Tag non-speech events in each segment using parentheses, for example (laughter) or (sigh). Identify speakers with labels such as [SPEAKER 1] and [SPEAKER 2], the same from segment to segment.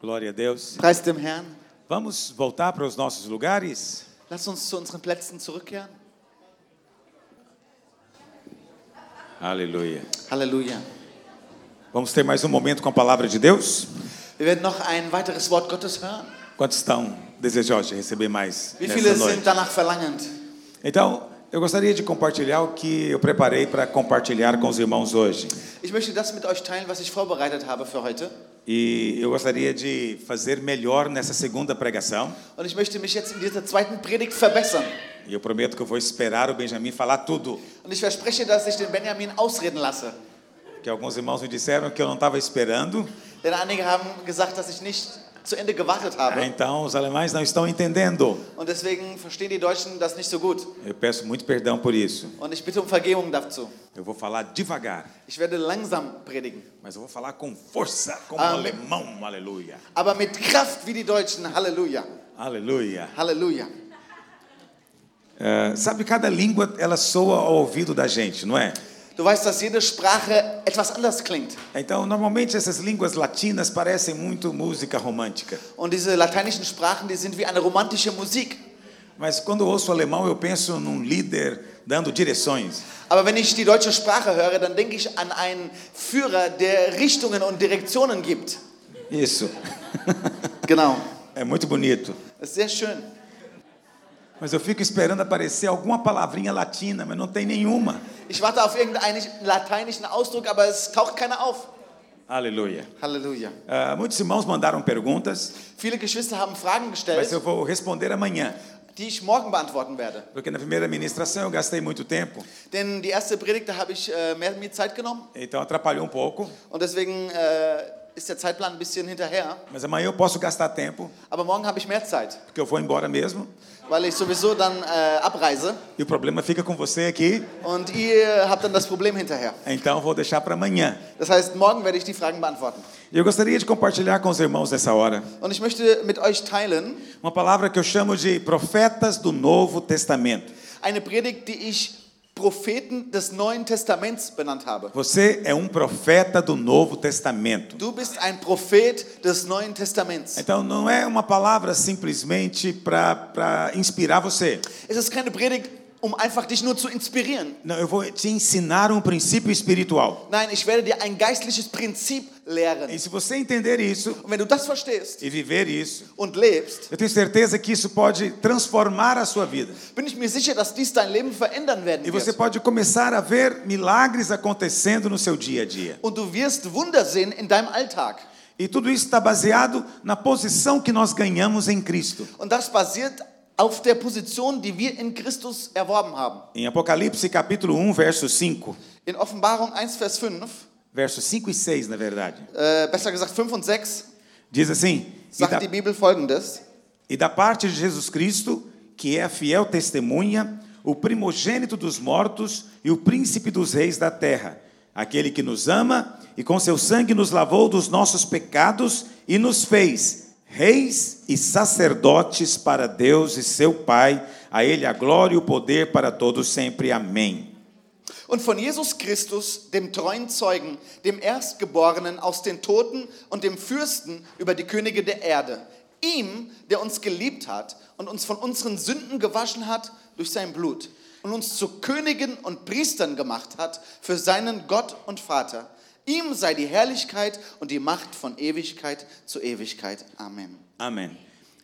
[SPEAKER 1] Glória a Deus.
[SPEAKER 2] Preis dem Herrn.
[SPEAKER 1] Vamos voltar para os nossos lugares?
[SPEAKER 2] Lass uns zu unseren Plätzen zurückkehren.
[SPEAKER 1] Aleluia.
[SPEAKER 2] Halleluja.
[SPEAKER 1] Vamos ter mais um momento com a palavra de Deus?
[SPEAKER 2] Wir werden noch ein weiteres Wort Gottes hören.
[SPEAKER 1] Quantos estão desejosos de receber mais
[SPEAKER 2] Wie
[SPEAKER 1] nessa
[SPEAKER 2] viele
[SPEAKER 1] noite?
[SPEAKER 2] sind danach verlangend?
[SPEAKER 1] Então, eu gostaria de compartilhar o que eu preparei para compartilhar com os irmãos hoje.
[SPEAKER 2] Ich möchte das mit euch teilen, was ich vorbereitet habe für heute.
[SPEAKER 1] E eu gostaria de fazer melhor nessa segunda pregação.
[SPEAKER 2] Und ich möchte mich jetzt in dieser zweiten Predigt verbessern.
[SPEAKER 1] E eu prometo que eu vou esperar o Benjamin falar tudo.
[SPEAKER 2] Und ich verspreche, dass ich den Benjamin ausreden lasse.
[SPEAKER 1] Que alguns irmãos me disseram que eu não estava esperando.
[SPEAKER 2] Denn einige haben gesagt, dass ich nicht zu Ende gewartet
[SPEAKER 1] Ah,
[SPEAKER 2] habe.
[SPEAKER 1] Então, os alemães não estão entendendo.
[SPEAKER 2] Und deswegen verstehen die Deutschen das nicht so gut.
[SPEAKER 1] Eu peço muito perdão por isso.
[SPEAKER 2] Und ich bitte um Vergebung dazu.
[SPEAKER 1] Eu vou falar devagar,
[SPEAKER 2] Ich werde langsam predigen.
[SPEAKER 1] mas eu vou falar com força, como um
[SPEAKER 2] Amém.
[SPEAKER 1] alemão. Aleluia.
[SPEAKER 2] Aber mit Kraft wie die Deutschen. Halleluja.
[SPEAKER 1] Aleluia.
[SPEAKER 2] Halleluja.
[SPEAKER 1] É, sabe, cada língua ela soa ao ouvido da gente, não é?
[SPEAKER 2] Du weißt, dass jede Sprache etwas anders klingt.
[SPEAKER 1] Então, normalmente essas línguas latinas parecem muito música romântica.
[SPEAKER 2] Und diese lateinischen Sprachen, die sind wie eine romantische Musik.
[SPEAKER 1] Mas quando eu ouço alemão, eu penso num líder dando direções.
[SPEAKER 2] Aber wenn ich die deutsche Sprache höre, dann denke ich an einen Führer, der Richtungen und Direktionen gibt.
[SPEAKER 1] Isso.
[SPEAKER 2] Genau.
[SPEAKER 1] É muito bonito.
[SPEAKER 2] Das ist sehr schön.
[SPEAKER 1] Mas eu fico esperando aparecer alguma palavrinha latina, mas não tem nenhuma.
[SPEAKER 2] Ich warte auf irgendeinen lateinischen Ausdruck, aber es taucht keiner auf.
[SPEAKER 1] Aleluia.
[SPEAKER 2] Halleluja.
[SPEAKER 1] Ah, muitos irmãos mandaram perguntas,
[SPEAKER 2] Viele Geschwister haben Fragen
[SPEAKER 1] mas eu
[SPEAKER 2] gestellt,
[SPEAKER 1] vou responder amanhã.
[SPEAKER 2] die ich morgen beantworten werde.
[SPEAKER 1] Porque na primeira ministração eu gastei muito tempo,
[SPEAKER 2] Denn die erste Predigt, da habe ich äh, mehr mir Zeit genommen
[SPEAKER 1] então atrapalhou um pouco.
[SPEAKER 2] und deswegen äh, ist der Zeitplan ein bisschen hinterher.
[SPEAKER 1] Mas amanhã eu posso gastar tempo,
[SPEAKER 2] Aber morgen habe ich mehr Zeit,
[SPEAKER 1] porque eu vou embora mesmo.
[SPEAKER 2] weil ich sowieso dann äh, abreise
[SPEAKER 1] E o problema fica com você aqui,
[SPEAKER 2] und ihr habt dann das Problem hinterher.
[SPEAKER 1] então eu vou deixar para amanhã.
[SPEAKER 2] Das heißt, morgen werde ich die Fragen beantworten.
[SPEAKER 1] E Eu gostaria de compartilhar com os irmãos nessa hora
[SPEAKER 2] Und ich möchte mit euch teilen
[SPEAKER 1] uma palavra que eu chamo de profetas do Novo Testamento.
[SPEAKER 2] eine Predigt, die ich Propheten des Neuen Testaments benannt habe.
[SPEAKER 1] Você é um profeta do Novo Testamento.
[SPEAKER 2] Du bist ein Prophet des Neuen Testaments.
[SPEAKER 1] Então não é uma palavra simplesmente para inspirar você.
[SPEAKER 2] Es ist keine Predigt, um einfach dich nur zu inspirieren.
[SPEAKER 1] Não, eu vou te ensinar um princípio espiritual.
[SPEAKER 2] Nein, ich werde dir ein geistliches Prinzip lehren.
[SPEAKER 1] E se você entender isso
[SPEAKER 2] Und wenn du das verstehst
[SPEAKER 1] e viver isso,
[SPEAKER 2] und lebst,
[SPEAKER 1] eu tenho certeza que isso pode transformar a sua vida.
[SPEAKER 2] bin ich mir sicher, dass dies dein Leben verändern werden
[SPEAKER 1] E você
[SPEAKER 2] wird.
[SPEAKER 1] pode começar a ver milagres acontecendo no seu dia a dia.
[SPEAKER 2] Und du wirst Wunder sehen in deinem Alltag.
[SPEAKER 1] E tudo isso está baseado na posição que nós ganhamos em Cristo.
[SPEAKER 2] Und das basiert auf der Position, die wir in Christus erworben haben.
[SPEAKER 1] Em Apocalipse capítulo 1, verso 5,
[SPEAKER 2] In Offenbarung 1, Vers 5,
[SPEAKER 1] versos 5 e 6, na verdade.
[SPEAKER 2] äh, besser gesagt 5 und 6,
[SPEAKER 1] Diz assim: e da,
[SPEAKER 2] sagt die Bibel folgendes.
[SPEAKER 1] e da parte de Jesus Cristo, que é a fiel testemunha, o primogênito dos mortos e o príncipe dos reis da terra, aquele que nos ama e com seu sangue nos lavou dos nossos pecados e nos fez reis e sacerdotes para Deus e seu Pai. A ele a glória e o poder para todos sempre. Amém.
[SPEAKER 2] Und von Jesus Christus, dem treuen Zeugen, dem Erstgeborenen aus den Toten und dem Fürsten über die Könige der Erde. Ihm, der uns geliebt hat und uns von unseren Sünden gewaschen hat durch sein Blut und uns zu Königen und Priestern gemacht hat für seinen Gott und Vater. Ihm sei die Herrlichkeit und die Macht von Ewigkeit zu Ewigkeit. Amen.
[SPEAKER 1] Amém.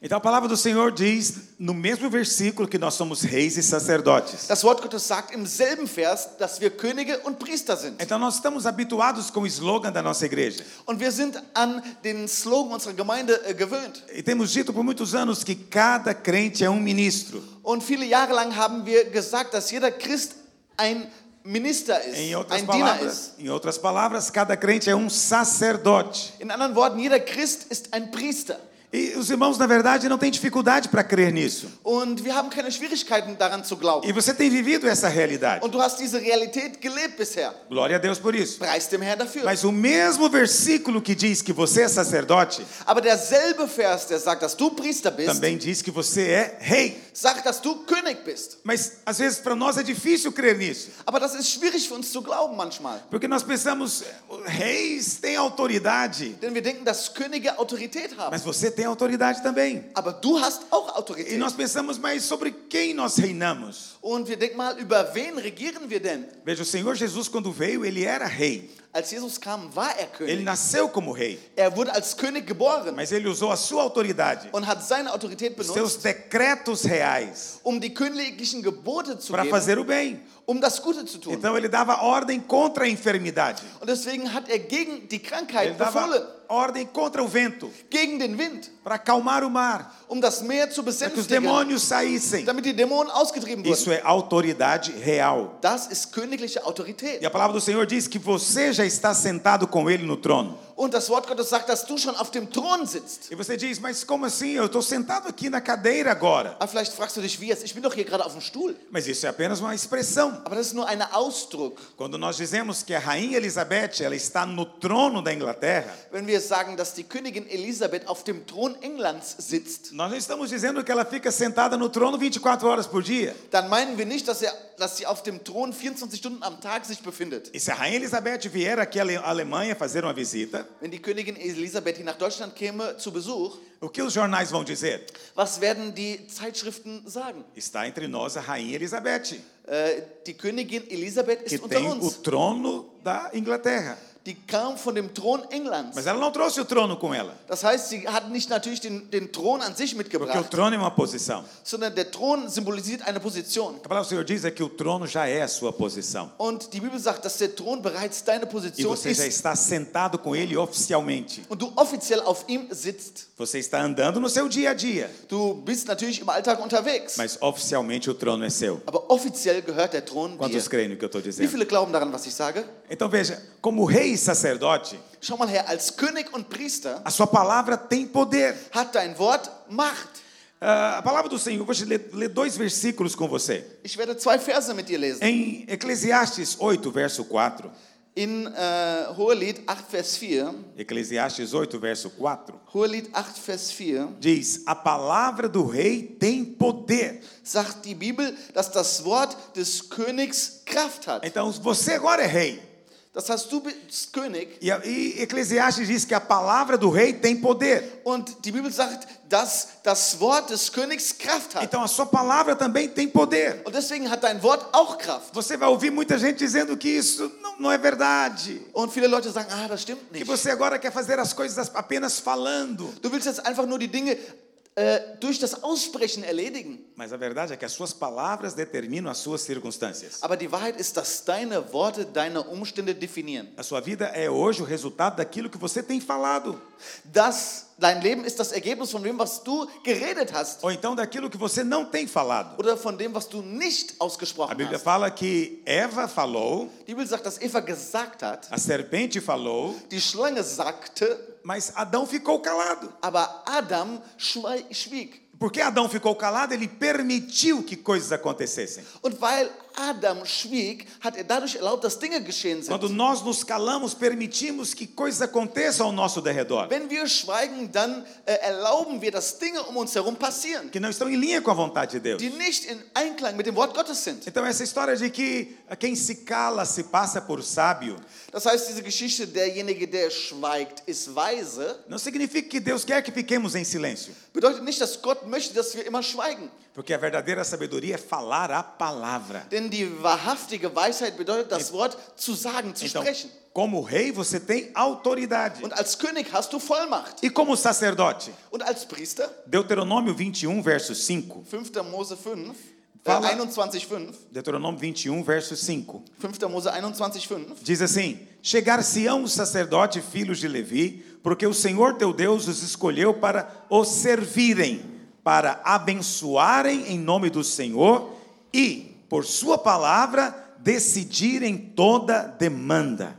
[SPEAKER 1] Então a palavra do Senhor diz, no mesmo versículo, que nós somos reis e sacerdotes.
[SPEAKER 2] Das Wort Gottes sagt im selben Vers, dass wir Könige und Priester sind.
[SPEAKER 1] Então nós estamos habituados com o slogan da nossa igreja.
[SPEAKER 2] Und wir sind an den Slogan unserer Gemeinde äh, gewöhnt.
[SPEAKER 1] E temos dito por muitos anos que cada crente é um ministro.
[SPEAKER 2] Und viele Jahre lang haben wir gesagt, dass jeder Christ ein Minister ist,
[SPEAKER 1] Em outras,
[SPEAKER 2] ein Diener ist.
[SPEAKER 1] palavras, em outras palavras, cada crente é um sacerdote.
[SPEAKER 2] In anderen Worten, jeder Christ ist ein Priester.
[SPEAKER 1] E os irmãos, na verdade, não têm dificuldade para crer nisso.
[SPEAKER 2] Und wir haben keine Schwierigkeiten daran zu
[SPEAKER 1] E
[SPEAKER 2] glauben.
[SPEAKER 1] você tem vivido essa realidade.
[SPEAKER 2] Und du hast diese Realität gelebt bisher.
[SPEAKER 1] Glória a Deus por isso.
[SPEAKER 2] Preis dem Herrn dafür.
[SPEAKER 1] Mas o mesmo versículo que diz que você é sacerdote,
[SPEAKER 2] Aber derselbe Vers, der sagt, dass du Priester bist,
[SPEAKER 1] também diz que você é rei.
[SPEAKER 2] sagt, dass du König bist.
[SPEAKER 1] Mas às vezes para nós é difícil crer nisso.
[SPEAKER 2] Aber das ist schwierig für uns zu glauben manchmal.
[SPEAKER 1] Porque nós pensamos, reis têm autoridade.
[SPEAKER 2] Denn wir denken, dass Könige Autorität haben.
[SPEAKER 1] Mas você tem autoridade também.
[SPEAKER 2] Aber du hast auch
[SPEAKER 1] E
[SPEAKER 2] Autorität.
[SPEAKER 1] nós pensamos, mas sobre quem nós reinamos?
[SPEAKER 2] Und wir denken mal, über wen regieren wir denn?
[SPEAKER 1] Veja, o Senhor Jesus, quando veio, ele era rei.
[SPEAKER 2] Als Jesus kam, war er
[SPEAKER 1] Ele
[SPEAKER 2] König.
[SPEAKER 1] nasceu como rei.
[SPEAKER 2] Er wurde als König geboren
[SPEAKER 1] Mas ele usou a sua autoridade,
[SPEAKER 2] und hat seine Autorität
[SPEAKER 1] os seus
[SPEAKER 2] benutzt,
[SPEAKER 1] decretos reais,
[SPEAKER 2] um die königlichen Gebote zu
[SPEAKER 1] para
[SPEAKER 2] geben,
[SPEAKER 1] fazer o bem.
[SPEAKER 2] um das Gute zu tun.
[SPEAKER 1] Então ele dava ordem contra a enfermidade.
[SPEAKER 2] Und deswegen hat er gegen die
[SPEAKER 1] Ele
[SPEAKER 2] Krankheit befohlen,
[SPEAKER 1] dava ordem contra o vento,
[SPEAKER 2] gegen den Wind,
[SPEAKER 1] para acalmar o mar,
[SPEAKER 2] um das Meer zu
[SPEAKER 1] para que os
[SPEAKER 2] besänftigen,
[SPEAKER 1] demônios saíssem.
[SPEAKER 2] damit die Dämonen ausgetrieben wurden.
[SPEAKER 1] Isso é autoridade real.
[SPEAKER 2] Das ist königliche
[SPEAKER 1] E
[SPEAKER 2] Autorität.
[SPEAKER 1] a palavra do Senhor diz que você já está sentado com ele no trono.
[SPEAKER 2] Und das Wort Gottes sagt, dass du schon auf dem Thron sitzt.
[SPEAKER 1] E você diz, mas como assim? Eu estou sentado aqui na cadeira agora.
[SPEAKER 2] Aber vielleicht fragst du dich, wie jetzt? Ich bin doch hier gerade auf dem Stuhl.
[SPEAKER 1] Mas isso é apenas uma expressão.
[SPEAKER 2] Aber das ist nur ein Ausdruck.
[SPEAKER 1] Quando nós dizemos que a rainha Elizabeth ela está no trono da Inglaterra,
[SPEAKER 2] Wenn wir sagen, dass die Königin Elisabeth auf dem Thron Englands sitzt,
[SPEAKER 1] nós não estamos dizendo que ela fica sentada no trono 24 horas por dia.
[SPEAKER 2] dann meinen wir nicht, dass, er, dass sie auf dem Thron 24 Stunden am Tag sich befindet.
[SPEAKER 1] E se a rainha Elizabeth vier aqui à Ale- Alemanha fazer uma visita,
[SPEAKER 2] Wenn die Königin Elisabeth hier nach Deutschland käme zu Besuch,
[SPEAKER 1] o que os jornais vão dizer?
[SPEAKER 2] was werden die Zeitschriften sagen?
[SPEAKER 1] Está entre nós a rainha Elizabeth,
[SPEAKER 2] Äh, die Königin Elisabeth
[SPEAKER 1] que
[SPEAKER 2] ist unter
[SPEAKER 1] tem o
[SPEAKER 2] uns.
[SPEAKER 1] trono da Inglaterra.
[SPEAKER 2] Die kam von dem Thron Englands.
[SPEAKER 1] Mas ela não trouxe o trono com ela,
[SPEAKER 2] Das heißt, sie hat nicht natürlich den, den Thron an sich
[SPEAKER 1] porque o
[SPEAKER 2] mitgebracht,
[SPEAKER 1] trono é uma posição.
[SPEAKER 2] sondern der Thron symbolisiert eine Position.
[SPEAKER 1] A palavra do Senhor diz é que o trono já é a sua posição.
[SPEAKER 2] Und die Bibel sagt, dass der Thron bereits deine
[SPEAKER 1] E
[SPEAKER 2] Position
[SPEAKER 1] você já
[SPEAKER 2] ist
[SPEAKER 1] está sentado com ele oficialmente.
[SPEAKER 2] und du offiziell auf ihm sitzt.
[SPEAKER 1] Você está andando no seu dia a dia,
[SPEAKER 2] Du bist natürlich im Alltag unterwegs,
[SPEAKER 1] mas oficialmente o trono é seu.
[SPEAKER 2] aber offiziell gehört der Thron dir.
[SPEAKER 1] Quantos creem no que eu estou
[SPEAKER 2] Wie
[SPEAKER 1] dizendo?
[SPEAKER 2] viele glauben daran, was ich sage?
[SPEAKER 1] Então veja, como rei e sacerdote,
[SPEAKER 2] Schau mal her, als König und Priester
[SPEAKER 1] a sua palavra tem poder.
[SPEAKER 2] hat dein Wort Macht.
[SPEAKER 1] Ah, a palavra do Senhor, vou te ler, ler dois versículos com você.
[SPEAKER 2] Ich werde zwei Verse mit dir lesen.
[SPEAKER 1] Em Eclesiastes 8, verso 4.
[SPEAKER 2] In äh, Hohelied 8, Vers 4,
[SPEAKER 1] Eclesiastes 8, verso 4.
[SPEAKER 2] Hohelied 8, Vers 4,
[SPEAKER 1] Diz: A palavra do rei tem poder.
[SPEAKER 2] sagt die Bibel, dass das Wort des Königs Kraft hat.
[SPEAKER 1] Então você agora é rei.
[SPEAKER 2] Das heißt, du bist König
[SPEAKER 1] E, a- e Eclesiastes diz que a palavra do rei tem poder.
[SPEAKER 2] und die Bibel sagt, dass das Wort des Königs Kraft hat.
[SPEAKER 1] Então a sua palavra também tem poder.
[SPEAKER 2] Und deswegen hat dein Wort auch Kraft.
[SPEAKER 1] Você vai ouvir muita gente dizendo que isso não, não é verdade.
[SPEAKER 2] Und viele Leute sagen, ah, das stimmt
[SPEAKER 1] Que
[SPEAKER 2] nicht.
[SPEAKER 1] você agora quer fazer as coisas apenas falando.
[SPEAKER 2] Du willst jetzt einfach nur die Dinge äh, durch das Aussprechen erledigen.
[SPEAKER 1] Mas a verdade é que as suas palavras determinam as suas circunstâncias.
[SPEAKER 2] Aber die Wahrheit ist, dass deine Worte deine Umstände definieren.
[SPEAKER 1] A sua vida é hoje o resultado daquilo que você tem falado,
[SPEAKER 2] Das, dein Leben ist das Ergebnis von dem, was du geredet hast
[SPEAKER 1] ou então daquilo que você não tem falado.
[SPEAKER 2] oder von dem, was du nicht
[SPEAKER 1] A
[SPEAKER 2] ausgesprochen
[SPEAKER 1] Bíblia
[SPEAKER 2] hast.
[SPEAKER 1] fala que Eva falou,
[SPEAKER 2] Die Bibel sagt, dass Eva gesagt hat,
[SPEAKER 1] a serpente falou,
[SPEAKER 2] die Schlange sagte,
[SPEAKER 1] mas Adão ficou calado.
[SPEAKER 2] aber Adam schwei- schwieg.
[SPEAKER 1] Porque Adão ficou calado, ele permitiu que coisas acontecessem.
[SPEAKER 2] Und weil Adam schwieg, hat er dadurch erlaubt, dass Dinge geschehen sind.
[SPEAKER 1] Quando nós nos calamos, permitimos que coisas aconteçam ao nosso derredor,
[SPEAKER 2] Wenn wir schweigen, dann äh, erlauben wir, dass Dinge um uns herum passieren,
[SPEAKER 1] que não estão em linha com a vontade de Deus.
[SPEAKER 2] die nicht in Einklang mit dem Wort Gottes sind.
[SPEAKER 1] Então essa história de que quem se cala se passa por sábio,
[SPEAKER 2] Das heißt, diese Geschichte, derjenige, der schweigt, ist weise,
[SPEAKER 1] não significa que Deus quer que fiquemos em silêncio.
[SPEAKER 2] bedeutet nicht, dass Gott möchte, dass wir immer schweigen.
[SPEAKER 1] Porque a verdadeira sabedoria é falar a palavra.
[SPEAKER 2] Denn die wahrhaftige Weisheit bedeutet, das Wort zu sagen, zu
[SPEAKER 1] Então,
[SPEAKER 2] sprechen.
[SPEAKER 1] como rei, você tem autoridade.
[SPEAKER 2] Und als König hast du Vollmacht.
[SPEAKER 1] E como sacerdote?
[SPEAKER 2] Und als Priester,
[SPEAKER 1] Deuteronômio 21, verso 5.
[SPEAKER 2] 5. Mose 5, äh,
[SPEAKER 1] Fala.
[SPEAKER 2] 21, 5.
[SPEAKER 1] Deuteronômio 21, verso 5.
[SPEAKER 2] 5. Mose 21, 5.
[SPEAKER 1] Diz assim: Chegar-se-ão o sacerdote, filhos de Levi, porque o Senhor teu Deus os escolheu para os servirem, para abençoarem em nome do Senhor e, por sua palavra, decidirem toda demanda.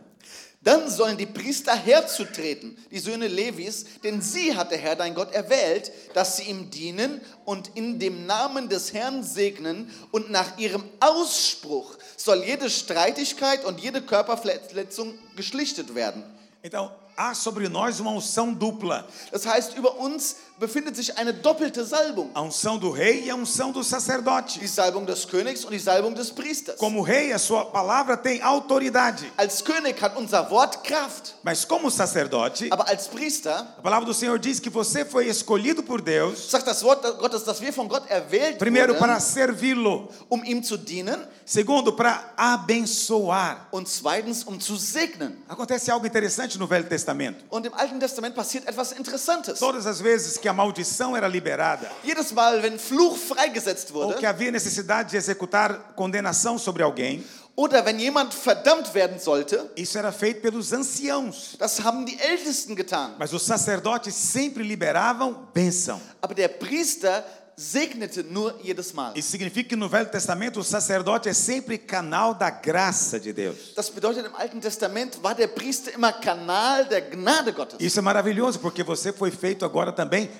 [SPEAKER 2] Dann sollen die Priester herzutreten, die Söhne Levis, denn sie hat der Herr dein Gott erwählt, dass sie ihm dienen und in dem Namen des Herrn segnen und nach ihrem Ausspruch soll jede Streitigkeit und jede Körperverletzung geschlichtet werden.
[SPEAKER 1] Então, há sobre nós uma unção dupla:
[SPEAKER 2] Das heißt, über uns befindet sich eine doppelte Salbung.
[SPEAKER 1] a unção do rei e a unção do sacerdote.
[SPEAKER 2] Die Salbung des Königs und die Salbung des Priesters.
[SPEAKER 1] Como rei, a sua palavra tem autoridade,
[SPEAKER 2] Als König hat unser Wort Kraft,
[SPEAKER 1] mas como sacerdote,
[SPEAKER 2] aber als Priester
[SPEAKER 1] a palavra do Senhor diz que você foi escolhido por Deus,
[SPEAKER 2] sagt das Wort Gottes, dass wir von Gott erwählt
[SPEAKER 1] primeiro para
[SPEAKER 2] wurden,
[SPEAKER 1] servi-lo,
[SPEAKER 2] um ihm zu dienen
[SPEAKER 1] segundo para abençoar.
[SPEAKER 2] und zweitens, um zu segnen.
[SPEAKER 1] Acontece algo interessante no Velho Testamento.
[SPEAKER 2] Und im Alten Testament passiert etwas Interessantes.
[SPEAKER 1] Todas as vezes que a maldição era liberada,
[SPEAKER 2] Jedes Mal, wenn Fluch freigesetzt
[SPEAKER 1] ou que
[SPEAKER 2] wurde
[SPEAKER 1] havia necessidade de executar condenação sobre alguém,
[SPEAKER 2] oder wenn jemand verdammt werden sollte,
[SPEAKER 1] isso era feito pelos anciãos.
[SPEAKER 2] das haben die Ältesten getan.
[SPEAKER 1] Mas os sacerdotes sempre liberavam bênção.
[SPEAKER 2] Aber der Priester segnete nur jedes Mal.
[SPEAKER 1] Isso significa que no Velho Testamento o sacerdote é sempre canal da graça de Deus.
[SPEAKER 2] Das bedeutet, im Alten Testament war der Priester immer Kanal der Gnade Gottes.
[SPEAKER 1] Isso é maravilhoso porque você foi feito agora também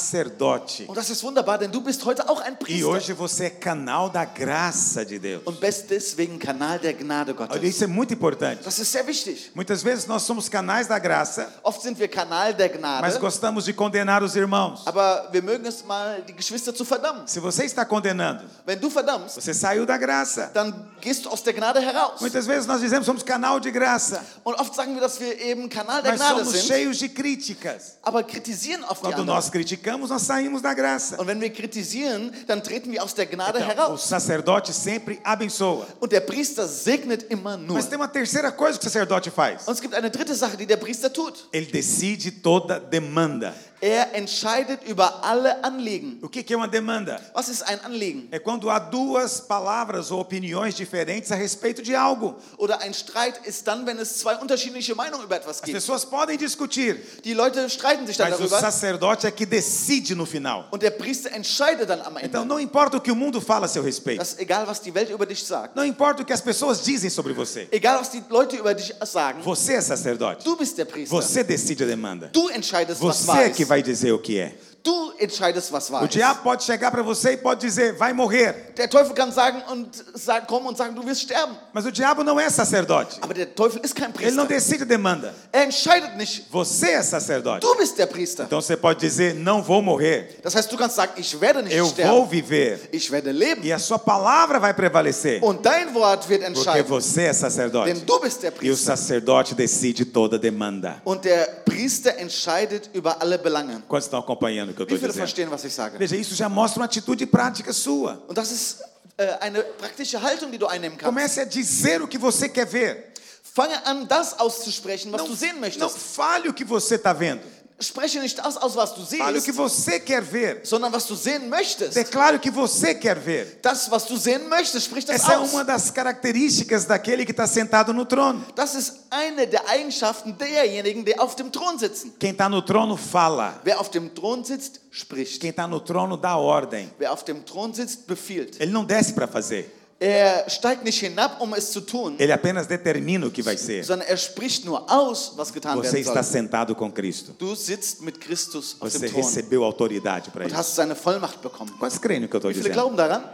[SPEAKER 1] sacerdote.
[SPEAKER 2] Und das ist wunderbar, denn du bist heute auch ein
[SPEAKER 1] E
[SPEAKER 2] Priester
[SPEAKER 1] hoje você é canal da graça de Deus.
[SPEAKER 2] und bist deswegen Kanal der Gnade
[SPEAKER 1] Olha,
[SPEAKER 2] Gottes.
[SPEAKER 1] isso é muito importante.
[SPEAKER 2] Das ist sehr wichtig.
[SPEAKER 1] Muitas vezes nós somos canais da graça,
[SPEAKER 2] Oft sind wir Kanal der
[SPEAKER 1] mas
[SPEAKER 2] Gnade,
[SPEAKER 1] gostamos de condenar os irmãos.
[SPEAKER 2] aber wir mögen es mal, die Geschwister zu verdammen.
[SPEAKER 1] Se você está condenando,
[SPEAKER 2] Wenn du verdammst,
[SPEAKER 1] você saiu da graça.
[SPEAKER 2] dann gehst du aus der Gnade heraus.
[SPEAKER 1] Muitas vezes nós dizemos somos canal de graça,
[SPEAKER 2] Und oft sagen wir, dass wir eben Kanal der
[SPEAKER 1] mas
[SPEAKER 2] Gnade
[SPEAKER 1] somos
[SPEAKER 2] sind,
[SPEAKER 1] cheios de críticas.
[SPEAKER 2] aber kritisieren oft die
[SPEAKER 1] Quando
[SPEAKER 2] anderen.
[SPEAKER 1] nós criticamos, nós saímos da graça.
[SPEAKER 2] Und wenn wir kritisieren, dann treten wir aus der Gnade
[SPEAKER 1] Então, o
[SPEAKER 2] heraus.
[SPEAKER 1] sacerdote sempre abençoa.
[SPEAKER 2] Und der Priester segnet immer nur.
[SPEAKER 1] Mas tem uma terceira coisa que o sacerdote faz.
[SPEAKER 2] Und es gibt eine dritte Sache, die der Priester tut.
[SPEAKER 1] Ele decide toda demanda.
[SPEAKER 2] Er entscheidet über alle Anliegen.
[SPEAKER 1] O que que é uma demanda?
[SPEAKER 2] Was ist ein Anliegen?
[SPEAKER 1] É quando há duas palavras ou opiniões diferentes a respeito de algo.
[SPEAKER 2] Oder ein Streit ist dann, wenn es zwei unterschiedliche Meinungen über etwas
[SPEAKER 1] As
[SPEAKER 2] gibt.
[SPEAKER 1] pessoas podem discutir,
[SPEAKER 2] Die Leute streiten sich dann
[SPEAKER 1] mas o
[SPEAKER 2] darüber
[SPEAKER 1] sacerdote é que decide no final.
[SPEAKER 2] und der Priester entscheidet dann am
[SPEAKER 1] Então
[SPEAKER 2] Ende.
[SPEAKER 1] não importa o que o mundo fala a seu respeito.
[SPEAKER 2] Das ist egal, was die Welt über dich sagt.
[SPEAKER 1] Não importa o que as pessoas dizem sobre você.
[SPEAKER 2] Egal, was die Leute über dich sagen.
[SPEAKER 1] Você é sacerdote.
[SPEAKER 2] Du bist der Priester.
[SPEAKER 1] Você decide a demanda.
[SPEAKER 2] Du entscheidest, was
[SPEAKER 1] Você é
[SPEAKER 2] wahr
[SPEAKER 1] que
[SPEAKER 2] ist.
[SPEAKER 1] vai dizer o que é.
[SPEAKER 2] Du entscheidest, was wahr
[SPEAKER 1] O
[SPEAKER 2] ist.
[SPEAKER 1] diabo pode chegar para você e pode dizer, vai morrer.
[SPEAKER 2] Der Teufel kann sagen und sagen, kommen und sagen, du wirst sterben.
[SPEAKER 1] Mas o diabo não é sacerdote.
[SPEAKER 2] Aber der Teufel ist kein
[SPEAKER 1] Ele não
[SPEAKER 2] Priester.
[SPEAKER 1] decide a demanda.
[SPEAKER 2] Er entscheidet nicht.
[SPEAKER 1] Você é sacerdote.
[SPEAKER 2] Du bist der Priester.
[SPEAKER 1] Então você pode dizer, não vou morrer.
[SPEAKER 2] Das heißt, du kannst sagen, ich werde nicht
[SPEAKER 1] Eu vou
[SPEAKER 2] sterben.
[SPEAKER 1] viver.
[SPEAKER 2] Ich werde leben.
[SPEAKER 1] E a sua palavra vai prevalecer.
[SPEAKER 2] Und dein Wort wird
[SPEAKER 1] Porque
[SPEAKER 2] entscheiden,
[SPEAKER 1] você é sacerdote.
[SPEAKER 2] denn du bist der
[SPEAKER 1] E o
[SPEAKER 2] Priester.
[SPEAKER 1] sacerdote decide toda demanda.
[SPEAKER 2] Und der Priester entscheidet über alle Belange.
[SPEAKER 1] Quantos estão acompanhando o que eu
[SPEAKER 2] Wie
[SPEAKER 1] estou
[SPEAKER 2] viele
[SPEAKER 1] dizendo?
[SPEAKER 2] verstehen, was ich sage?
[SPEAKER 1] Veja, isso já mostra uma atitude prática sua.
[SPEAKER 2] Und das ist äh, eine praktische Haltung, die du einnehmen kannst.
[SPEAKER 1] Comece a dizer o que você quer ver.
[SPEAKER 2] Fange an, das auszusprechen, was
[SPEAKER 1] Não,
[SPEAKER 2] du sehen
[SPEAKER 1] não
[SPEAKER 2] möchtest.
[SPEAKER 1] fale o que você está vendo.
[SPEAKER 2] Spreche nicht das aus, was du
[SPEAKER 1] Fale o que
[SPEAKER 2] siehst,
[SPEAKER 1] você quer ver.
[SPEAKER 2] sondern was du sehen möchtest.
[SPEAKER 1] Declare o que você quer ver.
[SPEAKER 2] Das, was du sehen möchtest, sprich das
[SPEAKER 1] Essa é
[SPEAKER 2] aus.
[SPEAKER 1] uma das características daquele que está sentado no trono.
[SPEAKER 2] Das ist eine der Eigenschaften derjenigen, die auf dem Thron sitzen.
[SPEAKER 1] Quem está no trono fala.
[SPEAKER 2] Wer auf dem Thron sitzt, spricht.
[SPEAKER 1] Quem está no trono dá ordem.
[SPEAKER 2] Wer auf dem Thron sitzt, befiehlt.
[SPEAKER 1] Ele não desce para fazer.
[SPEAKER 2] Er steigt nicht hinab, um es zu tun,
[SPEAKER 1] Ele apenas determina o que vai ser.
[SPEAKER 2] sondern er spricht nur aus, was getan
[SPEAKER 1] Você
[SPEAKER 2] werden
[SPEAKER 1] está
[SPEAKER 2] soll.
[SPEAKER 1] sentado com Cristo.
[SPEAKER 2] Du sitzt mit Christus auf
[SPEAKER 1] Você
[SPEAKER 2] dem Thron
[SPEAKER 1] recebeu autoridade para
[SPEAKER 2] und
[SPEAKER 1] isso.
[SPEAKER 2] hast seine Vollmacht bekommen.
[SPEAKER 1] Quantos creem no que eu estou
[SPEAKER 2] Wie viele
[SPEAKER 1] dizendo?
[SPEAKER 2] glauben daran?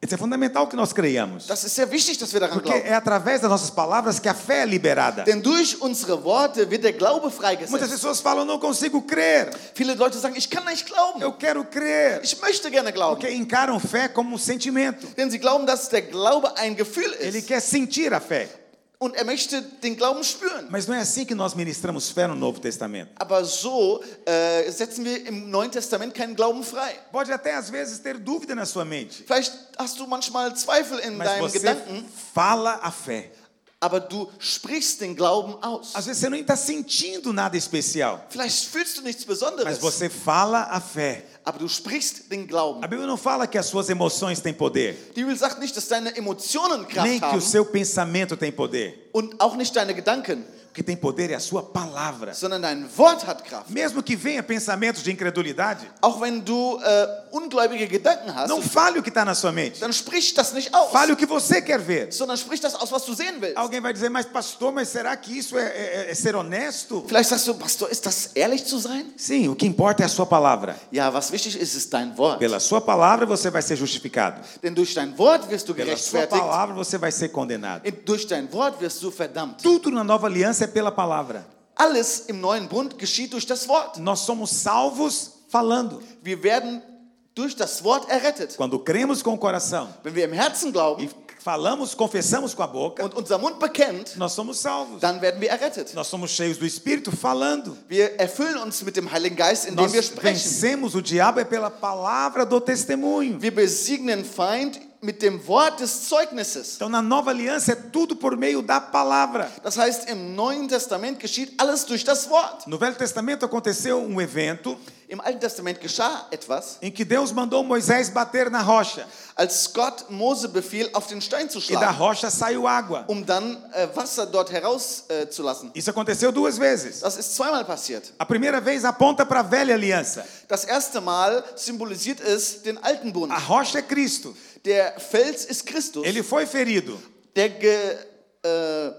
[SPEAKER 1] Isso é fundamental que nós creiamos.
[SPEAKER 2] Das ist sehr wichtig, dass wir daran
[SPEAKER 1] Porque
[SPEAKER 2] glauben.
[SPEAKER 1] é através das nossas palavras que a fé é liberada.
[SPEAKER 2] Denn durch unsere Worte wird der Glaube
[SPEAKER 1] Muitas
[SPEAKER 2] freigesetzt.
[SPEAKER 1] pessoas falam, não consigo crer.
[SPEAKER 2] Viele Leute sagen, ich kann nicht glauben.
[SPEAKER 1] Eu quero crer.
[SPEAKER 2] Ich möchte gerne glauben.
[SPEAKER 1] Porque encaram fé como um sentimento.
[SPEAKER 2] Denn sie glauben, dass der Glaube ein Gefühl
[SPEAKER 1] Ele
[SPEAKER 2] ist.
[SPEAKER 1] quer sentir a fé.
[SPEAKER 2] Und er möchte den Glauben spüren.
[SPEAKER 1] Mas não é assim que nós ministramos fé no Novo Testamento.
[SPEAKER 2] Aber so äh, setzen wir im Neuen Testament keinen Glauben frei.
[SPEAKER 1] Pode até às vezes ter dúvida na sua mente,
[SPEAKER 2] Vielleicht hast du manchmal Zweifel in
[SPEAKER 1] mas
[SPEAKER 2] deinen
[SPEAKER 1] você
[SPEAKER 2] Gedanken,
[SPEAKER 1] fala a fé.
[SPEAKER 2] aber du sprichst den Glauben aus.
[SPEAKER 1] Às vezes você nem está sentindo nada especial,
[SPEAKER 2] Vielleicht fühlst du nichts
[SPEAKER 1] mas
[SPEAKER 2] Besonderes,
[SPEAKER 1] você fala a fé.
[SPEAKER 2] aber du sprichst den Glauben.
[SPEAKER 1] A Bíblia não fala que as suas emoções têm poder,
[SPEAKER 2] Die Bibel sagt nicht, dass deine Emotionen Kraft
[SPEAKER 1] nem que o
[SPEAKER 2] haben
[SPEAKER 1] seu pensamento tem poder.
[SPEAKER 2] und auch nicht deine Gedanken.
[SPEAKER 1] O que tem poder é a sua palavra.
[SPEAKER 2] sondern dein Wort hat Kraft.
[SPEAKER 1] Mesmo que venha pensamentos de incredulidade,
[SPEAKER 2] Auch wenn du äh, ungläubige Gedanken hast,
[SPEAKER 1] não fale o que está na sua mente.
[SPEAKER 2] dann sprich das nicht aus,
[SPEAKER 1] Fale o que você quer ver.
[SPEAKER 2] sondern sprich das aus, was du sehen willst.
[SPEAKER 1] Alguém vai dizer, mas pastor, mas será que isso é, é- é ser honesto?
[SPEAKER 2] Vielleicht sagst du, Pastor, ist das ehrlich zu sein?
[SPEAKER 1] Sim, o que importa é a sua palavra.
[SPEAKER 2] Ja, was wichtig ist, ist dein Wort.
[SPEAKER 1] Pela sua palavra você vai ser justificado.
[SPEAKER 2] Denn durch dein Wort wirst du
[SPEAKER 1] Pela sua
[SPEAKER 2] gerechtfertigt.
[SPEAKER 1] palavra você vai ser condenado.
[SPEAKER 2] In- Durch dein Wort wirst du verdammt.
[SPEAKER 1] Tudo na nova aliança é pela palavra.
[SPEAKER 2] Alles im neuen Bund geschieht durch das Wort.
[SPEAKER 1] Nós somos salvos falando.
[SPEAKER 2] Wir werden durch das Wort errettet.
[SPEAKER 1] Quando cremos com o coração
[SPEAKER 2] Wenn wir im Herzen glauben
[SPEAKER 1] e falamos, confessamos com a boca,
[SPEAKER 2] und unser Mund bekennt,
[SPEAKER 1] nós somos salvos.
[SPEAKER 2] dann werden wir errettet.
[SPEAKER 1] Nós somos cheios do Espírito falando.
[SPEAKER 2] Wir erfüllen uns mit dem Heiligen Geist, indem
[SPEAKER 1] Nós
[SPEAKER 2] wir sprechen.
[SPEAKER 1] vencemos o diabo é pela palavra do testemunho.
[SPEAKER 2] Wir besiegen den Feind mit dem Wort des Zeugnisses.
[SPEAKER 1] Então, na nova aliança, é tudo por meio da palavra.
[SPEAKER 2] Das heißt, im Neuen Testament geschieht alles durch das Wort.
[SPEAKER 1] No Velho Testamento aconteceu um evento
[SPEAKER 2] Im Alten Testament geschah etwas,
[SPEAKER 1] em que Deus mandou Moisés bater na rocha
[SPEAKER 2] als Gott Mose befiel, auf den Stein zu
[SPEAKER 1] e da
[SPEAKER 2] schlagen,
[SPEAKER 1] rocha saiu água.
[SPEAKER 2] um dann äh, Wasser dort herauszulassen. Äh, zu lassen.
[SPEAKER 1] Isso aconteceu duas vezes.
[SPEAKER 2] das ist zweimal passiert.
[SPEAKER 1] A primeira vez aponta para a velha aliança.
[SPEAKER 2] Das erste Mal symbolisiert es den alten Bund.
[SPEAKER 1] A rocha é Cristo.
[SPEAKER 2] Der Fels ist Christus,
[SPEAKER 1] Ele foi ferido
[SPEAKER 2] der ge, äh,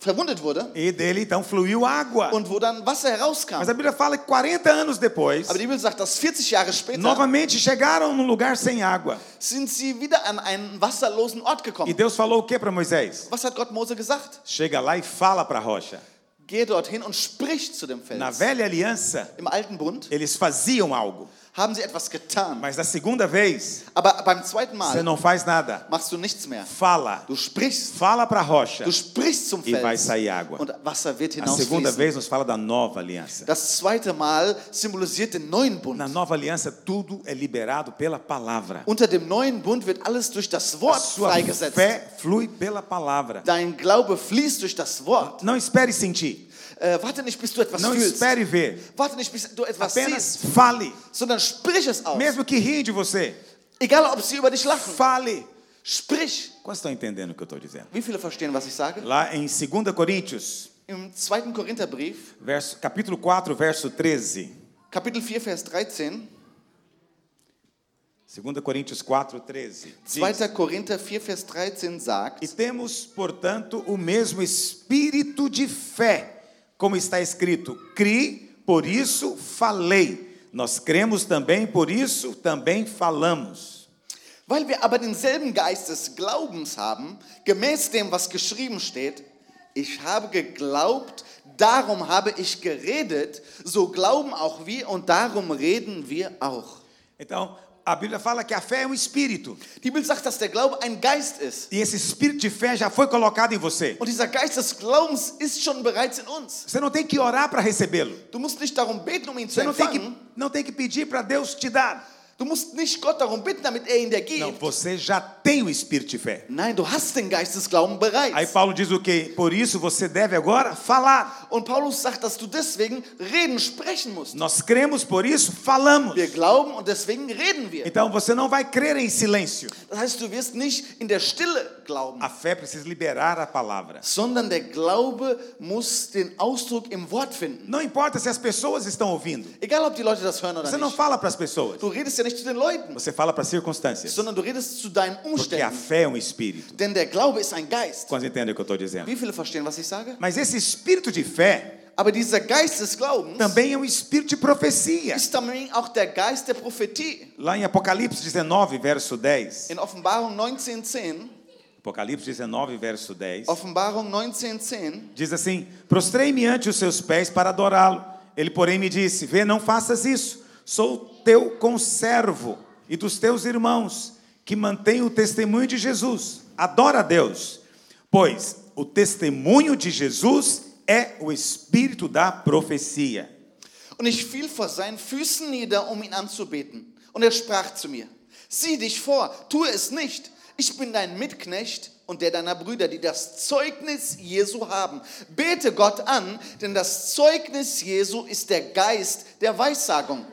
[SPEAKER 2] verwundet wurde
[SPEAKER 1] e dele então fluiu água.
[SPEAKER 2] und wo dann Wasser herauskam.
[SPEAKER 1] Mas a Bíblia fala que 40 anos depois,
[SPEAKER 2] Aber die Bibel sagt, dass 40 Jahre später
[SPEAKER 1] novamente chegaram num lugar sem água.
[SPEAKER 2] sind sie wieder an einen wasserlosen Ort
[SPEAKER 1] E
[SPEAKER 2] gekommen.
[SPEAKER 1] Deus falou o que para Moisés?
[SPEAKER 2] Was hat Gott Mose gesagt?
[SPEAKER 1] Chega lá e fala para a rocha.
[SPEAKER 2] Geh dorthin und sprich zu dem
[SPEAKER 1] Na
[SPEAKER 2] Fels.
[SPEAKER 1] velha aliança,
[SPEAKER 2] Im alten Bund
[SPEAKER 1] eles faziam algo.
[SPEAKER 2] haben sie etwas getan.
[SPEAKER 1] Mas na segunda vez,
[SPEAKER 2] Aber beim zweiten
[SPEAKER 1] você
[SPEAKER 2] Mal
[SPEAKER 1] não faz nada.
[SPEAKER 2] machst du nichts mehr.
[SPEAKER 1] Fala.
[SPEAKER 2] Du sprichst.
[SPEAKER 1] Fala para a rocha.
[SPEAKER 2] Du sprichst zum
[SPEAKER 1] E vai
[SPEAKER 2] Fels.
[SPEAKER 1] sair água.
[SPEAKER 2] Und Wasser wird
[SPEAKER 1] A segunda
[SPEAKER 2] hinausfließen.
[SPEAKER 1] vez nos fala da nova aliança.
[SPEAKER 2] Das zweite Mal symbolisiert den neuen Bund.
[SPEAKER 1] Na nova aliança, tudo é liberado pela palavra.
[SPEAKER 2] Unter dem neuen Bund wird alles durch das
[SPEAKER 1] A
[SPEAKER 2] Wort
[SPEAKER 1] sua
[SPEAKER 2] freigesetzt.
[SPEAKER 1] fé flui pela palavra.
[SPEAKER 2] Dein Glaube fließt durch das Wort.
[SPEAKER 1] Não espere sentir.
[SPEAKER 2] Äh, warte nicht, bis du etwas
[SPEAKER 1] Não
[SPEAKER 2] fühlst.
[SPEAKER 1] espere ver.
[SPEAKER 2] Warte nicht, bis du etwas siehst,
[SPEAKER 1] Apenas fale.
[SPEAKER 2] sondern sprich es aus.
[SPEAKER 1] Mesmo que riem de você,
[SPEAKER 2] Egal, ob sie über dich lachen.
[SPEAKER 1] fale.
[SPEAKER 2] Sprich.
[SPEAKER 1] Quantos estão entendendo o que eu estou dizendo?
[SPEAKER 2] Wie viele verstehen, was ich sage?
[SPEAKER 1] Lá em 2 Coríntios,
[SPEAKER 2] Im 2. Korintherbrief,
[SPEAKER 1] verso, capítulo 4, verso 13.
[SPEAKER 2] Kapitel 4, Vers 13.
[SPEAKER 1] 2 Coríntios 4, 13. Diz,
[SPEAKER 2] 2. Korinther 4, Vers 13 sagt,
[SPEAKER 1] e temos, portanto, o mesmo espírito de fé, como está escrito: Cri, por isso falei. Nós cremos também, por isso também falamos.
[SPEAKER 2] Weil wir aber denselben Geist des Glaubens haben, gemäß dem, was geschrieben steht, ich habe geglaubt, darum habe ich geredet, so glauben auch wir und darum reden wir auch.
[SPEAKER 1] Então, a Bíblia fala que a fé é um espírito.
[SPEAKER 2] Die Bibel sagt, dass der Glaube ein Geist ist.
[SPEAKER 1] E esse espírito de fé já foi colocado em você.
[SPEAKER 2] Und dieser Geist des Glaubens ist schon bereits in uns.
[SPEAKER 1] Você não tem que orar para recebê-lo.
[SPEAKER 2] Du musst nicht darum beten, um ihn zu
[SPEAKER 1] Você né? não tem que,
[SPEAKER 2] empfangen.
[SPEAKER 1] não tem que pedir para Deus te dar.
[SPEAKER 2] Du musst nicht Gott darum bitten, damit er ihn dir
[SPEAKER 1] Não,
[SPEAKER 2] gibt.
[SPEAKER 1] você já tem o espírito de fé.
[SPEAKER 2] Nein, du hast den Geist des Glaubens
[SPEAKER 1] Aí
[SPEAKER 2] bereits.
[SPEAKER 1] Paulo diz o quê? Por isso você deve agora falar.
[SPEAKER 2] Und Paulus sagt, dass du deswegen reden, sprechen musst.
[SPEAKER 1] Nós cremos, por isso falamos.
[SPEAKER 2] Wir glauben und deswegen reden wir.
[SPEAKER 1] Então você não vai crer em silêncio.
[SPEAKER 2] Das heißt, du wirst nicht in der Stille glauben,
[SPEAKER 1] A fé precisa liberar a palavra.
[SPEAKER 2] sondern der Glaube muss den Ausdruck im Wort finden.
[SPEAKER 1] Não importa se as pessoas estão ouvindo.
[SPEAKER 2] Egal, ob die Leute das hören oder
[SPEAKER 1] Você não
[SPEAKER 2] nicht.
[SPEAKER 1] fala para as pessoas.
[SPEAKER 2] Du redest ja nicht zu den Leuten,
[SPEAKER 1] Você fala para as circunstâncias.
[SPEAKER 2] sondern du redest zu deinen
[SPEAKER 1] Porque a
[SPEAKER 2] Umständen.
[SPEAKER 1] fé é um espírito.
[SPEAKER 2] Denn der Glaube ist ein Geist.
[SPEAKER 1] Quantos entendem o que eu estou dizendo?
[SPEAKER 2] Wie viele verstehen, was ich sage?
[SPEAKER 1] Mas esse espírito de fé
[SPEAKER 2] Aber dieser Geist des Glaubens
[SPEAKER 1] também é um espírito de profecia.
[SPEAKER 2] ist damit auch der Geist der Prophetie.
[SPEAKER 1] Lá em Apocalipse 19, verso 10.
[SPEAKER 2] In Offenbarung 19,10,
[SPEAKER 1] Apocalipse 19, verso 10.
[SPEAKER 2] Offenbarung 19,10,
[SPEAKER 1] Diz assim: Prostrei-me ante os seus pés para adorá-lo. Ele, porém, me disse: Vê, não faças isso. Sou teu conservo e dos teus irmãos, que mantém o testemunho de Jesus. Adora a Deus, pois o testemunho de Jesus é o espírito da profecia.
[SPEAKER 2] Und ich fiel vor seinen Füßen nieder, um ihn anzubeten. Und er sprach zu mir, sieh dich vor, tue es nicht. Ich bin dein Mitknecht und der deiner Brüder, die das Zeugnis Jesu haben. Bete Gott an, denn das Zeugnis Jesu ist der Geist der Weissagung.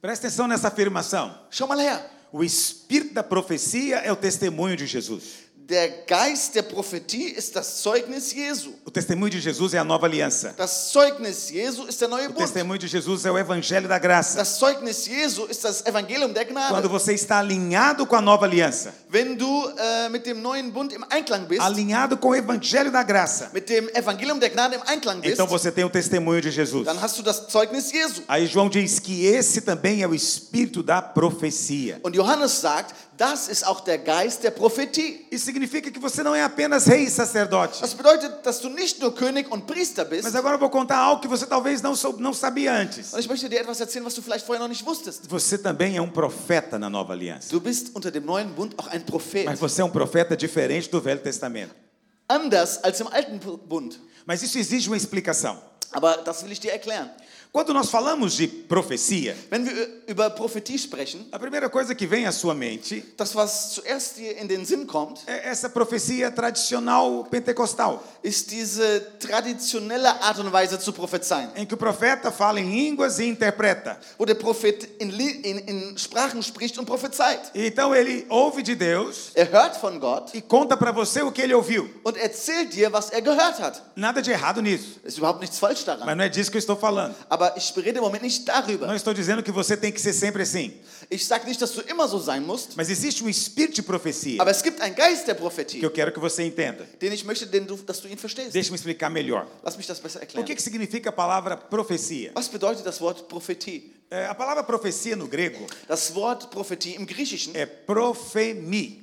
[SPEAKER 1] Presta atenção nessa afirmação.
[SPEAKER 2] Schau mal her.
[SPEAKER 1] O espírito da profecia é o testemunho de Jesus.
[SPEAKER 2] Der Geist der Prophetie ist das Zeugnis Jesu.
[SPEAKER 1] O testemunho de Jesus é a nova aliança.
[SPEAKER 2] Das Zeugnis Jesu ist der neue
[SPEAKER 1] O
[SPEAKER 2] Bund.
[SPEAKER 1] testemunho de Jesus é o evangelho da graça.
[SPEAKER 2] Das Zeugnis Jesu ist das Evangelium der
[SPEAKER 1] Quando
[SPEAKER 2] Gnade.
[SPEAKER 1] você está alinhado com a nova aliança,
[SPEAKER 2] Wenn du äh, mit dem neuen Bund im Einklang bist,
[SPEAKER 1] alinhado com o evangelho da graça,
[SPEAKER 2] mit dem Evangelium der Gnade im Einklang bist,
[SPEAKER 1] então você tem o testemunho de Jesus.
[SPEAKER 2] dann hast du das Zeugnis Jesu.
[SPEAKER 1] Aí João diz que esse também é o espírito da profecia.
[SPEAKER 2] Und Johannes sagt, das ist auch der Geist der Prophetie.
[SPEAKER 1] Isso significa que você não é apenas rei e sacerdote.
[SPEAKER 2] Das bedeutet, dass du nicht nur König und Priester bist.
[SPEAKER 1] Mas agora eu vou contar algo que você talvez não, sou- não sabia antes.
[SPEAKER 2] Und ich möchte dir etwas erzählen, was du vielleicht vorher noch nicht wusstest.
[SPEAKER 1] Você também é um profeta na nova aliança.
[SPEAKER 2] Du bist unter dem neuen Bund auch ein
[SPEAKER 1] Mas
[SPEAKER 2] Prophet.
[SPEAKER 1] você é um profeta diferente do Velho Testamento.
[SPEAKER 2] Anders als im alten Bund.
[SPEAKER 1] Mas isso exige uma explicação.
[SPEAKER 2] Aber das will ich dir erklären.
[SPEAKER 1] Quando nós falamos de profecia,
[SPEAKER 2] Wenn wir über Prophetie sprechen,
[SPEAKER 1] a primeira coisa que vem à sua mente
[SPEAKER 2] das, was zuerst dir in den Sinn kommt,
[SPEAKER 1] é essa profecia tradicional pentecostal,
[SPEAKER 2] ist diese traditionelle Art und Weise zu prophezeien,
[SPEAKER 1] em que o profeta fala em línguas e interpreta.
[SPEAKER 2] wo der Prophet in, Li- in, in Sprachen spricht und prophezeit.
[SPEAKER 1] Então ele ouve de Deus
[SPEAKER 2] Er hört von Gott
[SPEAKER 1] e conta para você o que ele ouviu.
[SPEAKER 2] und erzählt dir, was er gehört hat.
[SPEAKER 1] Nada de errado nisso,
[SPEAKER 2] Ist überhaupt nichts falsch daran.
[SPEAKER 1] mas não é disso que eu estou falando.
[SPEAKER 2] Aber ich rede im Moment nicht
[SPEAKER 1] Não
[SPEAKER 2] darüber.
[SPEAKER 1] estou dizendo que você tem que ser sempre assim,
[SPEAKER 2] Ich sage nicht, dass du immer so sein musst,
[SPEAKER 1] mas existe um espírito de profecia
[SPEAKER 2] aber es gibt einen Geist der
[SPEAKER 1] que
[SPEAKER 2] Prophetie,
[SPEAKER 1] eu quero que você entenda.
[SPEAKER 2] den ich möchte, den du, dass du ihn verstehst.
[SPEAKER 1] Deixa-me explicar melhor.
[SPEAKER 2] Lass mich das besser
[SPEAKER 1] O que,
[SPEAKER 2] erklären.
[SPEAKER 1] que significa a palavra profecia?
[SPEAKER 2] Was bedeutet das Wort Prophetie?
[SPEAKER 1] É, a palavra profecia no grego
[SPEAKER 2] Das Wort Prophetie im Griechischen
[SPEAKER 1] é profemi.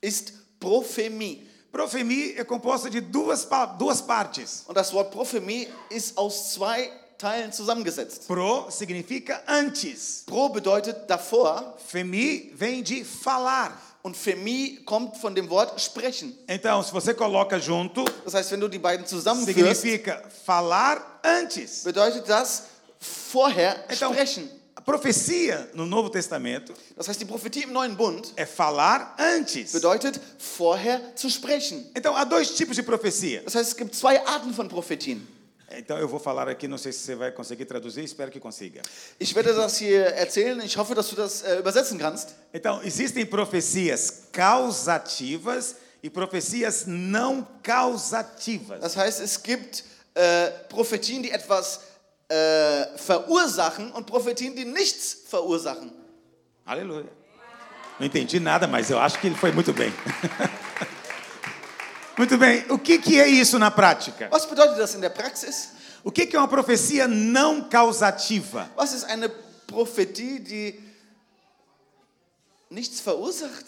[SPEAKER 2] ist Prophemie.
[SPEAKER 1] Profemi é composta de duas, pa- duas partes.
[SPEAKER 2] Und das Wort Prophemie ist aus zwei Teilen zusammengesetzt.
[SPEAKER 1] Pro significa antes.
[SPEAKER 2] Pro bedeutet davor
[SPEAKER 1] Femi vem de falar.
[SPEAKER 2] und Phemie kommt von dem Wort sprechen.
[SPEAKER 1] Então, se você coloca junto,
[SPEAKER 2] Das heißt, wenn du die beiden zusammenführst,
[SPEAKER 1] significa falar antes.
[SPEAKER 2] bedeutet das vorher
[SPEAKER 1] Então,
[SPEAKER 2] sprechen.
[SPEAKER 1] a profecia no Novo Testamento
[SPEAKER 2] Das heißt, die Prophetie im neuen Bund
[SPEAKER 1] é falar antes.
[SPEAKER 2] bedeutet vorher zu sprechen.
[SPEAKER 1] Então, há dois tipos de profecia.
[SPEAKER 2] Das heißt, es gibt zwei Arten von Prophetien.
[SPEAKER 1] Então, eu vou falar aqui, não sei se você vai conseguir traduzir, espero que consiga.
[SPEAKER 2] Ich werde das hier erzählen. Ich hoffe, dass du das äh, übersetzen kannst.
[SPEAKER 1] Então, existem profecias causativas e profecias não causativas.
[SPEAKER 2] Das heißt, es gibt äh, Prophetien, die etwas äh, verursachen und Prophetien, die nichts verursachen.
[SPEAKER 1] Aleluia. Não entendi nada, mas eu acho que ele foi muito bem. (laughs) muito bem. O que, que é isso na prática?
[SPEAKER 2] Was bedeutet das in der Praxis?
[SPEAKER 1] O que, que é uma profecia não causativa?
[SPEAKER 2] Was ist eine Prophetie, die nichts verursacht?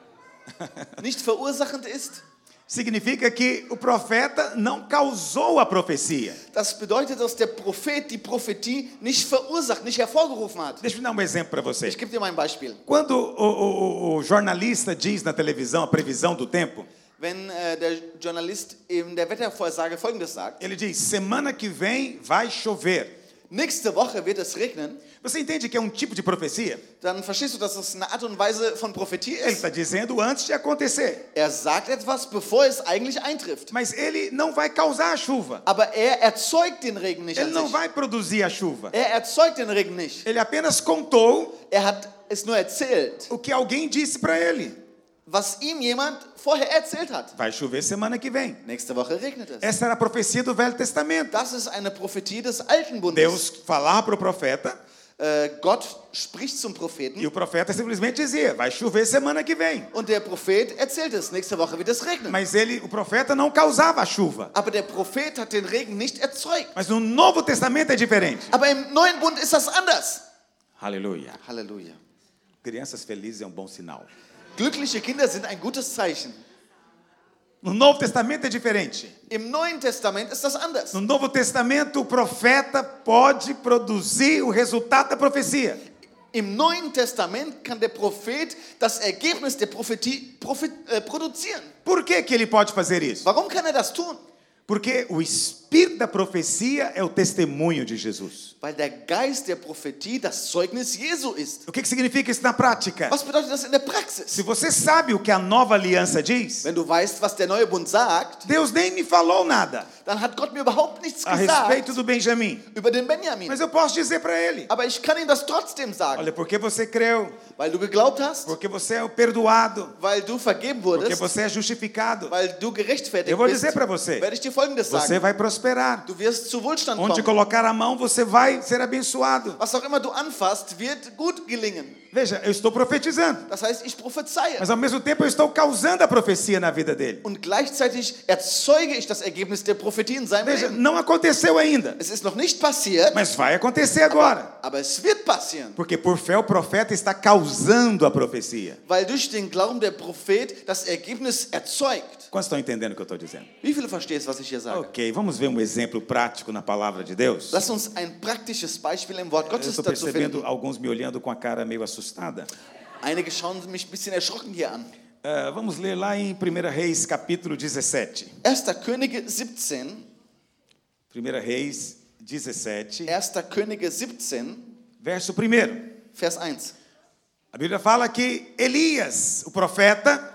[SPEAKER 2] (laughs) Nicht verursachend ist?
[SPEAKER 1] Significa que o profeta não causou a profecia.
[SPEAKER 2] Das bedeutet, dass der Prophet die Prophetie nicht verursacht, nicht hervorgerufen hat.
[SPEAKER 1] Deixa eu dar um exemplo para você.
[SPEAKER 2] Ich gebe dir mal ein Beispiel.
[SPEAKER 1] Quando o, o- o- o jornalista diz na televisão a previsão do tempo,
[SPEAKER 2] Wenn äh, der Journalist in der Wettervorhersage Folgendes sagt,
[SPEAKER 1] ele diz: semana que vem vai chover.
[SPEAKER 2] nächste Woche wird es regnen,
[SPEAKER 1] Você entende que é um tipo de profecia?
[SPEAKER 2] dann verstehst du, dass das eine Art und Weise von Prophetie
[SPEAKER 1] Ele
[SPEAKER 2] ist.
[SPEAKER 1] está dizendo antes de acontecer,
[SPEAKER 2] Er sagt etwas, bevor es eigentlich eintrifft.
[SPEAKER 1] mas ele não vai causar a chuva.
[SPEAKER 2] Aber er erzeugt den Regen nicht.
[SPEAKER 1] Ele
[SPEAKER 2] An
[SPEAKER 1] não
[SPEAKER 2] sich.
[SPEAKER 1] vai produzir a chuva.
[SPEAKER 2] Er erzeugt den Regen nicht.
[SPEAKER 1] Ele apenas contou
[SPEAKER 2] Er hat es nur erzählt,
[SPEAKER 1] o que alguém disse para ele.
[SPEAKER 2] was ihm jemand vorher erzählt hat.
[SPEAKER 1] Vai chover semana que vem.
[SPEAKER 2] Nächste Woche regnet es.
[SPEAKER 1] Essa era a profecia do Velho Testamento.
[SPEAKER 2] Das ist eine Prophetie des Alten Bundes.
[SPEAKER 1] Deus falar para o profeta
[SPEAKER 2] Äh, Gott spricht zum
[SPEAKER 1] e
[SPEAKER 2] Propheten
[SPEAKER 1] o profeta simplesmente dizia: vai chover semana que vem.
[SPEAKER 2] und der Prophet erzählt es. Nächste Woche wird es regnen.
[SPEAKER 1] Mas ele, o profeta não causava a chuva.
[SPEAKER 2] Aber der Prophet hat den Regen nicht erzeugt.
[SPEAKER 1] Mas no Novo Testamento é diferente.
[SPEAKER 2] Aber im neuen Bund ist das anders.
[SPEAKER 1] Aleluia.
[SPEAKER 2] Halleluja.
[SPEAKER 1] Crianças felizes é um bom sinal.
[SPEAKER 2] Glückliche Kinder sind ein gutes Zeichen.
[SPEAKER 1] No Novo Testamento é diferente.
[SPEAKER 2] Im Neuen Testament ist das anders.
[SPEAKER 1] No Novo Testamento, o profeta pode produzir o resultado da profecia.
[SPEAKER 2] Im Neuen Testament kann der Prophet das Ergebnis der Prophetie prophet, äh, produzieren.
[SPEAKER 1] Por que, que ele pode fazer isso?
[SPEAKER 2] Warum kann er das tun?
[SPEAKER 1] Porque o espírito da profecia é o testemunho de Jesus.
[SPEAKER 2] Weil der Geist der Prophetie das Zeugnis Jesu ist.
[SPEAKER 1] O que, que significa isso na prática?
[SPEAKER 2] Was bedeutet das in der Praxis?
[SPEAKER 1] Se você sabe o que a nova aliança diz,
[SPEAKER 2] Wenn du weißt, was der neue Bund sagt,
[SPEAKER 1] Deus nem me falou nada.
[SPEAKER 2] dann hat Gott mir überhaupt nichts
[SPEAKER 1] a
[SPEAKER 2] gesagt
[SPEAKER 1] respeito do Benjamim.
[SPEAKER 2] über den Benjamin.
[SPEAKER 1] Mas eu posso dizer para ele:
[SPEAKER 2] Aber ich kann ihm das trotzdem sagen,
[SPEAKER 1] olha, porque você creu,
[SPEAKER 2] weil du geglaubt hast,
[SPEAKER 1] porque você é o perdoado,
[SPEAKER 2] weil du vergeben
[SPEAKER 1] porque
[SPEAKER 2] wurdest,
[SPEAKER 1] você é justificado.
[SPEAKER 2] weil du gerechtfertigt
[SPEAKER 1] Eu vou
[SPEAKER 2] bist,
[SPEAKER 1] dizer para você:
[SPEAKER 2] werde ich dir Folgendes
[SPEAKER 1] você
[SPEAKER 2] sagen.
[SPEAKER 1] vai prosperar.
[SPEAKER 2] Du wirst zu Wohlstand
[SPEAKER 1] Onde
[SPEAKER 2] kommen.
[SPEAKER 1] colocar a mão, você vai ser abençoado.
[SPEAKER 2] Was auch immer du anfasst, wird gut gelingen.
[SPEAKER 1] Veja, eu estou profetizando,
[SPEAKER 2] Das heißt, ich prophezeie.
[SPEAKER 1] mas ao mesmo tempo eu estou causando a profecia na vida dele.
[SPEAKER 2] Und gleichzeitig erzeuge ich das Ergebnis der Prophetie in seinem
[SPEAKER 1] Veja,
[SPEAKER 2] Leben.
[SPEAKER 1] não aconteceu ainda,
[SPEAKER 2] Es ist noch nicht passiert,
[SPEAKER 1] mas vai acontecer agora.
[SPEAKER 2] aber es wird passieren.
[SPEAKER 1] Porque por fé o profeta está causando a profecia.
[SPEAKER 2] Weil durch den Glauben der Prophet das Ergebnis erzeugt.
[SPEAKER 1] Quantos estão entendendo o que eu estou dizendo?
[SPEAKER 2] Wie viele verstehst, was ich hier sage?
[SPEAKER 1] Ok, vamos ver um exemplo prático na palavra de Deus.
[SPEAKER 2] Lass uns ein praktisches Beispiel im Wort
[SPEAKER 1] Eu
[SPEAKER 2] Gottes
[SPEAKER 1] estou
[SPEAKER 2] dazu
[SPEAKER 1] percebendo
[SPEAKER 2] finden.
[SPEAKER 1] alguns me olhando com a cara meio assustada.
[SPEAKER 2] Einige schauen mich ein bisschen erschrocken hier an.
[SPEAKER 1] Ah, vamos ler lá em 1 Reis, capítulo 17.
[SPEAKER 2] 1. Könige 17,
[SPEAKER 1] 1 Reis 17,
[SPEAKER 2] 1. Könige 17,
[SPEAKER 1] verso 1.
[SPEAKER 2] Vers 1.
[SPEAKER 1] A Bíblia fala que Elias, o profeta,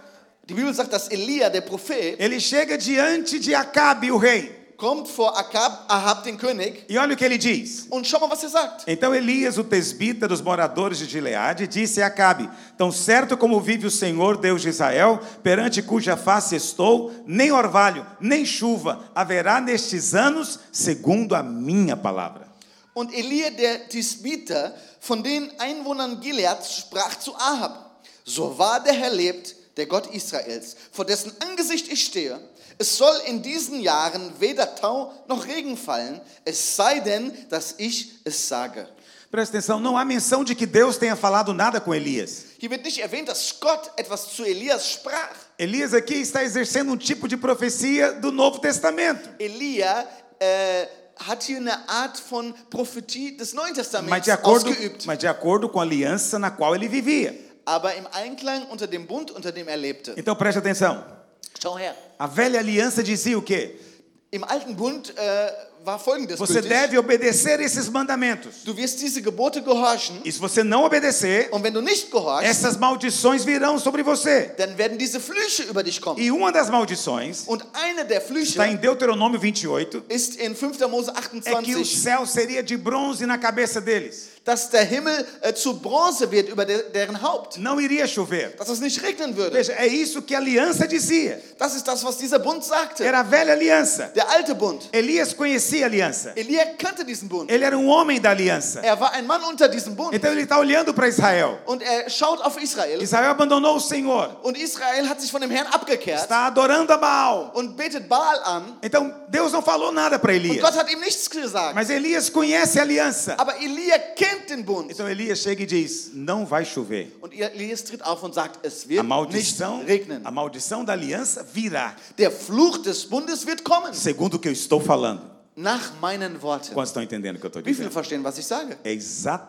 [SPEAKER 2] Die Bibel sagt, dass Elia, der Prophet,
[SPEAKER 1] ele chega diante de Acabe, o rei.
[SPEAKER 2] kommt vor Akab, Ahab, den König,
[SPEAKER 1] E olha o que ele diz.
[SPEAKER 2] und schau mal, was er sagt.
[SPEAKER 1] Então Elias, o tesbita dos moradores de Gileade, disse a Acabe: Tão certo como vive o Senhor Deus de Israel, perante cuja face estou, nem orvalho, nem chuva haverá nestes anos, segundo a minha palavra.
[SPEAKER 2] Und Elia der Tisbiter von den Einwohnern Gileads sprach zu Ahab, so wahr der Herr lebt, der Gott Israels, vor dessen Angesicht ich stehe, es soll in diesen Jahren weder Tau noch Regen fallen, es sei denn, dass ich es sage.
[SPEAKER 1] Presta atenção, não há menção de que Deus tenha falado nada com Elias.
[SPEAKER 2] Hier wird nicht erwähnt, dass Gott etwas zu Elias sprach.
[SPEAKER 1] Elias aqui está exercendo um tipo de profecia do Novo Testamento.
[SPEAKER 2] Elia äh, hat hier eine Art von Prophetie des Neuen
[SPEAKER 1] Mas
[SPEAKER 2] Testaments
[SPEAKER 1] de, acordo,
[SPEAKER 2] ausgeübt,
[SPEAKER 1] mas de acordo com a aliança na qual ele vivia.
[SPEAKER 2] aber im Einklang unter dem Bund, unter dem er lebte.
[SPEAKER 1] Então preste atenção.
[SPEAKER 2] Schau her.
[SPEAKER 1] A velha aliança dizia o quê?
[SPEAKER 2] Im alten Bund äh, war folgendes
[SPEAKER 1] Você
[SPEAKER 2] gültig.
[SPEAKER 1] deve obedecer esses mandamentos.
[SPEAKER 2] Du wirst diese Gebote gehorchen
[SPEAKER 1] E se você não obedecer,
[SPEAKER 2] und wenn du nicht gehorchst,
[SPEAKER 1] essas maldições virão sobre você.
[SPEAKER 2] dann werden diese Flüche über dich kommen.
[SPEAKER 1] E uma das maldições,
[SPEAKER 2] Und eine der
[SPEAKER 1] está em
[SPEAKER 2] Flüche
[SPEAKER 1] Deuteronômio 28,
[SPEAKER 2] ist in 5. Mose
[SPEAKER 1] é que o
[SPEAKER 2] 28,
[SPEAKER 1] céu seria de bronze na cabeça deles.
[SPEAKER 2] dass der Himmel äh, zu Bronze wird über de deren Haupt,
[SPEAKER 1] Não iria chover.
[SPEAKER 2] dass es nicht regnen würde.
[SPEAKER 1] Veja, é isso que a aliança dizia.
[SPEAKER 2] Das ist das, was dieser Bund sagte,
[SPEAKER 1] Era a velha aliança.
[SPEAKER 2] der alte Bund.
[SPEAKER 1] Elias conhecia a aliança.
[SPEAKER 2] Elia kannte diesen Bund.
[SPEAKER 1] Ele era um homem da aliança.
[SPEAKER 2] Er war ein Mann unter diesem Bund
[SPEAKER 1] Então ele está olhando para Israel.
[SPEAKER 2] und er schaut auf Israel
[SPEAKER 1] Israel abandonou o Senhor.
[SPEAKER 2] und Israel hat sich von dem Herrn abgekehrt
[SPEAKER 1] Está adorando a Baal.
[SPEAKER 2] und betet Baal an.
[SPEAKER 1] Então Deus não falou nada para
[SPEAKER 2] Und
[SPEAKER 1] Elias.
[SPEAKER 2] Gott hat ihm nichts gesagt.
[SPEAKER 1] Mas Elias conhece a aliança.
[SPEAKER 2] Aber Elia kennt den Bund.
[SPEAKER 1] Então Elias chega e diz: Não vai chover.
[SPEAKER 2] Und Elias tritt auf und sagt, es
[SPEAKER 1] A
[SPEAKER 2] wird nicht
[SPEAKER 1] maldição, a
[SPEAKER 2] regnen.
[SPEAKER 1] maldição da aliança virá,
[SPEAKER 2] Der Fluch des Bundes wird kommen,
[SPEAKER 1] segundo o que eu estou falando.
[SPEAKER 2] nach meinen Worten.
[SPEAKER 1] Quantos estão entendendo o que eu estou
[SPEAKER 2] Wie viele
[SPEAKER 1] dizendo?
[SPEAKER 2] verstehen, was ich sage?
[SPEAKER 1] É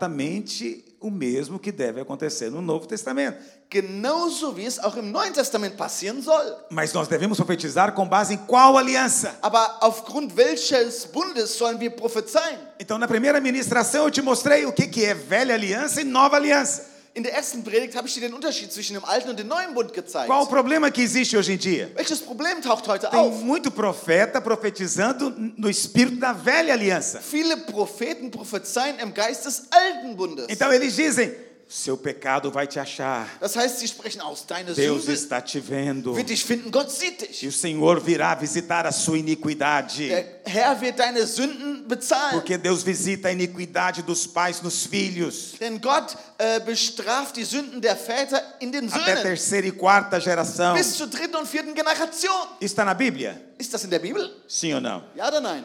[SPEAKER 1] exatamente o mesmo que deve acontecer no Novo Testamento.
[SPEAKER 2] Genauso wie es auch im Neuen Testament passieren soll.
[SPEAKER 1] Mas nós devemos profetizar com base em qual aliança?
[SPEAKER 2] Aber aufgrund welches Bundes sollen wir prophezeien?
[SPEAKER 1] Então, na primeira ministração, eu te mostrei o que que é velha aliança e nova aliança.
[SPEAKER 2] In der ersten Predigt habe ich dir den Unterschied zwischen dem alten und dem neuen Bund gezeigt.
[SPEAKER 1] Qual o problema que existe hoje em dia?
[SPEAKER 2] Welches Problem taucht heute
[SPEAKER 1] Tem
[SPEAKER 2] auf?
[SPEAKER 1] muito profeta profetizando no espírito da velha aliança.
[SPEAKER 2] Viele Propheten prophezeien im Geist des alten Bundes.
[SPEAKER 1] Então, eles dizem: seu pecado vai te achar.
[SPEAKER 2] Das heißt, sie sprechen aus, deine
[SPEAKER 1] Deus
[SPEAKER 2] Sünde
[SPEAKER 1] está te vendo.
[SPEAKER 2] wird dich finden, Gott sieht dich.
[SPEAKER 1] E o Senhor virá visitar a sua iniquidade.
[SPEAKER 2] Der Herr wird deine Sünden bezahlen.
[SPEAKER 1] Porque Deus visita a iniquidade dos pais nos filhos.
[SPEAKER 2] Denn Gott äh, bestraft die Sünden der Väter in den
[SPEAKER 1] Até a
[SPEAKER 2] Söhnen
[SPEAKER 1] terceira e quarta geração.
[SPEAKER 2] bis zur dritten und vierten Generation.
[SPEAKER 1] Está na Bíblia?
[SPEAKER 2] Ist das in der Bibel?
[SPEAKER 1] Sim ou não?
[SPEAKER 2] Ja oder nein?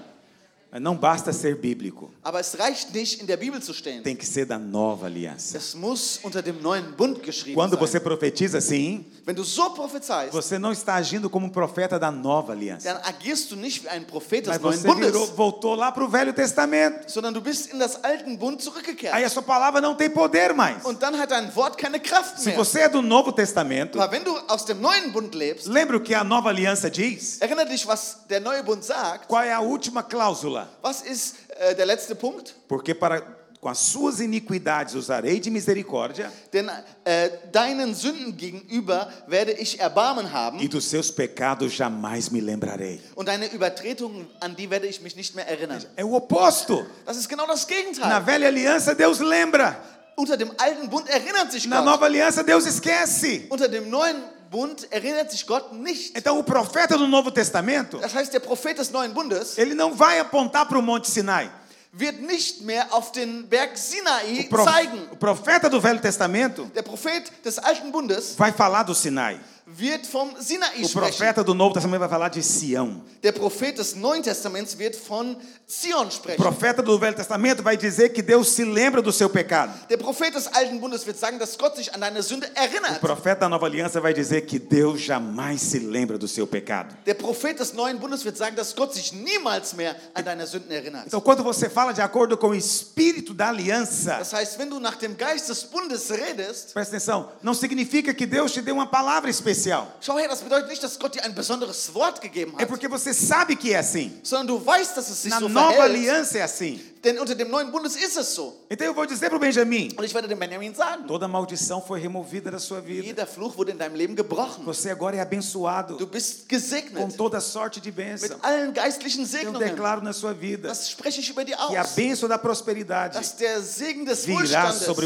[SPEAKER 1] Mas Não basta ser bíblico.
[SPEAKER 2] Aber es reicht nicht, in der Bibel zu stehen.
[SPEAKER 1] Tem que ser da nova aliança.
[SPEAKER 2] Es muss unter dem neuen Bund geschrieben
[SPEAKER 1] Quando você
[SPEAKER 2] sein.
[SPEAKER 1] profetiza assim,
[SPEAKER 2] Wenn du so prophezeist,
[SPEAKER 1] você não está agindo como um profeta da nova aliança.
[SPEAKER 2] dann agierst du nicht wie ein Prophet
[SPEAKER 1] Mas
[SPEAKER 2] des neuen
[SPEAKER 1] você virou,
[SPEAKER 2] Bundes,
[SPEAKER 1] voltou lá para o Velho Testamento.
[SPEAKER 2] sondern du bist in das alten Bund
[SPEAKER 1] Aí
[SPEAKER 2] zurückgekehrt.
[SPEAKER 1] a sua palavra não tem poder mais.
[SPEAKER 2] Und dann hat dein Wort keine Kraft
[SPEAKER 1] Se
[SPEAKER 2] mehr.
[SPEAKER 1] você é do Novo Testamento,
[SPEAKER 2] Aber wenn du aus dem neuen Bund lebst,
[SPEAKER 1] lembra o que a nova aliança diz?
[SPEAKER 2] erinnere dich, was der neue Bund sagt.
[SPEAKER 1] Qual é a última cláusula?
[SPEAKER 2] Was ist äh, der letzte Punkt?
[SPEAKER 1] Porque para com as suas iniquidades usarei de misericórdia,
[SPEAKER 2] Denn äh, deinen Sünden gegenüber werde ich Erbarmen
[SPEAKER 1] e
[SPEAKER 2] haben
[SPEAKER 1] dos seus pecados jamais me lembrarei.
[SPEAKER 2] und deine Übertretungen, an die werde ich mich nicht mehr erinnern.
[SPEAKER 1] É o oposto.
[SPEAKER 2] Das ist genau das
[SPEAKER 1] Na
[SPEAKER 2] Gegenteil.
[SPEAKER 1] velha aliança, Deus lembra.
[SPEAKER 2] Unter dem alten Bund erinnert sich
[SPEAKER 1] Na
[SPEAKER 2] Gott.
[SPEAKER 1] nova aliança, Deus esquece.
[SPEAKER 2] Unter dem neuen Bund erinnert sich Gott nicht.
[SPEAKER 1] Então, o profeta do Novo Testamento,
[SPEAKER 2] Das heißt, der Prophet des neuen Bundes
[SPEAKER 1] ele não vai apontar para o Monte Sinai.
[SPEAKER 2] wird nicht mehr auf den Berg Sinai
[SPEAKER 1] O, prof-
[SPEAKER 2] zeigen.
[SPEAKER 1] o profeta do Velho Testamento
[SPEAKER 2] Der Prophet des alten Bundes
[SPEAKER 1] vai falar do Sinai.
[SPEAKER 2] wird vom Sinai
[SPEAKER 1] O
[SPEAKER 2] sprechen.
[SPEAKER 1] profeta do Novo Testamento vai falar de Sião.
[SPEAKER 2] Der Prophet des neuen Testaments wird von Zion
[SPEAKER 1] O
[SPEAKER 2] sprechen.
[SPEAKER 1] profeta do Velho Testamento vai dizer que Deus se lembra do seu pecado.
[SPEAKER 2] Der Prophet des alten Bundes wird sagen, dass Gott sich an deine Sünde
[SPEAKER 1] O
[SPEAKER 2] erinnert.
[SPEAKER 1] profeta da Nova Aliança vai dizer que Deus jamais se lembra do seu pecado.
[SPEAKER 2] Der Prophet des neuen Bundes wird sagen, dass Gott sich niemals mehr an deine Sünden erinnert.
[SPEAKER 1] Então, quando você fala de acordo com o espírito da aliança,
[SPEAKER 2] Das heißt, wenn du nach dem Geist des Bundes redest,
[SPEAKER 1] presta atenção, não significa que Deus te deu uma palavra especial.
[SPEAKER 2] schau her, das bedeutet nicht, dass Gott dir ein besonderes Wort gegeben
[SPEAKER 1] É
[SPEAKER 2] hat,
[SPEAKER 1] porque você sabe que é assim.
[SPEAKER 2] sondern du weißt, dass es sich
[SPEAKER 1] Na
[SPEAKER 2] so
[SPEAKER 1] nova
[SPEAKER 2] verhält.
[SPEAKER 1] aliança é assim.
[SPEAKER 2] Denn unter dem neuen Bundes ist es so.
[SPEAKER 1] Então eu vou dizer para o Benjamin:
[SPEAKER 2] Und ich werde dem Benjamin sagen,
[SPEAKER 1] toda maldição foi removida da sua vida.
[SPEAKER 2] jeder Fluch wurde in deinem Leben gebrochen.
[SPEAKER 1] Você agora é abençoado
[SPEAKER 2] Du bist
[SPEAKER 1] com
[SPEAKER 2] gesegnet
[SPEAKER 1] toda sorte de bênção.
[SPEAKER 2] mit allen geistlichen
[SPEAKER 1] Eu
[SPEAKER 2] Segnungen.
[SPEAKER 1] declaro na sua vida
[SPEAKER 2] Das spreche ich über dir
[SPEAKER 1] que a
[SPEAKER 2] aus.
[SPEAKER 1] bênção da prosperidade
[SPEAKER 2] Dass der Segen des
[SPEAKER 1] virá sobre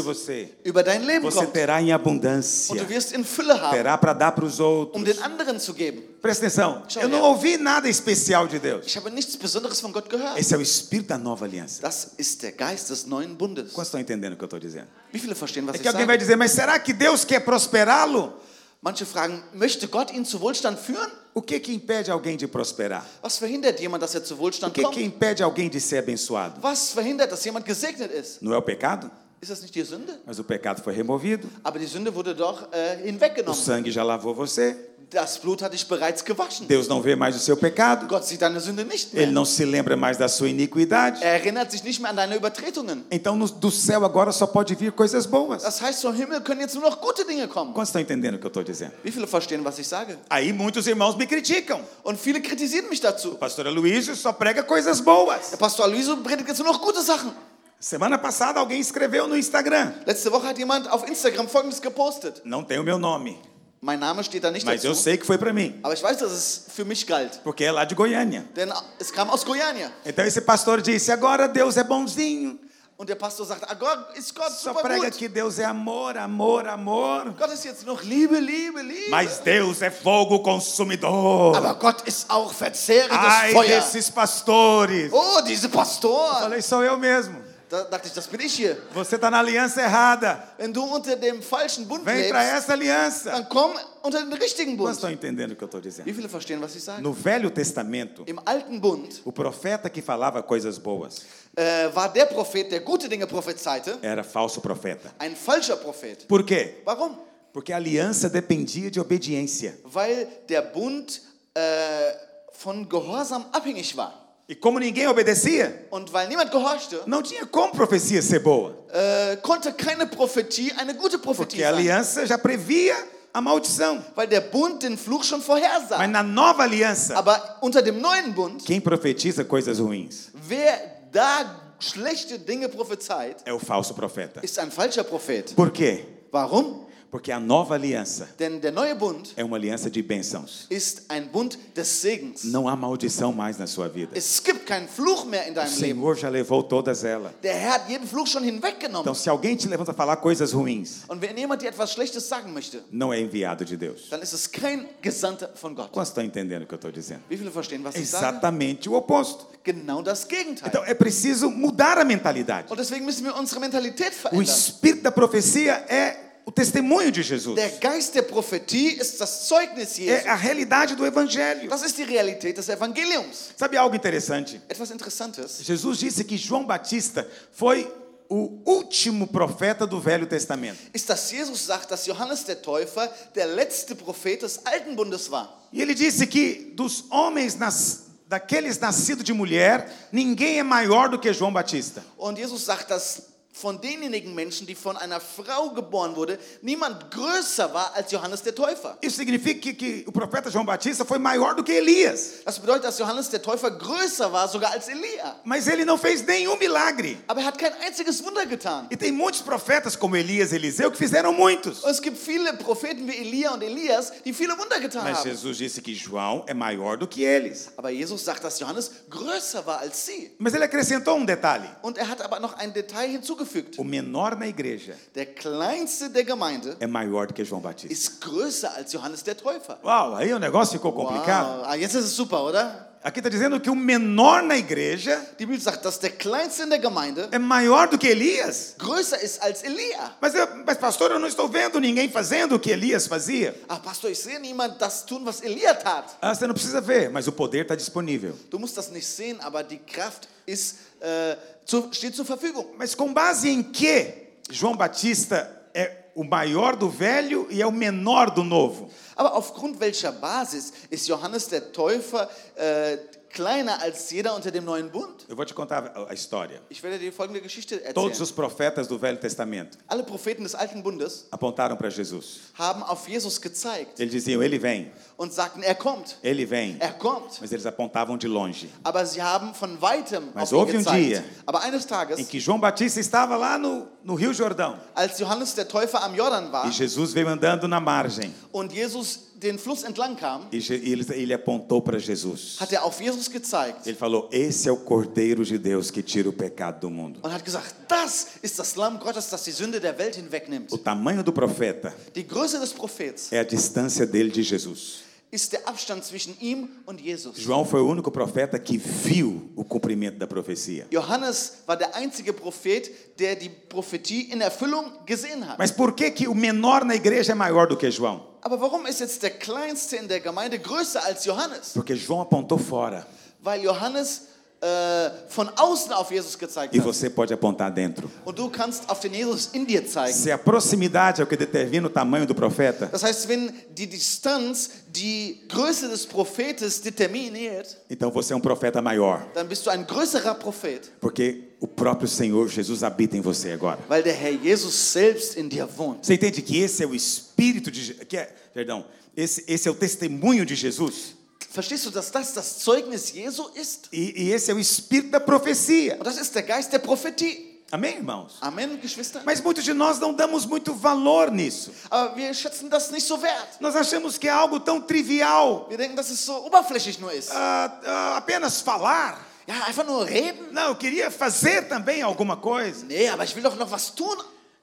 [SPEAKER 1] você.
[SPEAKER 2] Wohlstandes über dein Leben
[SPEAKER 1] Você
[SPEAKER 2] kommt.
[SPEAKER 1] terá em
[SPEAKER 2] Und du
[SPEAKER 1] abundância.
[SPEAKER 2] wirst in Fülle haben,
[SPEAKER 1] Terá para dar para os
[SPEAKER 2] um
[SPEAKER 1] outros.
[SPEAKER 2] den anderen zu geben.
[SPEAKER 1] Presta atenção.
[SPEAKER 2] Deixa eu
[SPEAKER 1] Eu não
[SPEAKER 2] olhar.
[SPEAKER 1] ouvi nada especial de Deus.
[SPEAKER 2] Ich habe nichts Besonderes von Gott gehört.
[SPEAKER 1] Esse é o espírito da nova aliança.
[SPEAKER 2] Das ist der Geist des neuen Bundes.
[SPEAKER 1] Quantos estão entendendo o que eu estou dizendo?
[SPEAKER 2] Wie viele verstehen,
[SPEAKER 1] É
[SPEAKER 2] was ich
[SPEAKER 1] que alguém vai
[SPEAKER 2] sage?
[SPEAKER 1] dizer, mas será que Deus quer prosperá-lo?
[SPEAKER 2] Manche fragen, möchte Gott ihn zu Wohlstand führen?
[SPEAKER 1] O que que impede alguém de prosperar?
[SPEAKER 2] Was verhindert jemand, dass er zu
[SPEAKER 1] O
[SPEAKER 2] Wohlstand
[SPEAKER 1] que que
[SPEAKER 2] kommt?
[SPEAKER 1] impede alguém de ser abençoado?
[SPEAKER 2] Was verhindert, dass jemand gesegnet ist?
[SPEAKER 1] Não é o pecado?
[SPEAKER 2] Ist das nicht die Sünde?
[SPEAKER 1] Mas o pecado foi removido.
[SPEAKER 2] Aber die Sünde wurde doch äh,
[SPEAKER 1] O
[SPEAKER 2] hinweggenommen.
[SPEAKER 1] sangue já lavou você.
[SPEAKER 2] Das Blut hat dich bereits gewaschen.
[SPEAKER 1] Deus não vê mais o seu pecado.
[SPEAKER 2] Gott sieht deine Sünde nicht
[SPEAKER 1] Ele
[SPEAKER 2] mehr.
[SPEAKER 1] não se lembra mais da sua iniquidade.
[SPEAKER 2] Er erinnert sich nicht mehr an deine Übertretungen.
[SPEAKER 1] Então no- do céu agora só pode vir coisas boas.
[SPEAKER 2] Das heißt, vom Himmel können jetzt nur noch gute Dinge kommen.
[SPEAKER 1] Quantos estão entendendo o que eu estou dizendo?
[SPEAKER 2] Wie viele verstehen, was ich sage?
[SPEAKER 1] Aí muitos irmãos me criticam.
[SPEAKER 2] Und viele kritisieren mich dazu.
[SPEAKER 1] Pastor Aloysio só prega coisas boas.
[SPEAKER 2] Der Pastor Aloyso predigt jetzt nur noch gute Sachen.
[SPEAKER 1] Semana passada alguém escreveu no Instagram.
[SPEAKER 2] Letzte Woche hat jemand auf Instagram Folgendes gepostet.
[SPEAKER 1] Não tem o meu nome,
[SPEAKER 2] Mein Name steht da nicht
[SPEAKER 1] mas eu
[SPEAKER 2] dazu.
[SPEAKER 1] sei que foi para mim,
[SPEAKER 2] Aber ich weiß, dass es für mich galt.
[SPEAKER 1] porque é lá de Goiânia.
[SPEAKER 2] Denn es kam aus Goiânia.
[SPEAKER 1] Então esse pastor disse: agora Deus é bonzinho.
[SPEAKER 2] Und der Pastor sagt, ah Gott, ist Gott
[SPEAKER 1] Só
[SPEAKER 2] super
[SPEAKER 1] prega
[SPEAKER 2] gut.
[SPEAKER 1] que Deus é amor, amor, amor.
[SPEAKER 2] Gott ist jetzt noch Liebe, Liebe, Liebe.
[SPEAKER 1] Mas Deus é fogo consumidor.
[SPEAKER 2] Aber Gott ist auch verzehrendes
[SPEAKER 1] Ai
[SPEAKER 2] Feuer.
[SPEAKER 1] desses pastores.
[SPEAKER 2] Oh, diese Pastoren.
[SPEAKER 1] Falei, sou eu mesmo.
[SPEAKER 2] Da dachte ich, das bin ich hier.
[SPEAKER 1] Você está na aliança errada.
[SPEAKER 2] Wenn du unter dem falschen Bund
[SPEAKER 1] Vem para
[SPEAKER 2] lebst,
[SPEAKER 1] essa aliança.
[SPEAKER 2] dann komm unter den richtigen
[SPEAKER 1] Vocês
[SPEAKER 2] Bund.
[SPEAKER 1] estão entendendo o que eu estou dizendo?
[SPEAKER 2] Wie viele verstehen, was ich sage?
[SPEAKER 1] No Velho Testamento,
[SPEAKER 2] Im alten Bund
[SPEAKER 1] o profeta que falava coisas boas
[SPEAKER 2] äh, war der Prophet, der gute Dinge prophezeite,
[SPEAKER 1] era falso profeta.
[SPEAKER 2] ein falscher Prophet.
[SPEAKER 1] Por quê?
[SPEAKER 2] Warum?
[SPEAKER 1] Porque a aliança dependia de obediência.
[SPEAKER 2] Weil der Bund äh, von Gehorsam abhängig war.
[SPEAKER 1] E como ninguém obedecia,
[SPEAKER 2] Und weil niemand gehorchte,
[SPEAKER 1] não tinha como profecia ser boa.
[SPEAKER 2] äh, konnte keine Prophetie eine gute Prophetie
[SPEAKER 1] Porque a
[SPEAKER 2] sein.
[SPEAKER 1] aliança já previa a maldição.
[SPEAKER 2] Weil der Bund den Fluch schon
[SPEAKER 1] Mas
[SPEAKER 2] vorhersah.
[SPEAKER 1] na nova aliança,
[SPEAKER 2] Aber unter dem neuen Bund,
[SPEAKER 1] quem profetiza coisas ruins
[SPEAKER 2] wer da schlechte Dinge prophezeit,
[SPEAKER 1] é o falso profeta.
[SPEAKER 2] ist ein falscher Prophet.
[SPEAKER 1] Por quê?
[SPEAKER 2] Warum?
[SPEAKER 1] Porque a nova aliança
[SPEAKER 2] Denn der neue Bund
[SPEAKER 1] é uma aliança de bênçãos.
[SPEAKER 2] ist ein Bund des Segens.
[SPEAKER 1] Não há maldição mais na sua vida.
[SPEAKER 2] Es gibt keinen Fluch mehr in
[SPEAKER 1] O
[SPEAKER 2] deinem Leben.
[SPEAKER 1] Senhor já levou todas elas.
[SPEAKER 2] Der Herr hat jeden Fluch schon
[SPEAKER 1] Então,
[SPEAKER 2] hinweggenommen.
[SPEAKER 1] se alguém te levanta a falar coisas ruins,
[SPEAKER 2] Und wenn jemand dir etwas Schlechtes sagen möchte,
[SPEAKER 1] não é enviado de Deus.
[SPEAKER 2] dann ist es kein Gesandter von Gott.
[SPEAKER 1] Quantos estão entendendo o que eu estou dizendo?
[SPEAKER 2] Wie viele verstehen, was ich sage?
[SPEAKER 1] Exatamente o oposto.
[SPEAKER 2] Genau das Gegenteil.
[SPEAKER 1] Então, é preciso mudar a mentalidade.
[SPEAKER 2] Und deswegen müssen wir unsere Mentalität
[SPEAKER 1] O
[SPEAKER 2] verändern.
[SPEAKER 1] espírito da profecia é o testemunho de Jesus.
[SPEAKER 2] Der Geist der Prophetie ist das Zeugnis Jesu.
[SPEAKER 1] É a realidade do evangelho.
[SPEAKER 2] Das ist die Realität des Evangeliums.
[SPEAKER 1] Sabe algo interessante?
[SPEAKER 2] Etwas Interessantes.
[SPEAKER 1] Jesus disse que João Batista foi o último profeta do Velho Testamento.
[SPEAKER 2] ist, dass Jesus sagt, dass Johannes der Täufer der letzte Prophet des Alten Bundes war.
[SPEAKER 1] E ele disse que dos homens nas- daqueles nascidos de mulher, ninguém é maior do que João Batista.
[SPEAKER 2] Und Jesus sagt, dass von denjenigen Menschen, die von einer Frau geboren wurde, niemand größer war als Johannes der Täufer.
[SPEAKER 1] Isso significa que, que o profeta João Batista foi maior do que Elias,
[SPEAKER 2] Das bedeutet, dass Johannes der Täufer größer war sogar als Elia.
[SPEAKER 1] mas ele não fez nenhum milagre.
[SPEAKER 2] Aber er hat kein einziges Wunder getan.
[SPEAKER 1] E tem muitos profetas como Elias e Eliseu que fizeram muitos.
[SPEAKER 2] Und es gibt viele Propheten wie Elia und Elias, die viele Wunder getan
[SPEAKER 1] Mas
[SPEAKER 2] haben.
[SPEAKER 1] Jesus disse que João é maior do que eles.
[SPEAKER 2] Aber Jesus sagt, dass Johannes größer war als sie.
[SPEAKER 1] Mas ele acrescentou um detalhe:
[SPEAKER 2] Und er hat aber noch ein Detail hinzugefügt.
[SPEAKER 1] o menor na igreja
[SPEAKER 2] Der kleinste der Gemeinde
[SPEAKER 1] é maior do que João Batista.
[SPEAKER 2] ist größer als Johannes der Täufer.
[SPEAKER 1] Uau, aí o negócio ficou complicado.
[SPEAKER 2] Wow. Ah, jetzt ist es super, oder?
[SPEAKER 1] Aqui está dizendo que o menor na igreja
[SPEAKER 2] Die Bibel sagt, dass der kleinste in der Gemeinde
[SPEAKER 1] é maior do que Elias.
[SPEAKER 2] größer ist als Elia.
[SPEAKER 1] Mas, eu- mas pastor, eu não estou vendo ninguém fazendo o que Elias fazia.
[SPEAKER 2] Ah, Pastor, ich sehe niemand das tun, was Elia tat.
[SPEAKER 1] Ah, você não precisa ver, mas o poder está disponível.
[SPEAKER 2] Du musst das nicht sehen, aber die Kraft ist, äh, zu, steht zur Verfügung.
[SPEAKER 1] Mas com base em que João Batista é o maior do velho e é o menor do novo?
[SPEAKER 2] Aber aufgrund welcher Basis ist Johannes der Täufer äh, kleiner als jeder unter dem neuen Bund?
[SPEAKER 1] Eu vou te contar a- a história.
[SPEAKER 2] Ich werde dir folgende Geschichte
[SPEAKER 1] Todos
[SPEAKER 2] erzählen.
[SPEAKER 1] os profetas do Velho Testamento
[SPEAKER 2] Alle Propheten des Alten Bundes
[SPEAKER 1] apontaram para Jesus.
[SPEAKER 2] haben auf Jesus gezeigt
[SPEAKER 1] Eles diziam: Ele vem,
[SPEAKER 2] und sagten, er kommt,
[SPEAKER 1] ele vem.
[SPEAKER 2] er kommt.
[SPEAKER 1] Mas eles apontavam de longe.
[SPEAKER 2] Aber sie haben von weitem
[SPEAKER 1] Mas
[SPEAKER 2] auf
[SPEAKER 1] houve
[SPEAKER 2] ihn
[SPEAKER 1] um
[SPEAKER 2] gezeigt.
[SPEAKER 1] dia,
[SPEAKER 2] Aber eines
[SPEAKER 1] Em
[SPEAKER 2] Tages,
[SPEAKER 1] que João Batista estava lá no, no Rio Jordão
[SPEAKER 2] als Johannes der Täufer am Jordan
[SPEAKER 1] e
[SPEAKER 2] war
[SPEAKER 1] Jesus veio andando na margem
[SPEAKER 2] und Jesus den Fluss entlang kam,
[SPEAKER 1] e Je- e ele, ele apontou para Jesus.
[SPEAKER 2] hat er auf Jesus gezeigt
[SPEAKER 1] Ele falou: Esse é o Cordeiro de Deus que tira o pecado do mundo.
[SPEAKER 2] und hat gesagt, das ist das Lamm Gottes, das die Sünde der Welt hinwegnimmt.
[SPEAKER 1] O tamanho do profeta
[SPEAKER 2] Die Größe des Prophets
[SPEAKER 1] é a distância dele de Jesus.
[SPEAKER 2] ist der Abstand zwischen ihm und Jesus.
[SPEAKER 1] João foi o único profeta que viu o cumprimento da profecia.
[SPEAKER 2] Johannes war der einzige Prophet, der die Prophetie in Erfüllung gesehen hat.
[SPEAKER 1] Mas por que, que o menor na igreja é maior do que João?
[SPEAKER 2] Aber warum ist jetzt der Kleinste in der Gemeinde größer als Johannes?
[SPEAKER 1] Porque João apontou fora
[SPEAKER 2] Weil Johannes äh, von außen auf Jesus gezeigt
[SPEAKER 1] e
[SPEAKER 2] hat.
[SPEAKER 1] você pode apontar dentro.
[SPEAKER 2] Und du kannst auf den Jesus in dir zeigen.
[SPEAKER 1] Se a proximidade é o que determina o tamanho do profeta,
[SPEAKER 2] Das heißt, wenn die Distanz die Größe des Prophetes determiniert,
[SPEAKER 1] então você é um profeta maior.
[SPEAKER 2] dann bist du ein größerer Prophet,
[SPEAKER 1] Porque o próprio Senhor Jesus habita em você agora.
[SPEAKER 2] weil der Herr Jesus selbst in dir wohnt.
[SPEAKER 1] Você entende que esse é o espírito de Je- que é, perdão, esse, esse é o testemunho de Jesus
[SPEAKER 2] Verstehst du, dass das das Zeugnis Jesu ist?
[SPEAKER 1] e, e esse é o espírito da profecia.
[SPEAKER 2] Und das ist der Geist der Prophetie.
[SPEAKER 1] Amém, irmãos.
[SPEAKER 2] Amen, Geschwister.
[SPEAKER 1] Mas muitos de nós não damos muito valor nisso.
[SPEAKER 2] Aber wir schätzen das nicht so wert.
[SPEAKER 1] Nós achamos que é algo tão trivial,
[SPEAKER 2] Wir denken, dass es so oberflächlich nur ist.
[SPEAKER 1] ah, ah, apenas falar.
[SPEAKER 2] Ja, einfach nur reden.
[SPEAKER 1] Não, eu queria fazer também alguma coisa.
[SPEAKER 2] Nee, aber ich will doch noch was tun.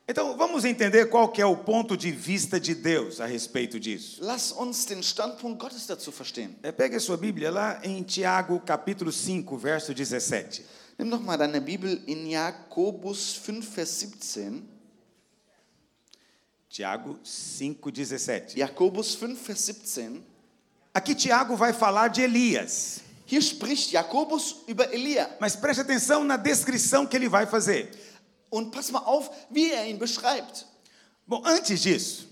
[SPEAKER 1] Então, vamos entender qual que é o ponto de vista de Deus a respeito disso.
[SPEAKER 2] Lass uns den Standpunkt Gottes dazu verstehen.
[SPEAKER 1] É, pegue a sua Bíblia lá em Tiago, capítulo 5, verso 17.
[SPEAKER 2] Nimm doch mal deine Bibel in Jakobus 5, Vers 17.
[SPEAKER 1] Tiago 5,17.
[SPEAKER 2] Jakobus 5, Vers 17.
[SPEAKER 1] Aqui Tiago vai falar de Elias,
[SPEAKER 2] Hier spricht Jakobus über Elia.
[SPEAKER 1] mas preste atenção na descrição que ele vai fazer.
[SPEAKER 2] Und pass mal auf, wie er ihn beschreibt.
[SPEAKER 1] Bom, antes disso,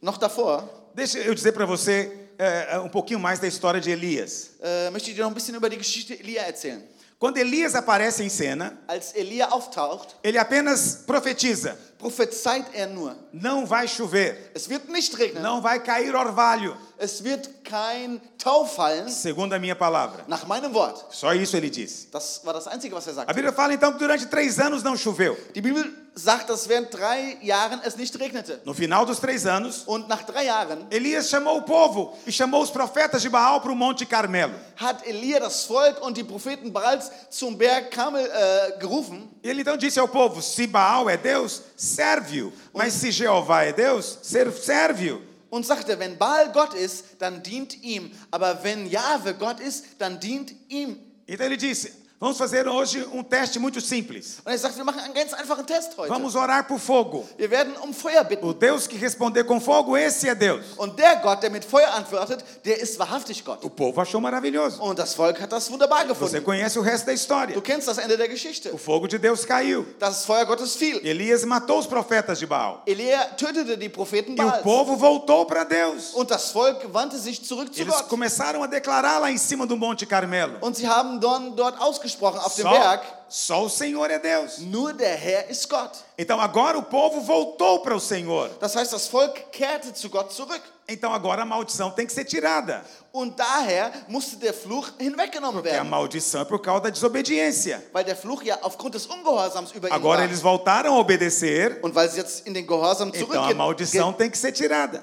[SPEAKER 2] Noch davor
[SPEAKER 1] deixa eu dizer para você é, é, um pouquinho mais da história de Elias.
[SPEAKER 2] äh, möchte ich dir noch ein bisschen über die Geschichte Elia erzählen.
[SPEAKER 1] Quando Elias aparece em cena,
[SPEAKER 2] Als Elia auftaucht,
[SPEAKER 1] ele apenas profetiza:
[SPEAKER 2] prophezeit er nur.
[SPEAKER 1] não vai chover,
[SPEAKER 2] Es wird nicht regnen.
[SPEAKER 1] não vai cair orvalho,
[SPEAKER 2] Es wird kein Tau fallen,
[SPEAKER 1] segundo a minha palavra.
[SPEAKER 2] nach meinem Wort.
[SPEAKER 1] Só isso ele disse.
[SPEAKER 2] Das war das Einzige, was er sagte.
[SPEAKER 1] A Bíblia fala então que durante três anos não choveu.
[SPEAKER 2] Die Bibel sagt, dass während drei Jahren es nicht regnete.
[SPEAKER 1] No final dos três anos,
[SPEAKER 2] Und nach drei Jahren
[SPEAKER 1] Elias chamou o povo e chamou os profetas de Baal para o Monte Carmelo.
[SPEAKER 2] hat Elia das Volk und die Propheten Baals zum Berg Kamel äh, gerufen.
[SPEAKER 1] Ele então disse ao povo: se Baal é Deus, serve-o. Mas se Jeová é Deus, ser- serve-o.
[SPEAKER 2] Und sagte, wenn Baal Gott ist, dann dient ihm. Aber wenn Jahwe Gott ist, dann dient ihm.
[SPEAKER 1] Então ele disse: vamos fazer hoje um teste muito simples.
[SPEAKER 2] Und er sagt, wir machen einen ganz einfachen Test heute.
[SPEAKER 1] Vamos Oh. orar por fogo.
[SPEAKER 2] Wir werden um Feuer bitten.
[SPEAKER 1] O Deus que responder com fogo, esse é Deus.
[SPEAKER 2] Und der Gott, der mit Feuer antwortet, der ist wahrhaftig Gott.
[SPEAKER 1] O povo achou maravilhoso.
[SPEAKER 2] Und das Volk hat das wunderbar
[SPEAKER 1] Você
[SPEAKER 2] gefunden.
[SPEAKER 1] conhece o resto da
[SPEAKER 2] Du
[SPEAKER 1] história.
[SPEAKER 2] kennst das Ende der
[SPEAKER 1] O
[SPEAKER 2] Geschichte.
[SPEAKER 1] fogo de Deus caiu.
[SPEAKER 2] Das Feuer Gottes fiel.
[SPEAKER 1] Elias matou os profetas de Baal.
[SPEAKER 2] Elia tötete die Propheten
[SPEAKER 1] E o
[SPEAKER 2] Baals.
[SPEAKER 1] povo voltou para Deus.
[SPEAKER 2] Und das Volk wandte sich zurück zu
[SPEAKER 1] Eles
[SPEAKER 2] Gott.
[SPEAKER 1] começaram a declarar lá em cima do Monte Carmelo.
[SPEAKER 2] Und sie haben dann dort ausgesprochen auf dem
[SPEAKER 1] Só,
[SPEAKER 2] Berg,
[SPEAKER 1] Só o Senhor é Deus.
[SPEAKER 2] Nur der Herr ist Gott.
[SPEAKER 1] Então agora o povo voltou para o Senhor.
[SPEAKER 2] Das heißt, das Volk kehrte zu Gott zurück.
[SPEAKER 1] Então agora a maldição tem que ser tirada.
[SPEAKER 2] Und daher musste der Fluch hinweggenommen
[SPEAKER 1] É a
[SPEAKER 2] werden,
[SPEAKER 1] maldição é por causa da desobediência.
[SPEAKER 2] weil der Fluch ja aufgrund des Ungehorsams über ihn
[SPEAKER 1] Agora
[SPEAKER 2] war.
[SPEAKER 1] eles voltaram a obedecer,
[SPEAKER 2] Und weil sie jetzt in den Gehorsam
[SPEAKER 1] então a maldição
[SPEAKER 2] zurückgegangen
[SPEAKER 1] tem que ser tirada.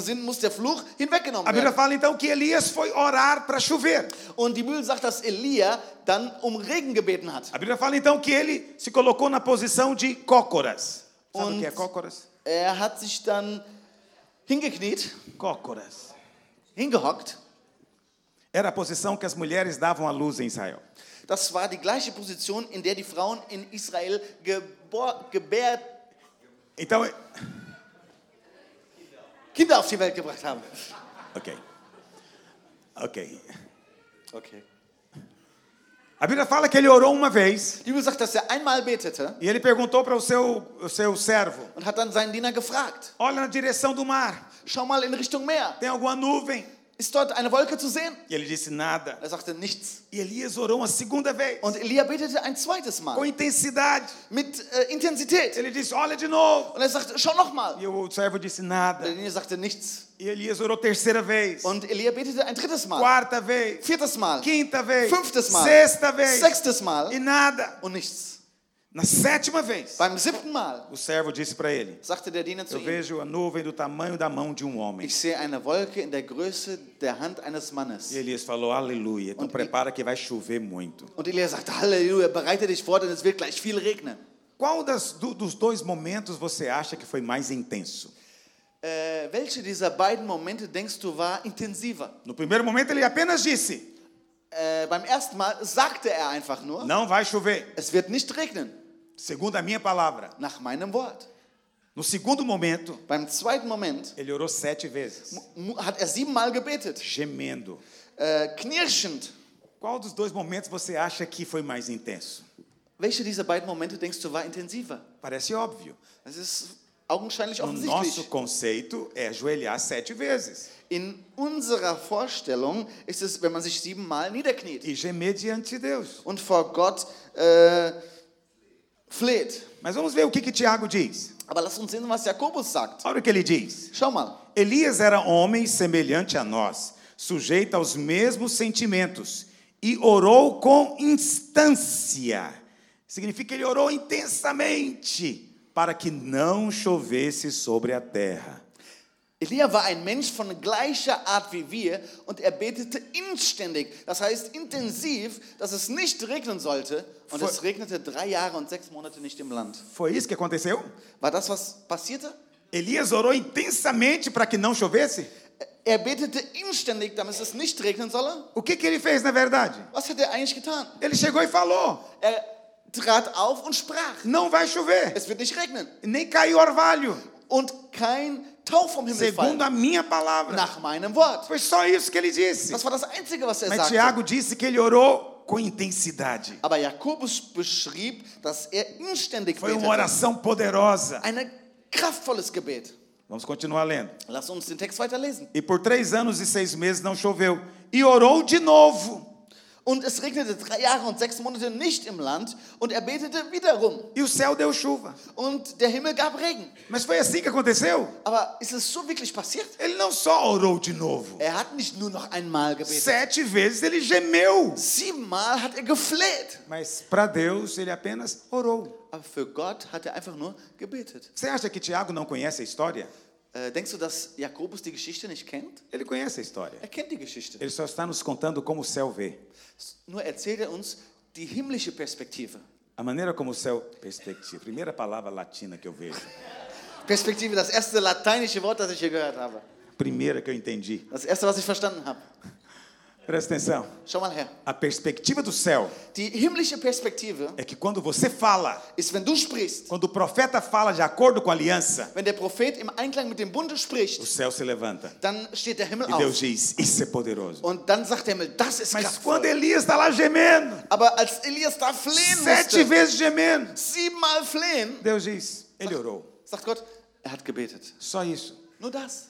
[SPEAKER 2] sind, muss der Fluch hinweggenommen
[SPEAKER 1] A Bíblia
[SPEAKER 2] werden.
[SPEAKER 1] fala então que Elias foi orar para chover.
[SPEAKER 2] Und die Bibel sagt, dass Elia dann um Regen gebeten hat.
[SPEAKER 1] A Bíblia fala então que ele se colocou na posição de cócoras. Sabe o
[SPEAKER 2] Und-
[SPEAKER 1] que é cócoras?
[SPEAKER 2] Er hat sich dann hingekniet,
[SPEAKER 1] Cócoras.
[SPEAKER 2] hingehockt.
[SPEAKER 1] Era a posição que as mulheres davam à luz em Israel.
[SPEAKER 2] Das war die gleiche Position, in der die Frauen in Israel gebor- gebärt,
[SPEAKER 1] Então,
[SPEAKER 2] Kinder auf die Welt gebracht haben.
[SPEAKER 1] ok. Ok.
[SPEAKER 2] Okay.
[SPEAKER 1] A Bíblia fala que ele orou uma vez
[SPEAKER 2] Die Bibel sagt, dass er einmal betete
[SPEAKER 1] e ele perguntou para o seu, o seu servo:
[SPEAKER 2] und hat dann seinen Diener gefragt:
[SPEAKER 1] Olha na direção do mar,
[SPEAKER 2] Schau mal in Richtung Meer.
[SPEAKER 1] tem alguma nuvem?
[SPEAKER 2] Ist dort eine Wolke zu sehen?
[SPEAKER 1] E ele disse: Nada.
[SPEAKER 2] Er sagte nichts.
[SPEAKER 1] E Elias orou uma segunda vez,
[SPEAKER 2] Und Elia betete ein zweites
[SPEAKER 1] com
[SPEAKER 2] Mal
[SPEAKER 1] intensidade.
[SPEAKER 2] mit äh, Intensität.
[SPEAKER 1] Ele disse: Olha de novo.
[SPEAKER 2] Und er sagte: Schau nochmal.
[SPEAKER 1] E o servo disse:
[SPEAKER 2] Der
[SPEAKER 1] Nada.
[SPEAKER 2] Diener sagte nichts.
[SPEAKER 1] E Elias orou terceira vez,
[SPEAKER 2] Und Elia betete ein drittes Mal,
[SPEAKER 1] quarta vez,
[SPEAKER 2] viertes Mal,
[SPEAKER 1] quinta vez,
[SPEAKER 2] fünftes Mal,
[SPEAKER 1] sexta vez,
[SPEAKER 2] sechstes
[SPEAKER 1] e
[SPEAKER 2] Mal
[SPEAKER 1] nada.
[SPEAKER 2] und nichts.
[SPEAKER 1] Na sétima vez,
[SPEAKER 2] Beim siebten Mal
[SPEAKER 1] o servo disse para ele:
[SPEAKER 2] sagte der Diener zu
[SPEAKER 1] Eu
[SPEAKER 2] ihm:
[SPEAKER 1] vejo a nuvem do tamanho da mão de um homem.
[SPEAKER 2] Ich sehe eine Wolke in der Größe der Hand eines Mannes.
[SPEAKER 1] E Elias falou: Aleluia. Então prepara que vai chover muito.
[SPEAKER 2] Und Elia sagte: Halleluja, bereite dich vor, denn es wird gleich viel regnen.
[SPEAKER 1] Qual das- do- dos dois momentos você acha que foi mais intenso?
[SPEAKER 2] Äh, welche dieser beiden Momente denkst du war intensiver?
[SPEAKER 1] No primeiro momento ele apenas disse:
[SPEAKER 2] Äh, beim ersten Mal sagte er einfach nur:
[SPEAKER 1] Não vai chover,
[SPEAKER 2] Es wird nicht regnen,
[SPEAKER 1] segundo a minha palavra.
[SPEAKER 2] nach meinem Wort.
[SPEAKER 1] No segundo momento,
[SPEAKER 2] Beim zweiten Moment
[SPEAKER 1] ele orou sete vezes,
[SPEAKER 2] mu- hat er siebenmal gebetet,
[SPEAKER 1] gemendo.
[SPEAKER 2] äh, knirschend.
[SPEAKER 1] Qual dos dois momentos você acha que foi mais intenso?
[SPEAKER 2] Welche dieser beiden Momente denkst du war intensiver?
[SPEAKER 1] Parece óbvio.
[SPEAKER 2] Es ist augenscheinlich
[SPEAKER 1] No nosso
[SPEAKER 2] offensichtlich.
[SPEAKER 1] conceito é ajoelhar sete vezes
[SPEAKER 2] In unserer Vorstellung ist es, wenn man sich siebenmal niederkniet
[SPEAKER 1] e gemer diante de Deus.
[SPEAKER 2] und vor Gott äh, fleht.
[SPEAKER 1] Mas vamos ver o que, que Tiago diz.
[SPEAKER 2] Aber lass uns sehen, was Jakobus sagt.
[SPEAKER 1] Olha o que ele diz.
[SPEAKER 2] Schau mal.
[SPEAKER 1] Elias era homem semelhante a nós, sujeito aos mesmos sentimentos, e orou com instância. Significa que ele orou intensamente para que não chovesse sobre a terra.
[SPEAKER 2] Elia war ein Mensch von gleicher Art wie wir und er betete inständig, das heißt intensiv, dass es nicht regnen sollte. Und
[SPEAKER 1] Voll-
[SPEAKER 2] es regnete drei Jahre und sechs Monate nicht im Land.
[SPEAKER 1] Foi isso que aconteceu?
[SPEAKER 2] War das, was passierte?
[SPEAKER 1] Elias orou intensamente para que não chovesse?
[SPEAKER 2] Er betete inständig, damit es nicht regnen solle.
[SPEAKER 1] O que, que ele fez, na verdade?
[SPEAKER 2] Was hat er eigentlich getan?
[SPEAKER 1] Ele chegou e falou:
[SPEAKER 2] Er trat auf und sprach,
[SPEAKER 1] não vai chover,
[SPEAKER 2] es wird nicht regnen
[SPEAKER 1] nem caiu orvalho,
[SPEAKER 2] und kein Tau vom Himmel
[SPEAKER 1] segundo
[SPEAKER 2] fallen,
[SPEAKER 1] a minha palavra.
[SPEAKER 2] nach meinem Wort.
[SPEAKER 1] Foi só isso que ele disse.
[SPEAKER 2] Das war das Einzige, was er
[SPEAKER 1] Mas
[SPEAKER 2] sagte.
[SPEAKER 1] Tiago disse que ele orou com intensidade.
[SPEAKER 2] Aber Jakobus beschrieb, dass er inständig
[SPEAKER 1] Foi uma
[SPEAKER 2] betete.
[SPEAKER 1] oração poderosa.
[SPEAKER 2] Ein kraftvolles Gebet.
[SPEAKER 1] Vamos continuar lendo.
[SPEAKER 2] Lass uns den Text weiterlesen.
[SPEAKER 1] E por três anos e seis meses não choveu. E orou de novo.
[SPEAKER 2] Und es regnete drei Jahre und sechs Monate nicht im Land und er betete wiederum.
[SPEAKER 1] E o céu deu chuva.
[SPEAKER 2] Und der Himmel gab Regen.
[SPEAKER 1] Mas foi assim que aconteceu?
[SPEAKER 2] Aber ist es so wirklich passiert?
[SPEAKER 1] Ele não só orou de novo.
[SPEAKER 2] Er hat nicht nur noch einmal gebetet.
[SPEAKER 1] Sete vezes ele gemeu.
[SPEAKER 2] Siebenmal hat er gefleht.
[SPEAKER 1] Mas para Deus ele apenas orou.
[SPEAKER 2] Aber für Gott hat er einfach nur gebetet.
[SPEAKER 1] Você acha que Tiago não conhece a história?
[SPEAKER 2] Äh, denkst du, dass Jakobus die Geschichte nicht kennt?
[SPEAKER 1] Ele conhece a história.
[SPEAKER 2] Er kennt die Geschichte.
[SPEAKER 1] Ele só está nos contando como o céu vê.
[SPEAKER 2] Nur erzählt er uns die himmlische Perspektive.
[SPEAKER 1] A maneira como o céu perspectiva. Primeira palavra latina que eu vejo.
[SPEAKER 2] Perspektive, das erste lateinische Wort, das ich hier gehört habe.
[SPEAKER 1] Primeira que eu entendi.
[SPEAKER 2] Das erste, was ich verstanden habe.
[SPEAKER 1] Presta atenção.
[SPEAKER 2] Schau mal her.
[SPEAKER 1] A perspectiva do céu
[SPEAKER 2] Die himmlische Perspektive
[SPEAKER 1] é que quando você fala,
[SPEAKER 2] ist, wenn du sprichst,
[SPEAKER 1] quando o profeta fala de acordo com a aliança,
[SPEAKER 2] Wenn der Prophet im Einklang mit dem Bunde
[SPEAKER 1] o
[SPEAKER 2] spricht,
[SPEAKER 1] céu se levanta.
[SPEAKER 2] dann steht der Himmel
[SPEAKER 1] E Deus
[SPEAKER 2] auf.
[SPEAKER 1] diz: Isso é poderoso.
[SPEAKER 2] Und dann sagt der Himmel, das ist
[SPEAKER 1] Mas quando
[SPEAKER 2] kraftvoll.
[SPEAKER 1] Elias está lá gemendo,
[SPEAKER 2] Aber als Elias da flehen
[SPEAKER 1] sete
[SPEAKER 2] musste,
[SPEAKER 1] vezes gemendo,
[SPEAKER 2] siebenmal flehen,
[SPEAKER 1] Deus diz: Ele orou.
[SPEAKER 2] sagt Gott, er hat gebetet.
[SPEAKER 1] Só isso.
[SPEAKER 2] Nur das.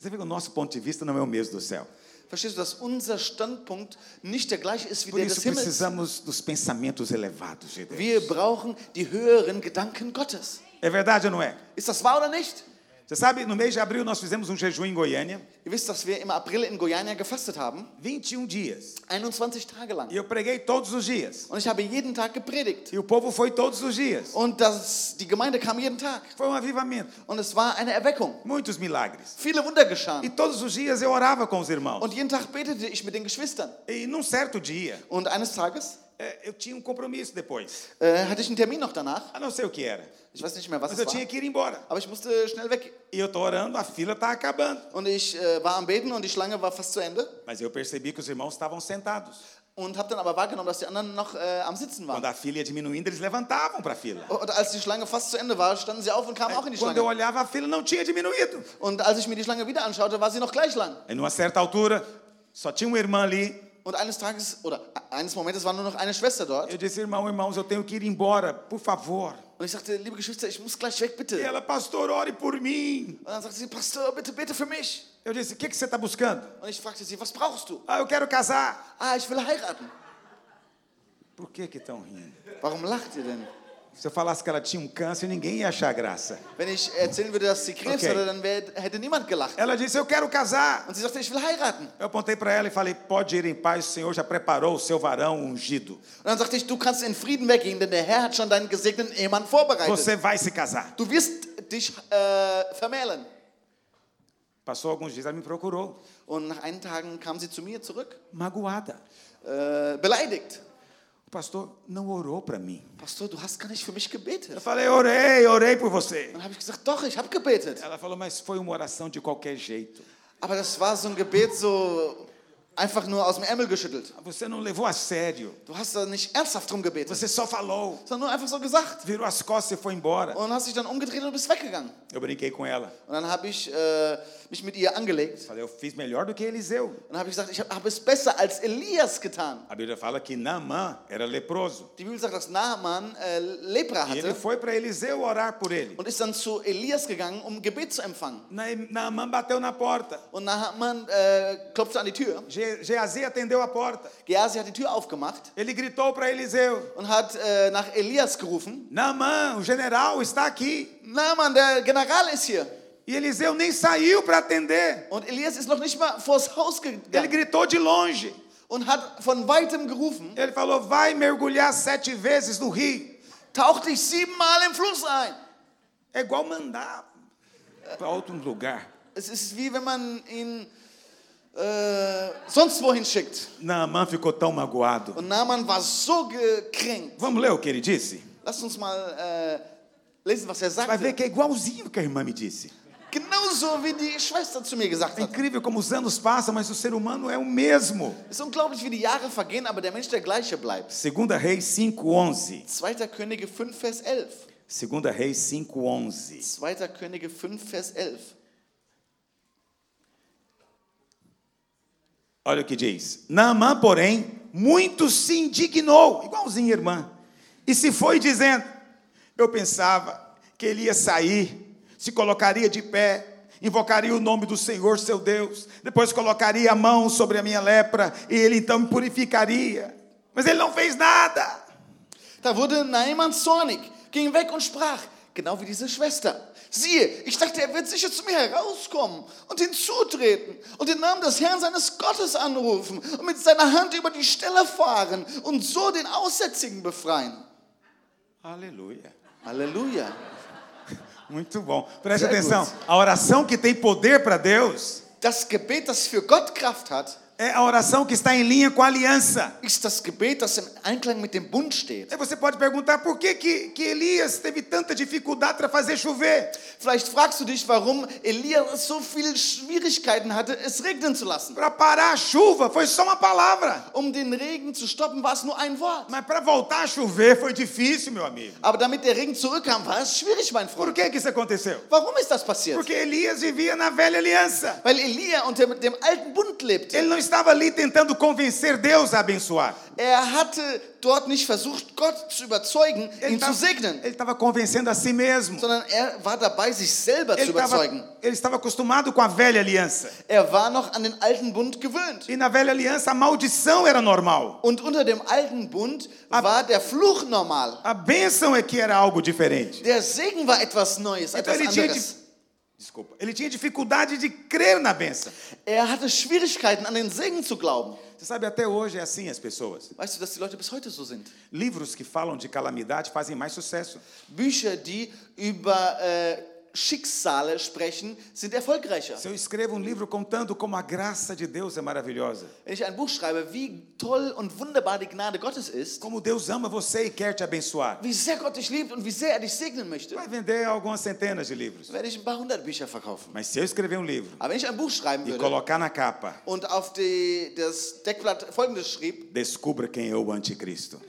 [SPEAKER 1] Você vê que o nosso ponto de vista não é o mesmo do céu.
[SPEAKER 2] Verstehst du, dass unser Standpunkt nicht der gleiche ist wie
[SPEAKER 1] Por
[SPEAKER 2] der
[SPEAKER 1] isso
[SPEAKER 2] des Himmels?
[SPEAKER 1] precisamos dos pensamentos elevados de Deus.
[SPEAKER 2] Wir brauchen die höheren Gedanken Gottes.
[SPEAKER 1] É verdade ou não é?
[SPEAKER 2] Ist das wahr oder nicht?
[SPEAKER 1] Você sabe, no mês de abril nós fizemos um jejum em Goiânia,
[SPEAKER 2] Ihr wisst, dass wir im April in Guyana gefastet haben,
[SPEAKER 1] 21 dias.
[SPEAKER 2] 21 Tage
[SPEAKER 1] E
[SPEAKER 2] lang.
[SPEAKER 1] eu preguei todos os dias.
[SPEAKER 2] Und ich habe jeden Tag gepredigt.
[SPEAKER 1] E o povo foi todos os dias.
[SPEAKER 2] Und das, die Gemeinde kam jeden Tag.
[SPEAKER 1] Foi um avivamento,
[SPEAKER 2] Und es war eine Erweckung.
[SPEAKER 1] muitos milagres.
[SPEAKER 2] Viele Wunder
[SPEAKER 1] E
[SPEAKER 2] geschahen.
[SPEAKER 1] todos os dias eu orava com os irmãos.
[SPEAKER 2] Und jeden Tag betete ich mit den Geschwistern.
[SPEAKER 1] E num certo dia,
[SPEAKER 2] Und eines Tages
[SPEAKER 1] é, eu tinha um compromisso depois.
[SPEAKER 2] äh, hatte ich einen Termin noch danach.
[SPEAKER 1] Ah, não sei o que era.
[SPEAKER 2] Ich weiß nicht mehr, was
[SPEAKER 1] Mas
[SPEAKER 2] es
[SPEAKER 1] eu
[SPEAKER 2] war.
[SPEAKER 1] tinha que ir embora.
[SPEAKER 2] Aber ich musste schnell weg.
[SPEAKER 1] E eu tô orando, a fila tá acabando.
[SPEAKER 2] Und ich äh, war am Beten und die Schlange war fast zu Ende.
[SPEAKER 1] Mas eu percebi que os irmãos estavam sentados.
[SPEAKER 2] Und habe dann aber wahrgenommen, dass die anderen noch äh, am Sitzen
[SPEAKER 1] Quando
[SPEAKER 2] waren.
[SPEAKER 1] a fila ia diminuindo, eles levantavam para a fila.
[SPEAKER 2] Und als die Schlange fast zu Ende war, standen sie auf und kamen auch in die
[SPEAKER 1] Quando eu
[SPEAKER 2] Schlange.
[SPEAKER 1] olhava, a fila não tinha diminuído.
[SPEAKER 2] Und als ich mir die Schlange wieder anschaute, war sie noch gleich lang.
[SPEAKER 1] Aí, numa certa altura, só tinha uma irmã ali.
[SPEAKER 2] Und eines Tages, oder e, eines Momentes, war nur noch eine Schwester dort.
[SPEAKER 1] Eu disse, irmão, irmãos, eu tenho que ir embora, por favor.
[SPEAKER 2] Und ich sagte, liebe Geschwister, ich muss gleich weg,
[SPEAKER 1] E
[SPEAKER 2] bitte.
[SPEAKER 1] ela, pastor, ore por mim.
[SPEAKER 2] Und dann sagte sie, Pastor, bitte bete für mich.
[SPEAKER 1] Eu disse, o que, que você está buscando?
[SPEAKER 2] Und ich fragte sie, was brauchst du?
[SPEAKER 1] Ah, eu quero casar.
[SPEAKER 2] Ah, ich will heiraten.
[SPEAKER 1] Por que que estão rindo?
[SPEAKER 2] Warum lacht ihr denn?
[SPEAKER 1] Se eu falasse que ela tinha um câncer, ninguém ia achar graça.
[SPEAKER 2] Wenn ich erzählen würde, dass sie Krebs
[SPEAKER 1] Okay.
[SPEAKER 2] hatte, dann wär, hätte niemand gelacht.
[SPEAKER 1] Ela disse, eu quero casar.
[SPEAKER 2] Und sie sagte, ich will heiraten.
[SPEAKER 1] Eu apontei para ela e falei, pode ir em paz, o Senhor já preparou o seu varão ungido.
[SPEAKER 2] Und dann sagte ich, du kannst in Frieden weggehen, denn der Herr hat schon deinen gesegneten Ehemann vorbereitet.
[SPEAKER 1] Você vai se casar.
[SPEAKER 2] Du wirst dich äh, vermählen.
[SPEAKER 1] Passou alguns dias, ela me procurou,
[SPEAKER 2] Und nach einigen Tagen kam sie zu mir zurück,
[SPEAKER 1] magoada.
[SPEAKER 2] äh, beleidigt.
[SPEAKER 1] O pastor não orou para mim.
[SPEAKER 2] Pastor, du hast gar nicht für mich
[SPEAKER 1] Eu
[SPEAKER 2] gebetet.
[SPEAKER 1] falei, orei, orei por você.
[SPEAKER 2] Dann habe ich gesagt, doch, ich habe gebetet.
[SPEAKER 1] Ela falou, mas foi uma oração de qualquer jeito.
[SPEAKER 2] Aber das war so ein Gebet so einfach nur aus dem Ärmel geschüttelt.
[SPEAKER 1] Você não levou a sério.
[SPEAKER 2] Du hast da nicht ernsthaft drum gebetet,
[SPEAKER 1] Você só falou.
[SPEAKER 2] sondern nur einfach so gesagt.
[SPEAKER 1] Virou as costas e foi embora.
[SPEAKER 2] Und hast dich dann umgedreht und bist weggegangen.
[SPEAKER 1] Eu brinquei com ela.
[SPEAKER 2] Und dann habe ich äh, mich mit ihr angelegt.
[SPEAKER 1] Falei, eu fiz melhor do que Eliseu.
[SPEAKER 2] Und habe ich gesagt, ich habe hab es besser als Elias getan.
[SPEAKER 1] A Bíblia fala que Naamã era leproso.
[SPEAKER 2] Die Bibel sagt, dass Naaman äh, Lepra
[SPEAKER 1] E ele
[SPEAKER 2] hatte
[SPEAKER 1] foi para Eliseu orar por ele.
[SPEAKER 2] und ist dann zu Elias gegangen, um Gebet zu empfangen.
[SPEAKER 1] Na- Naamã bateu na porta.
[SPEAKER 2] Und Naaman äh, klopfte an die Tür.
[SPEAKER 1] Ge- Geazi atendeu a porta.
[SPEAKER 2] Geasi hat die Tür aufgemacht
[SPEAKER 1] Ele gritou para Eliseu:
[SPEAKER 2] und hat äh, nach Elias gerufen.
[SPEAKER 1] Naamã, o general está aqui.
[SPEAKER 2] Naaman, der General ist hier.
[SPEAKER 1] E Eliseu nem saiu para atender.
[SPEAKER 2] Und Elias ist noch nicht mal vors Haus
[SPEAKER 1] Ele
[SPEAKER 2] gegangen.
[SPEAKER 1] gritou de longe.
[SPEAKER 2] und hat von weitem gerufen,
[SPEAKER 1] Ele falou: Vai mergulhar sete vezes no rio.
[SPEAKER 2] tauch dich siebenmal im Fluss ein.
[SPEAKER 1] É igual mandar para outro lugar.
[SPEAKER 2] Es ist wie wenn man ihn äh, sonst wohin schickt.
[SPEAKER 1] Naamã ficou tão magoado.
[SPEAKER 2] Und Naaman war so gekränkt.
[SPEAKER 1] Vamos ler o que ele disse?
[SPEAKER 2] Lasst uns mal äh, lesen, was er
[SPEAKER 1] Vai ver
[SPEAKER 2] sagte.
[SPEAKER 1] que é igualzinho que a irmã me disse.
[SPEAKER 2] Genauso wie die Schwester zu mir gesagt
[SPEAKER 1] É
[SPEAKER 2] hat.
[SPEAKER 1] incrível como os anos passam, mas o ser humano é o mesmo.
[SPEAKER 2] Es ist unglaublich, wie die Jahre vergehen, aber der Mensch der gleiche bleibt.
[SPEAKER 1] 2 Reis 5:11.
[SPEAKER 2] 2. Könige 5, Vers 11.
[SPEAKER 1] 2 Reis 5:11.
[SPEAKER 2] 2. Könige 5, Vers 11.
[SPEAKER 1] Olha o que diz. Naamã, porém, muito se indignou, igualzinho a irmã, e se foi dizendo: Eu pensava que ele ia sair, se colocaria de pé, invocaria o nome do Senhor seu Deus, depois colocaria a mão sobre a minha lepra e ele então me purificaria. Mas ele não fez nada.
[SPEAKER 2] Da wurde Naaman zornig, ging weg und sprach, genau wie diese Schwester. Siehe, ich dachte, er wird sicher zu mir herauskommen und hinzutreten und den Namen des Herrn seines Gottes anrufen und mit seiner Hand über die Stelle fahren und so den Aussätzigen befreien.
[SPEAKER 1] Aleluia.
[SPEAKER 2] Halleluja.
[SPEAKER 1] Muito bom. Preste
[SPEAKER 2] Sehr
[SPEAKER 1] atenção.
[SPEAKER 2] gut.
[SPEAKER 1] A oração que tem poder para Deus
[SPEAKER 2] Das Gebet, das für Gott Kraft hat,
[SPEAKER 1] é a oração que está em linha com a aliança.
[SPEAKER 2] ist das Gebet, das im Einklang mit dem Bund steht.
[SPEAKER 1] Aí você pode perguntar por que, que, que Elias teve tanta dificuldade para fazer chover.
[SPEAKER 2] Vielleicht fragst du dich, warum Elias so viele Schwierigkeiten hatte, es regnen zu lassen.
[SPEAKER 1] Para parar a chuva foi só uma palavra.
[SPEAKER 2] Um den Regen zu stoppen, war es nur ein Wort.
[SPEAKER 1] Mas para voltar a chover foi difícil, meu amigo.
[SPEAKER 2] Aber damit der Regen zurückkam, war es schwierig, mein
[SPEAKER 1] Por
[SPEAKER 2] Freund.
[SPEAKER 1] que, que isso aconteceu?
[SPEAKER 2] Warum ist das passiert?
[SPEAKER 1] Porque Elias vivia na velha aliança.
[SPEAKER 2] Weil Elia unter dem alten Bund lebte.
[SPEAKER 1] Ele não estava ali tentando convencer Deus a abençoar.
[SPEAKER 2] Er hatte dort nicht versucht, Gott zu überzeugen, ihn zu segnen,
[SPEAKER 1] ele estava convencendo a si mesmo.
[SPEAKER 2] sondern er war dabei, sich selber zu
[SPEAKER 1] Ele estava,
[SPEAKER 2] überzeugen.
[SPEAKER 1] ele estava acostumado com a velha aliança.
[SPEAKER 2] Er war noch an den alten Bund gewöhnt.
[SPEAKER 1] E na velha aliança a maldição era normal.
[SPEAKER 2] Und unter dem alten Bund war der Fluch normal.
[SPEAKER 1] A bênção é que era algo diferente.
[SPEAKER 2] Der Segen war etwas Neues,
[SPEAKER 1] Então
[SPEAKER 2] etwas
[SPEAKER 1] ele tinha,
[SPEAKER 2] anderes.
[SPEAKER 1] di- Desculpa. ele tinha dificuldade de crer na bênção.
[SPEAKER 2] Er hatte Schwierigkeiten, an den Segen zu glauben.
[SPEAKER 1] Você sabe, até hoje é assim as pessoas.
[SPEAKER 2] Weißt du, dass die Leute bis heute so sind?
[SPEAKER 1] Livros que falam de calamidade fazem mais sucesso.
[SPEAKER 2] Bücher, die über äh, Schicksale sprechen, sind erfolgreicher.
[SPEAKER 1] Se eu escrevo um livro contando como a graça de Deus é maravilhosa,
[SPEAKER 2] Wenn ich ein Buch schreibe, wie toll und wunderbar die Gnade Gottes ist,
[SPEAKER 1] como Deus ama você e quer te abençoar,
[SPEAKER 2] wie sehr Gott dich liebt und wie sehr er dich segnen möchte,
[SPEAKER 1] vai vender algumas centenas de livros.
[SPEAKER 2] werde ich ein paar hundert Bücher verkaufen.
[SPEAKER 1] Mas se eu escrever um livro
[SPEAKER 2] Aber wenn ich ein Buch schreiben
[SPEAKER 1] e
[SPEAKER 2] würde
[SPEAKER 1] colocar na capa,
[SPEAKER 2] und auf die, das Deckblatt Folgendes schrieb,
[SPEAKER 1] descubra quem é o anticristo,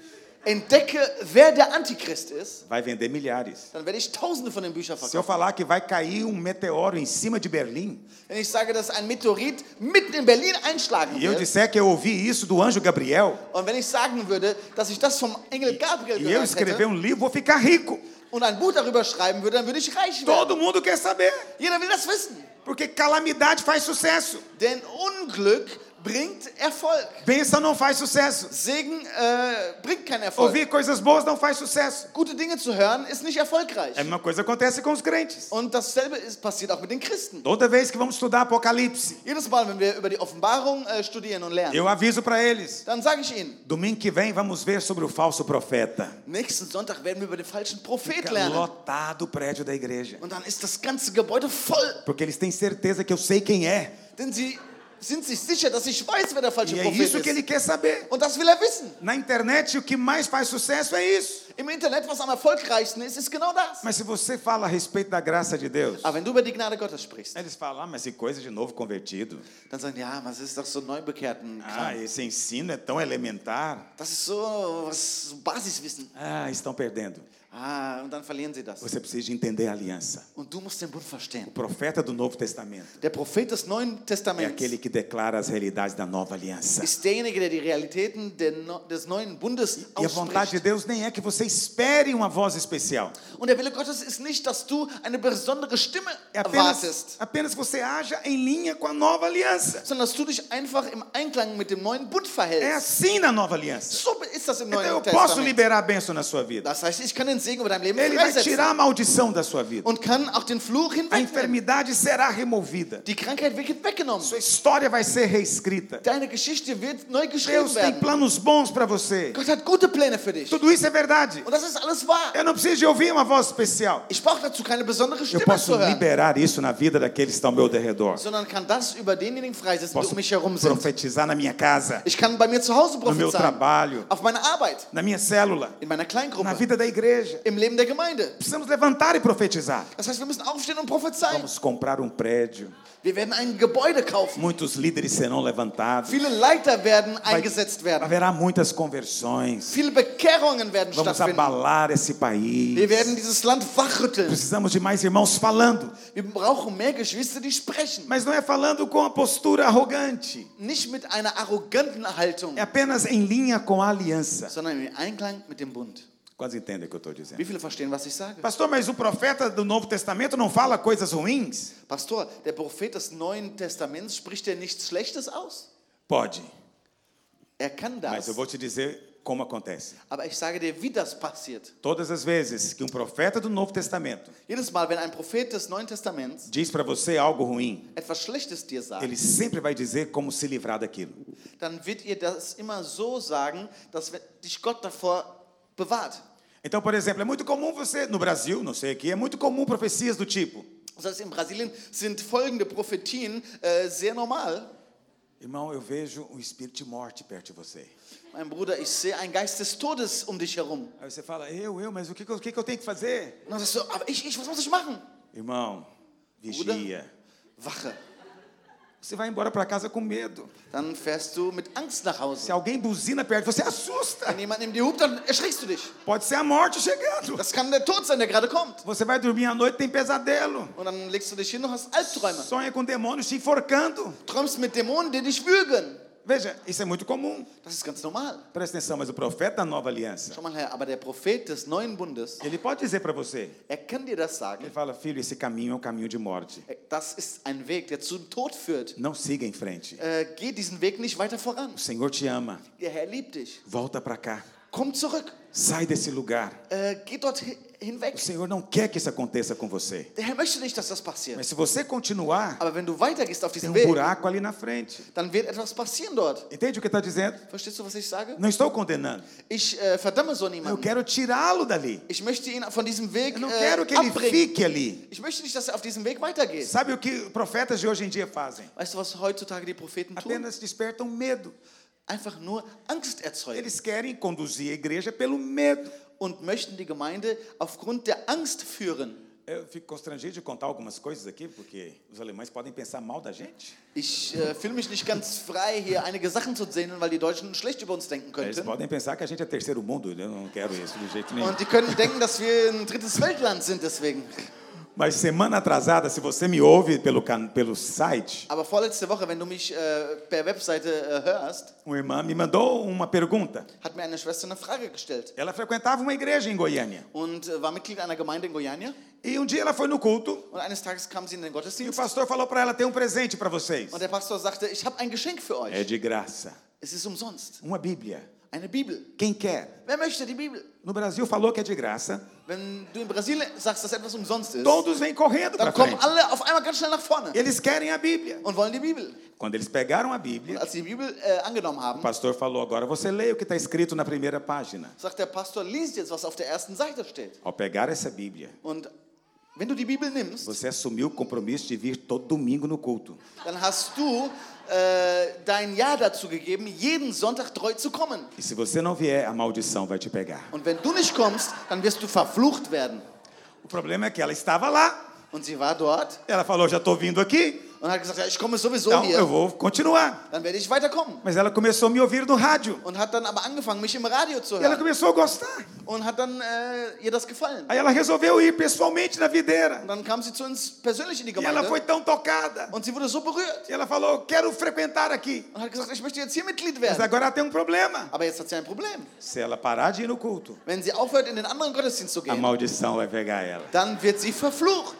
[SPEAKER 2] entdecke, wer der Antichrist ist,
[SPEAKER 1] vai vender milhares.
[SPEAKER 2] dann werde ich tausende von den Büchern
[SPEAKER 1] Se eu
[SPEAKER 2] verkaufen.
[SPEAKER 1] falar que vai cair um meteoro em cima de Berlim,
[SPEAKER 2] Wenn ich sage, dass ein Meteorit mitten in Berlin einschlagen
[SPEAKER 1] e eu
[SPEAKER 2] wird,
[SPEAKER 1] disser que eu ouvi isso do anjo Gabriel,
[SPEAKER 2] und wenn ich sagen würde, dass ich das vom Engel Gabriel
[SPEAKER 1] e eu
[SPEAKER 2] gehört hätte,
[SPEAKER 1] escrever um livro, vou ficar rico.
[SPEAKER 2] und ein Buch darüber schreiben würde, dann würde ich reich werden.
[SPEAKER 1] Todo mundo quer saber,
[SPEAKER 2] Jeder will das wissen.
[SPEAKER 1] porque calamidade faz sucesso,
[SPEAKER 2] Denn Unglück bringt Erfolg.
[SPEAKER 1] bênção não faz sucesso,
[SPEAKER 2] Segen äh, bringt keinen Erfolg.
[SPEAKER 1] ouvir coisas boas não faz sucesso. É
[SPEAKER 2] Gute Dinge zu hören ist nicht erfolgreich.
[SPEAKER 1] A mesma coisa acontece com os crentes.
[SPEAKER 2] Und dasselbe ist passiert auch mit den Christen.
[SPEAKER 1] Toda vez que vamos estudar Apocalipse,
[SPEAKER 2] Jedes Mal, wenn wir über die Offenbarung äh, studieren und lernen,
[SPEAKER 1] eu aviso para eles.
[SPEAKER 2] dann sage ich Ihnen,
[SPEAKER 1] Domingo que vem vamos ver sobre o falso profeta.
[SPEAKER 2] nächsten Sonntag werden wir über den falschen Prophet
[SPEAKER 1] Fica
[SPEAKER 2] lernen.
[SPEAKER 1] lotado o prédio da igreja.
[SPEAKER 2] Und dann ist das ganze Gebäude voll.
[SPEAKER 1] Porque eles têm certeza que eu sei quem é.
[SPEAKER 2] Denn sie sind sich sicher, dass ich weiß, wer der falsche
[SPEAKER 1] E é
[SPEAKER 2] Prophet
[SPEAKER 1] isso que ele
[SPEAKER 2] ist.
[SPEAKER 1] quer saber.
[SPEAKER 2] Und das will er wissen.
[SPEAKER 1] Na internet, o que mais faz sucesso é isso.
[SPEAKER 2] Im Internet, was am erfolgreichsten ist, ist genau das.
[SPEAKER 1] Mas se você fala a respeito da graça de Deus,
[SPEAKER 2] Aber wenn du über die Gnade Gottes sprichst,
[SPEAKER 1] eles falam, ah, mas que coisa de novo convertido.
[SPEAKER 2] Dann sagen die, ja, was ist doch so neubekehrten
[SPEAKER 1] Ah,
[SPEAKER 2] Kram.
[SPEAKER 1] esse ensino é tão elementar.
[SPEAKER 2] Das ist so was so Basiswissen.
[SPEAKER 1] Ah, estão perdendo.
[SPEAKER 2] Ah, und dann verlieren sie das.
[SPEAKER 1] Você precisa entender a aliança.
[SPEAKER 2] Und du musst den Bund verstehen.
[SPEAKER 1] O profeta do Novo Testamento
[SPEAKER 2] Der Prophet des Neuen
[SPEAKER 1] é
[SPEAKER 2] Testaments
[SPEAKER 1] aquele que declara as realidades da nova aliança.
[SPEAKER 2] ist derjenige, der die Realitäten der Neu- des neuen Bundes
[SPEAKER 1] E a vontade de
[SPEAKER 2] ausspricht.
[SPEAKER 1] Deus nem é que você espere uma voz especial.
[SPEAKER 2] Und der Wille Gottes ist nicht, dass du eine besondere Stimme
[SPEAKER 1] É apenas,
[SPEAKER 2] erwartest,
[SPEAKER 1] apenas que você haja em linha com a nova aliança.
[SPEAKER 2] sondern dass du dich einfach im Einklang mit dem neuen Bund
[SPEAKER 1] É
[SPEAKER 2] verhältst.
[SPEAKER 1] assim na nova aliança.
[SPEAKER 2] So ist das im
[SPEAKER 1] Então eu
[SPEAKER 2] Neuen
[SPEAKER 1] posso
[SPEAKER 2] Testament.
[SPEAKER 1] liberar a bênção na sua vida.
[SPEAKER 2] Das heißt, ich kann den Segen über dein Leben
[SPEAKER 1] Ele vai tirar
[SPEAKER 2] freisetzen
[SPEAKER 1] a maldição da sua vida.
[SPEAKER 2] und kann auch den Fluch
[SPEAKER 1] A
[SPEAKER 2] hinwegnehmen.
[SPEAKER 1] enfermidade será removida.
[SPEAKER 2] Die Krankheit wird weggenommen.
[SPEAKER 1] Sua história vai ser reescrita.
[SPEAKER 2] Deine Geschichte wird neu geschrieben
[SPEAKER 1] Deus tem
[SPEAKER 2] werden.
[SPEAKER 1] planos bons para você.
[SPEAKER 2] Gott hat gute Pläne für dich.
[SPEAKER 1] Tudo isso é verdade.
[SPEAKER 2] Und das ist alles wahr.
[SPEAKER 1] Eu não preciso de ouvir uma voz especial.
[SPEAKER 2] Ich brauche dazu keine besondere
[SPEAKER 1] Eu
[SPEAKER 2] Stimme
[SPEAKER 1] posso
[SPEAKER 2] zu hören,
[SPEAKER 1] liberar isso na vida daqueles que estão ao meu derredor.
[SPEAKER 2] sondern kann das über denjenigen freisetzen, die
[SPEAKER 1] Posso
[SPEAKER 2] um mich herum sind.
[SPEAKER 1] profetizar na minha casa,
[SPEAKER 2] Ich kann bei mir zu Hause
[SPEAKER 1] no meu
[SPEAKER 2] prophezeien,
[SPEAKER 1] trabalho,
[SPEAKER 2] auf meiner Arbeit,
[SPEAKER 1] na minha célula,
[SPEAKER 2] in meiner
[SPEAKER 1] na
[SPEAKER 2] Kleingruppe,
[SPEAKER 1] vida da igreja.
[SPEAKER 2] im Leben der Gemeinde.
[SPEAKER 1] Precisamos levantar e profetizar.
[SPEAKER 2] Das heißt, wir müssen aufstehen und prophezeien.
[SPEAKER 1] Vamos comprar um prédio.
[SPEAKER 2] Wir werden ein Gebäude kaufen.
[SPEAKER 1] Muitos líderes serão levantados.
[SPEAKER 2] Viele Leiter werden
[SPEAKER 1] Vai-
[SPEAKER 2] eingesetzt werden.
[SPEAKER 1] Haverá muitas conversões.
[SPEAKER 2] Viele Bekehrungen werden
[SPEAKER 1] Vamos
[SPEAKER 2] stattfinden.
[SPEAKER 1] abalar esse país.
[SPEAKER 2] Wir werden dieses Land wachrütteln.
[SPEAKER 1] Precisamos de mais irmãos falando,
[SPEAKER 2] Wir brauchen mehr Geschwister, die sprechen.
[SPEAKER 1] mas não é falando com a postura arrogante.
[SPEAKER 2] Nicht mit einer arroganten Haltung.
[SPEAKER 1] É apenas em linha com a aliança.
[SPEAKER 2] sondern im Einklang mit dem Bund.
[SPEAKER 1] Quase entendem o que eu estou dizendo.
[SPEAKER 2] Wie viele verstehen, was ich sage?
[SPEAKER 1] Pastor, mas o profeta do Novo Testamento não fala coisas ruins?
[SPEAKER 2] Pastor, der Prophet des Neuen Testaments spricht ja nichts Schlechtes aus.
[SPEAKER 1] Pode,
[SPEAKER 2] Er kann
[SPEAKER 1] mas
[SPEAKER 2] das.
[SPEAKER 1] eu vou te dizer como acontece.
[SPEAKER 2] Aber ich sage dir, wie das passiert.
[SPEAKER 1] Todas as vezes que um profeta do Novo Testamento
[SPEAKER 2] Jedes Mal, wenn ein Prophet des Neuen Testaments
[SPEAKER 1] diz para você algo ruim,
[SPEAKER 2] etwas Schlechtes dir sagt,
[SPEAKER 1] ele sempre vai dizer como se livrar daquilo.
[SPEAKER 2] dann wird ihr das immer so sagen, dass dich Gott davor bewahrt.
[SPEAKER 1] Então, por exemplo, é muito comum você, no Brasil, não sei aqui, é muito comum profecias do tipo:
[SPEAKER 2] Das heißt, in Brasilien sind folgende Prophetien äh, sehr normal.
[SPEAKER 1] Irmão, eu vejo um espírito de morte perto de você.
[SPEAKER 2] Mein Bruder, ich sehe einen Geist des Todes um dich herum.
[SPEAKER 1] Aí você fala: Eu, eu, mas o que, que eu- o que, que eu tenho que fazer?
[SPEAKER 2] Und dann sagst du, aber ich, ich, was muss ich machen?
[SPEAKER 1] Irmão, vigia.
[SPEAKER 2] Wache.
[SPEAKER 1] Você vai embora para casa com medo.
[SPEAKER 2] Dann fährst du mit Angst nach
[SPEAKER 1] Se
[SPEAKER 2] Hause.
[SPEAKER 1] alguém buzina perto, você assusta.
[SPEAKER 2] Wenn jemand neben dir hupt, dann erschrickst du dich.
[SPEAKER 1] Pode ser a morte chegando.
[SPEAKER 2] Das kann der Tod sein, der gerade kommt.
[SPEAKER 1] Você vai dormir à noite, tem pesadelo.
[SPEAKER 2] Und dann legst du dich hin und hast Albträume.
[SPEAKER 1] Sonha com demônios te enforcando.
[SPEAKER 2] Träumst mit Dämonen, die dich würgen.
[SPEAKER 1] Veja, isso é muito comum.
[SPEAKER 2] Das ist ganz normal.
[SPEAKER 1] Presta atenção, mas o profeta da nova aliança,
[SPEAKER 2] Schau mal her, aber der Prophet des neuen Bundes,
[SPEAKER 1] ele pode dizer para você,
[SPEAKER 2] er kann dir das
[SPEAKER 1] ele
[SPEAKER 2] sagen.
[SPEAKER 1] fala, filho, esse caminho é um caminho de morte.
[SPEAKER 2] Das ist ein Weg, der zum Tod führt.
[SPEAKER 1] Não siga em frente.
[SPEAKER 2] Äh, geh diesen Weg nicht weiter voran.
[SPEAKER 1] O Senhor te ama.
[SPEAKER 2] Der Herr liebt dich.
[SPEAKER 1] Volta para cá.
[SPEAKER 2] Komm zurück.
[SPEAKER 1] Sai desse lugar.
[SPEAKER 2] Äh, geh dort hi-
[SPEAKER 1] O
[SPEAKER 2] hinweg.
[SPEAKER 1] Senhor não quer que isso aconteça com você.
[SPEAKER 2] Der Herr möchte nicht, dass das passiert.
[SPEAKER 1] Mas se você continuar,
[SPEAKER 2] Aber wenn du weitergehst auf
[SPEAKER 1] tem
[SPEAKER 2] diesem
[SPEAKER 1] um
[SPEAKER 2] Weg,
[SPEAKER 1] buraco ali na frente.
[SPEAKER 2] dann wird etwas passieren dort.
[SPEAKER 1] Entende o que está dizendo?
[SPEAKER 2] Verstehst du, was ich sage?
[SPEAKER 1] Não estou condenando.
[SPEAKER 2] Ich äh, verdamme so
[SPEAKER 1] Eu
[SPEAKER 2] niemanden.
[SPEAKER 1] quero tirá-lo dali.
[SPEAKER 2] Ich möchte ihn von diesem Weg
[SPEAKER 1] Eu não
[SPEAKER 2] äh,
[SPEAKER 1] quero que ele
[SPEAKER 2] abbringen.
[SPEAKER 1] fique ali.
[SPEAKER 2] Ich möchte nicht, dass er auf diesem Weg weitergeht.
[SPEAKER 1] Sabe o que profetas de hoje em dia fazem?
[SPEAKER 2] Weißt du, was heutzutage die Propheten tun?
[SPEAKER 1] Apenas despertam medo.
[SPEAKER 2] Einfach nur Angst erzeugen
[SPEAKER 1] Eles querem conduzir a igreja pelo medo.
[SPEAKER 2] und möchten die Gemeinde aufgrund der Angst führen.
[SPEAKER 1] Eu fico constrangido de contar algumas coisas aqui, porque os alemães podem pensar mal da gente.
[SPEAKER 2] Ich äh, fühle mich nicht ganz frei, hier einige Sachen zu sehen, weil die Deutschen schlecht über uns denken
[SPEAKER 1] Eles
[SPEAKER 2] könnten.
[SPEAKER 1] podem pensar que a gente é terceiro mundo. Eu não quero isso de jeito nenhum.
[SPEAKER 2] Und die können denken, dass wir ein drittes Weltland sind deswegen.
[SPEAKER 1] Mas semana atrasada, se você me ouve pelo, can- pelo site,
[SPEAKER 2] Aber vorletzte Woche, wenn du mich äh, per Webseite äh, hörst,
[SPEAKER 1] uma irmã me mandou uma pergunta.
[SPEAKER 2] hat mir eine Schwester eine Frage gestellt
[SPEAKER 1] Ela frequentava uma igreja em Goiânia.
[SPEAKER 2] und äh, war Mitglied einer Gemeinde in Goiânia.
[SPEAKER 1] E um dia ela foi no culto
[SPEAKER 2] Und eines Tages kam sie in den
[SPEAKER 1] e o
[SPEAKER 2] Gottesdienst
[SPEAKER 1] pastor falou para ela: tem um presente para vocês.
[SPEAKER 2] und der Pastor sagte, ich habe ein Geschenk für
[SPEAKER 1] É
[SPEAKER 2] euch.
[SPEAKER 1] de graça.
[SPEAKER 2] Es ist umsonst.
[SPEAKER 1] Uma Bíblia.
[SPEAKER 2] Eine Bibel.
[SPEAKER 1] Quem quer?
[SPEAKER 2] Wer möchte die Bibel?
[SPEAKER 1] No Brasil falou que é de graça.
[SPEAKER 2] Wenn du in Brasilien sagst, dass etwas umsonst ist,
[SPEAKER 1] Todos vêm correndo para
[SPEAKER 2] dann kommen
[SPEAKER 1] frente.
[SPEAKER 2] alle auf einmal ganz schnell nach vorne
[SPEAKER 1] Eles querem a Bíblia.
[SPEAKER 2] und wollen die Bibel.
[SPEAKER 1] Quando eles pegaram a
[SPEAKER 2] Und
[SPEAKER 1] Bíblia,
[SPEAKER 2] als sie die Bibel äh, angenommen
[SPEAKER 1] o
[SPEAKER 2] haben,
[SPEAKER 1] pastor falou: agora você lê o que está escrito na primeira página.
[SPEAKER 2] sagt der Pastor, lies jetzt, was auf der ersten Seite steht.
[SPEAKER 1] Ao pegar essa Bíblia,
[SPEAKER 2] Und wenn du die Bibel nimmst,
[SPEAKER 1] você assumiu o compromisso de vir todo domingo no culto.
[SPEAKER 2] dann hast du äh, dein Ja dazu gegeben, jeden Sonntag treu zu kommen.
[SPEAKER 1] E se você não vier, a maldição vai te pegar.
[SPEAKER 2] Und wenn du nicht kommst, dann wirst du verflucht werden.
[SPEAKER 1] O problema é que ela estava lá.
[SPEAKER 2] Und sie war dort
[SPEAKER 1] Ela falou: já estou vindo aqui,
[SPEAKER 2] und hat gesagt, ja, ich komme sowieso
[SPEAKER 1] então eu
[SPEAKER 2] hier,
[SPEAKER 1] vou continuar.
[SPEAKER 2] dann werde ich weiterkommen.
[SPEAKER 1] Mas ela começou a me ouvir no rádio.
[SPEAKER 2] Und hat dann aber angefangen, mich im Radio zu
[SPEAKER 1] E ela
[SPEAKER 2] hören.
[SPEAKER 1] começou a gostar.
[SPEAKER 2] Und hat dann äh, ihr das gefallen.
[SPEAKER 1] Aí ela resolveu ir pessoalmente na videira.
[SPEAKER 2] Und dann kam sie zu uns persönlich in die
[SPEAKER 1] E ela foi
[SPEAKER 2] Gemeinde
[SPEAKER 1] tão tocada.
[SPEAKER 2] und sie wurde so berührt
[SPEAKER 1] E ela falou: quero frequentar aqui.
[SPEAKER 2] und hat gesagt, ich möchte jetzt hier Mitglied
[SPEAKER 1] Mas
[SPEAKER 2] werden.
[SPEAKER 1] agora ela tem um problema.
[SPEAKER 2] Aber jetzt hat sie ein Problem.
[SPEAKER 1] Se ela parar de ir no culto,
[SPEAKER 2] Wenn sie aufhört, in den anderen Gottesdienst zu
[SPEAKER 1] a
[SPEAKER 2] gehen,
[SPEAKER 1] maldição vai pegar ela.
[SPEAKER 2] dann wird sie verflucht.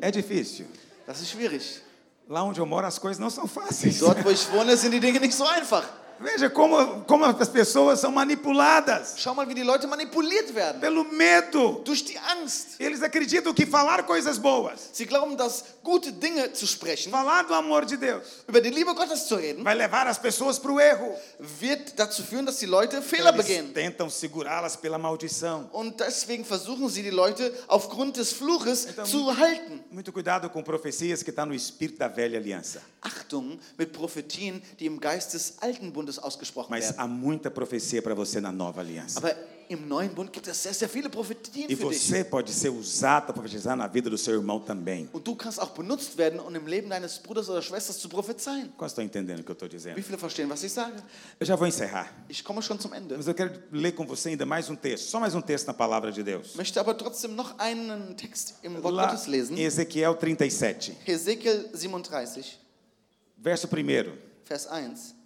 [SPEAKER 1] É difícil.
[SPEAKER 2] Das ist schwierig.
[SPEAKER 1] Lá onde eu moro as coisas não são fáceis.
[SPEAKER 2] Dort, wo ich wohne, sind die Dinge nicht so einfach.
[SPEAKER 1] (laughs) Veja como, como as pessoas são manipuladas
[SPEAKER 2] Schau mal, wie die Leute manipuliert werden.
[SPEAKER 1] pelo medo.
[SPEAKER 2] Durch die Angst.
[SPEAKER 1] Eles acreditam que falar coisas boas,
[SPEAKER 2] Sie glauben, dass gute Dinge zu sprechen,
[SPEAKER 1] falar do amor de Deus,
[SPEAKER 2] über die Liebe Gottes zu reden,
[SPEAKER 1] vai levar as pessoas para o erro.
[SPEAKER 2] wird dazu führen, dass die Leute Fehler
[SPEAKER 1] Eles
[SPEAKER 2] begehen.
[SPEAKER 1] tentam segurá-las pela maldição.
[SPEAKER 2] Und deswegen versuchen sie, die Leute aufgrund des Fluches zu halten.
[SPEAKER 1] Muito cuidado com profecias que está no espírito da velha aliança.
[SPEAKER 2] Achtung mit Prophetien, die im Geist des alten Bundes ausgesprochen
[SPEAKER 1] Mas
[SPEAKER 2] werden.
[SPEAKER 1] há muita profecia para você na nova aliança.
[SPEAKER 2] Aber im neuen Bund gibt es sehr, sehr viele
[SPEAKER 1] E
[SPEAKER 2] Prophetien für dich.
[SPEAKER 1] você pode ser usado para profetizar na vida do seu irmão também.
[SPEAKER 2] Und du kannst auch benutzt werden, um im Leben deines Bruders oder Schwesters zu prophezeien.
[SPEAKER 1] Quase estão entendendo o que eu estou
[SPEAKER 2] Wie
[SPEAKER 1] dizendo?
[SPEAKER 2] viele verstehen, was ich sage?
[SPEAKER 1] Eu já vou encerrar.
[SPEAKER 2] Ich komme schon zum Ende.
[SPEAKER 1] Mas eu quero ler com você ainda mais um texto. Só mais um texto na palavra de Deus.
[SPEAKER 2] möchte aber trotzdem noch einen Text im Wort
[SPEAKER 1] Lá
[SPEAKER 2] Gottes
[SPEAKER 1] em
[SPEAKER 2] lesen.
[SPEAKER 1] Ezequiel 37,
[SPEAKER 2] Hesekiel 37,
[SPEAKER 1] verso 1.
[SPEAKER 2] Vers 1.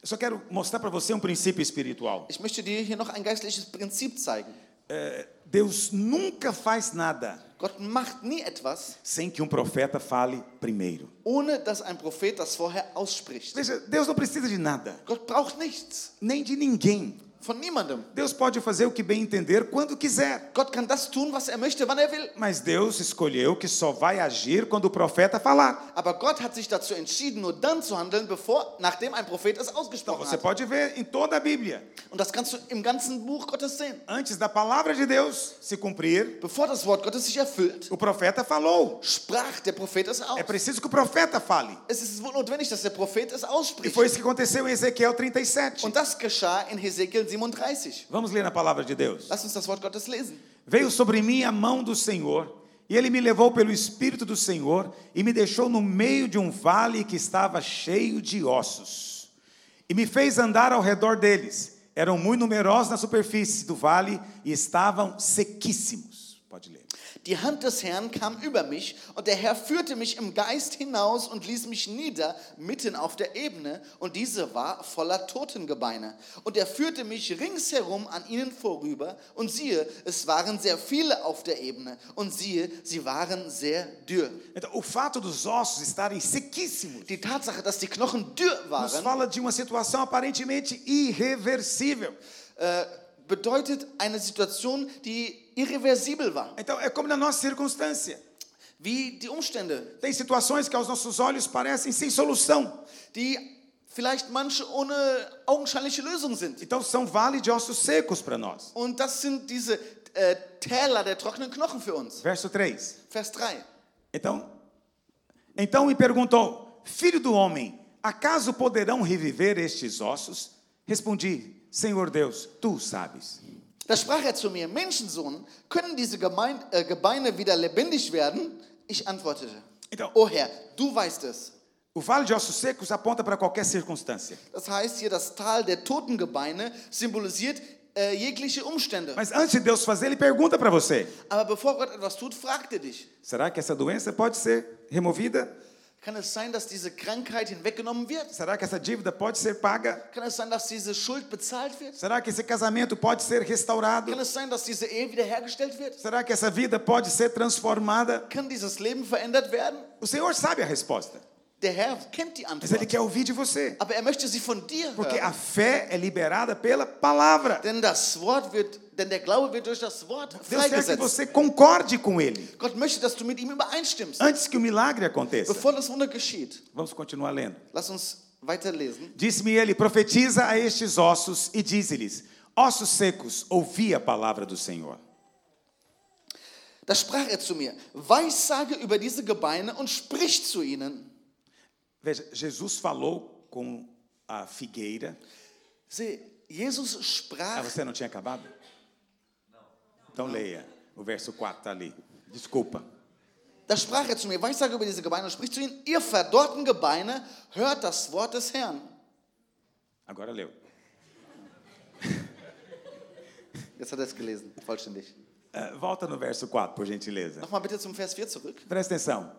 [SPEAKER 1] Eu só quero mostrar para você um princípio espiritual.
[SPEAKER 2] Ich möchte dir hier noch ein geistliches Prinzip zeigen.
[SPEAKER 1] Deus nunca faz nada
[SPEAKER 2] Gott macht nie etwas,
[SPEAKER 1] sem que um profeta fale primeiro.
[SPEAKER 2] ohne dass ein Prophet das vorher ausspricht.
[SPEAKER 1] Veja, Deus não precisa de nada,
[SPEAKER 2] Gott braucht nichts
[SPEAKER 1] nem de ninguém.
[SPEAKER 2] von niemandem.
[SPEAKER 1] Deus pode fazer o que bem entender quando quiser.
[SPEAKER 2] Gott kann das tun, was er möchte, wann er will.
[SPEAKER 1] Mas Deus escolheu que só vai agir quando o profeta falar.
[SPEAKER 2] Aber Gott hat sich dazu entschieden, nur dann zu handeln, bevor, nachdem ein Prophet es
[SPEAKER 1] Então
[SPEAKER 2] ausgesprochen
[SPEAKER 1] você
[SPEAKER 2] hat.
[SPEAKER 1] pode ver em toda a Bíblia.
[SPEAKER 2] Und das kannst du im ganzen Buch Gottes sehen.
[SPEAKER 1] Antes da palavra de Deus se cumprir,
[SPEAKER 2] Bevor das Wort Gottes sich erfüllt,
[SPEAKER 1] o profeta falou.
[SPEAKER 2] sprach der Prophet es aus.
[SPEAKER 1] É preciso que o profeta fale.
[SPEAKER 2] Es ist wohl notwendig, dass der Prophet es
[SPEAKER 1] E
[SPEAKER 2] ausspricht.
[SPEAKER 1] foi isso que aconteceu em Ezequiel 37.
[SPEAKER 2] Und das geschah in Hesekiel 37.
[SPEAKER 1] Vamos ler na palavra de Deus.
[SPEAKER 2] Lass uns das Wort Gottes lesen.
[SPEAKER 1] Veio sobre mim a mão do Senhor, e ele me levou pelo Espírito do Senhor e me deixou no meio de um vale que estava cheio de ossos. E me fez andar ao redor deles. Eram muito numerosos na superfície do vale e estavam sequíssimos. Pode ler.
[SPEAKER 2] Die Hand des Herrn kam über mich, und der Herr führte mich im Geist hinaus und ließ mich nieder mitten auf der Ebene, und diese war voller Totengebeine. Und er führte mich ringsherum an ihnen vorüber, und siehe, es waren sehr viele auf der Ebene, und siehe, sie waren sehr dürr.
[SPEAKER 1] Então, o fato dos ossos estarem sequíssimos
[SPEAKER 2] Die Tatsache, dass die Knochen dürr
[SPEAKER 1] nos
[SPEAKER 2] waren,
[SPEAKER 1] fala de uma situação aparentemente irreversível.
[SPEAKER 2] äh, bedeutet eine Situation, die irreversibel war,
[SPEAKER 1] Então, é como na nossa circunstância.
[SPEAKER 2] wie die Umstände,
[SPEAKER 1] Tem situações que aos nossos olhos parecem sem solução.
[SPEAKER 2] die vielleicht manche ohne augenscheinliche Lösung sind.
[SPEAKER 1] Então, são vale de ossos secos para nós.
[SPEAKER 2] Und das sind diese äh, Täler der trockenen Knochen für uns.
[SPEAKER 1] Verso 3.
[SPEAKER 2] Vers 3.
[SPEAKER 1] Então, então me perguntou: Filho do homem, acaso poderão reviver estes ossos? Respondi: Senhor Deus, tu sabes.
[SPEAKER 2] Da sprach er zu mir, Menschensohn, können diese Gemein äh, Gebeine wieder lebendig werden? Ich antwortete,
[SPEAKER 1] Então,
[SPEAKER 2] O Herr, du weißt es.
[SPEAKER 1] o vale de ossos secos aponta para qualquer circunstância.
[SPEAKER 2] Das heißt hier, das Tal der Totengebeine symbolisiert äh, jegliche Umstände.
[SPEAKER 1] Mas antes de Deus fazer, ele pergunta para você:
[SPEAKER 2] Aber bevor Gott etwas tut, fragt er dich.
[SPEAKER 1] será que essa doença pode ser removida?
[SPEAKER 2] Kann es sein, dass diese Krankheit hinweggenommen wird?
[SPEAKER 1] Será que essa dívida pode ser paga?
[SPEAKER 2] Kann es sein, dass diese Schuld bezahlt wird?
[SPEAKER 1] Será que esse casamento pode ser restaurado?
[SPEAKER 2] Kann es sein, dass diese Ehe wiederhergestellt wird?
[SPEAKER 1] Será que essa vida pode ser transformada?
[SPEAKER 2] Kann dieses Leben verändert werden?
[SPEAKER 1] O Senhor sabe a resposta,
[SPEAKER 2] Der Herr kennt die
[SPEAKER 1] mas Ele
[SPEAKER 2] Antwort.
[SPEAKER 1] quer ouvir de você,
[SPEAKER 2] Aber er möchte sie von dir
[SPEAKER 1] porque a
[SPEAKER 2] hören.
[SPEAKER 1] fé é liberada pela palavra.
[SPEAKER 2] Denn das Wort wird, denn der Glaube wird durch das Wort
[SPEAKER 1] Deus quer que
[SPEAKER 2] freigesetzt.
[SPEAKER 1] você concorde com Ele
[SPEAKER 2] Gott möchte, dass du mit ihm übereinstimmst.
[SPEAKER 1] antes que o milagre aconteça.
[SPEAKER 2] Bevor das Wunder geschieht,
[SPEAKER 1] Vamos continuar lendo.
[SPEAKER 2] lass uns weiterlesen.
[SPEAKER 1] Disse-me ele: profetiza a estes ossos e dize-lhes: ossos secos, ouvi a palavra do Senhor.
[SPEAKER 2] Da sprach er zu mir, Weissage über diese Gebeine und sprich zu ihnen.
[SPEAKER 1] Veja, Jesus falou com a figueira.
[SPEAKER 2] Seh, Jesus
[SPEAKER 1] Ah,
[SPEAKER 2] sprach
[SPEAKER 1] você não tinha acabado? Então leia o verso 4 tá ali. Desculpa.
[SPEAKER 2] Da sprach er zu mir, Weissage über diese Gebeine und spricht zu ihnen, ihr verdorrten Gebeine, hört das Wort des Herrn.
[SPEAKER 1] Agora leu.
[SPEAKER 2] Jetzt hat er es gelesen, vollständig.
[SPEAKER 1] Ah, volta no verso 4, por gentileza.
[SPEAKER 2] Nochmal bitte zum Vers 4 zurück.
[SPEAKER 1] Presta atenção.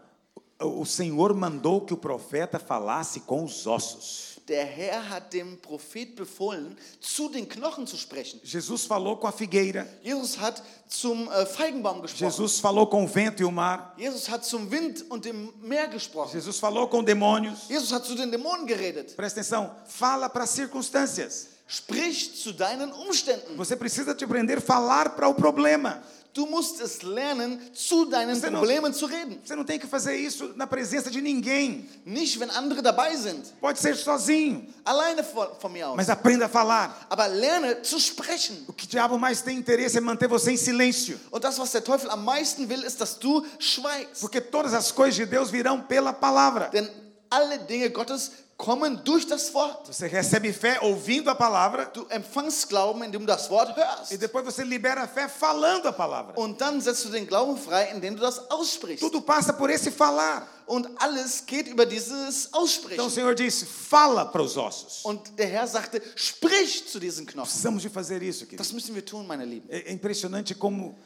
[SPEAKER 1] O o Senhor mandou que o profeta falasse com os ossos.
[SPEAKER 2] Der Herr hat dem Prophet befohlen, zu den Knochen zu sprechen.
[SPEAKER 1] Jesus falou com a figueira.
[SPEAKER 2] Jesus hat zum äh, Feigenbaum gesprochen.
[SPEAKER 1] Jesus falou com o vento e o mar.
[SPEAKER 2] Jesus hat zum Wind und dem Meer gesprochen.
[SPEAKER 1] Jesus falou com demônios.
[SPEAKER 2] Jesus hat zu den Dämonen geredet.
[SPEAKER 1] Presta atenção. Fala para as circunstâncias.
[SPEAKER 2] Sprich zu deinen Umständen.
[SPEAKER 1] Você precisa te aprender a falar para o problema.
[SPEAKER 2] Du musst es lernen, zu deinen
[SPEAKER 1] Sind noch-
[SPEAKER 2] Problemen zu reden.
[SPEAKER 1] Você não tem que fazer isso na presença de ninguém.
[SPEAKER 2] Nicht, wenn andere dabei sind.
[SPEAKER 1] Pode ser sozinho,
[SPEAKER 2] Alleine von, von mir aus.
[SPEAKER 1] mas aprenda a falar.
[SPEAKER 2] Aber lerne zu sprechen.
[SPEAKER 1] O que o diabo mais tem interesse é manter você em silêncio,
[SPEAKER 2] Und das, was der Teufel am meisten will, ist, dass du schweigst.
[SPEAKER 1] porque todas as coisas de Deus virão pela palavra.
[SPEAKER 2] Denn alle Dinge Gottes kommen durch das Wort.
[SPEAKER 1] Você recebe fé ouvindo a palavra
[SPEAKER 2] Du empfängst Glauben, indem du das Wort
[SPEAKER 1] e
[SPEAKER 2] hörst.
[SPEAKER 1] depois você libera a fé falando a palavra.
[SPEAKER 2] Und dann setzt du den Glauben frei, indem du das aussprichst.
[SPEAKER 1] Tudo passa por esse falar.
[SPEAKER 2] Und alles geht über dieses
[SPEAKER 1] Então o
[SPEAKER 2] Aussprechen.
[SPEAKER 1] Senhor disse: fala para os ossos.
[SPEAKER 2] Und der Herr sagte, sprich zu diesen Knochen.
[SPEAKER 1] Precisamos de fazer isso, querido.
[SPEAKER 2] Das müssen wir tun, meine Lieben.
[SPEAKER 1] É é impressionante como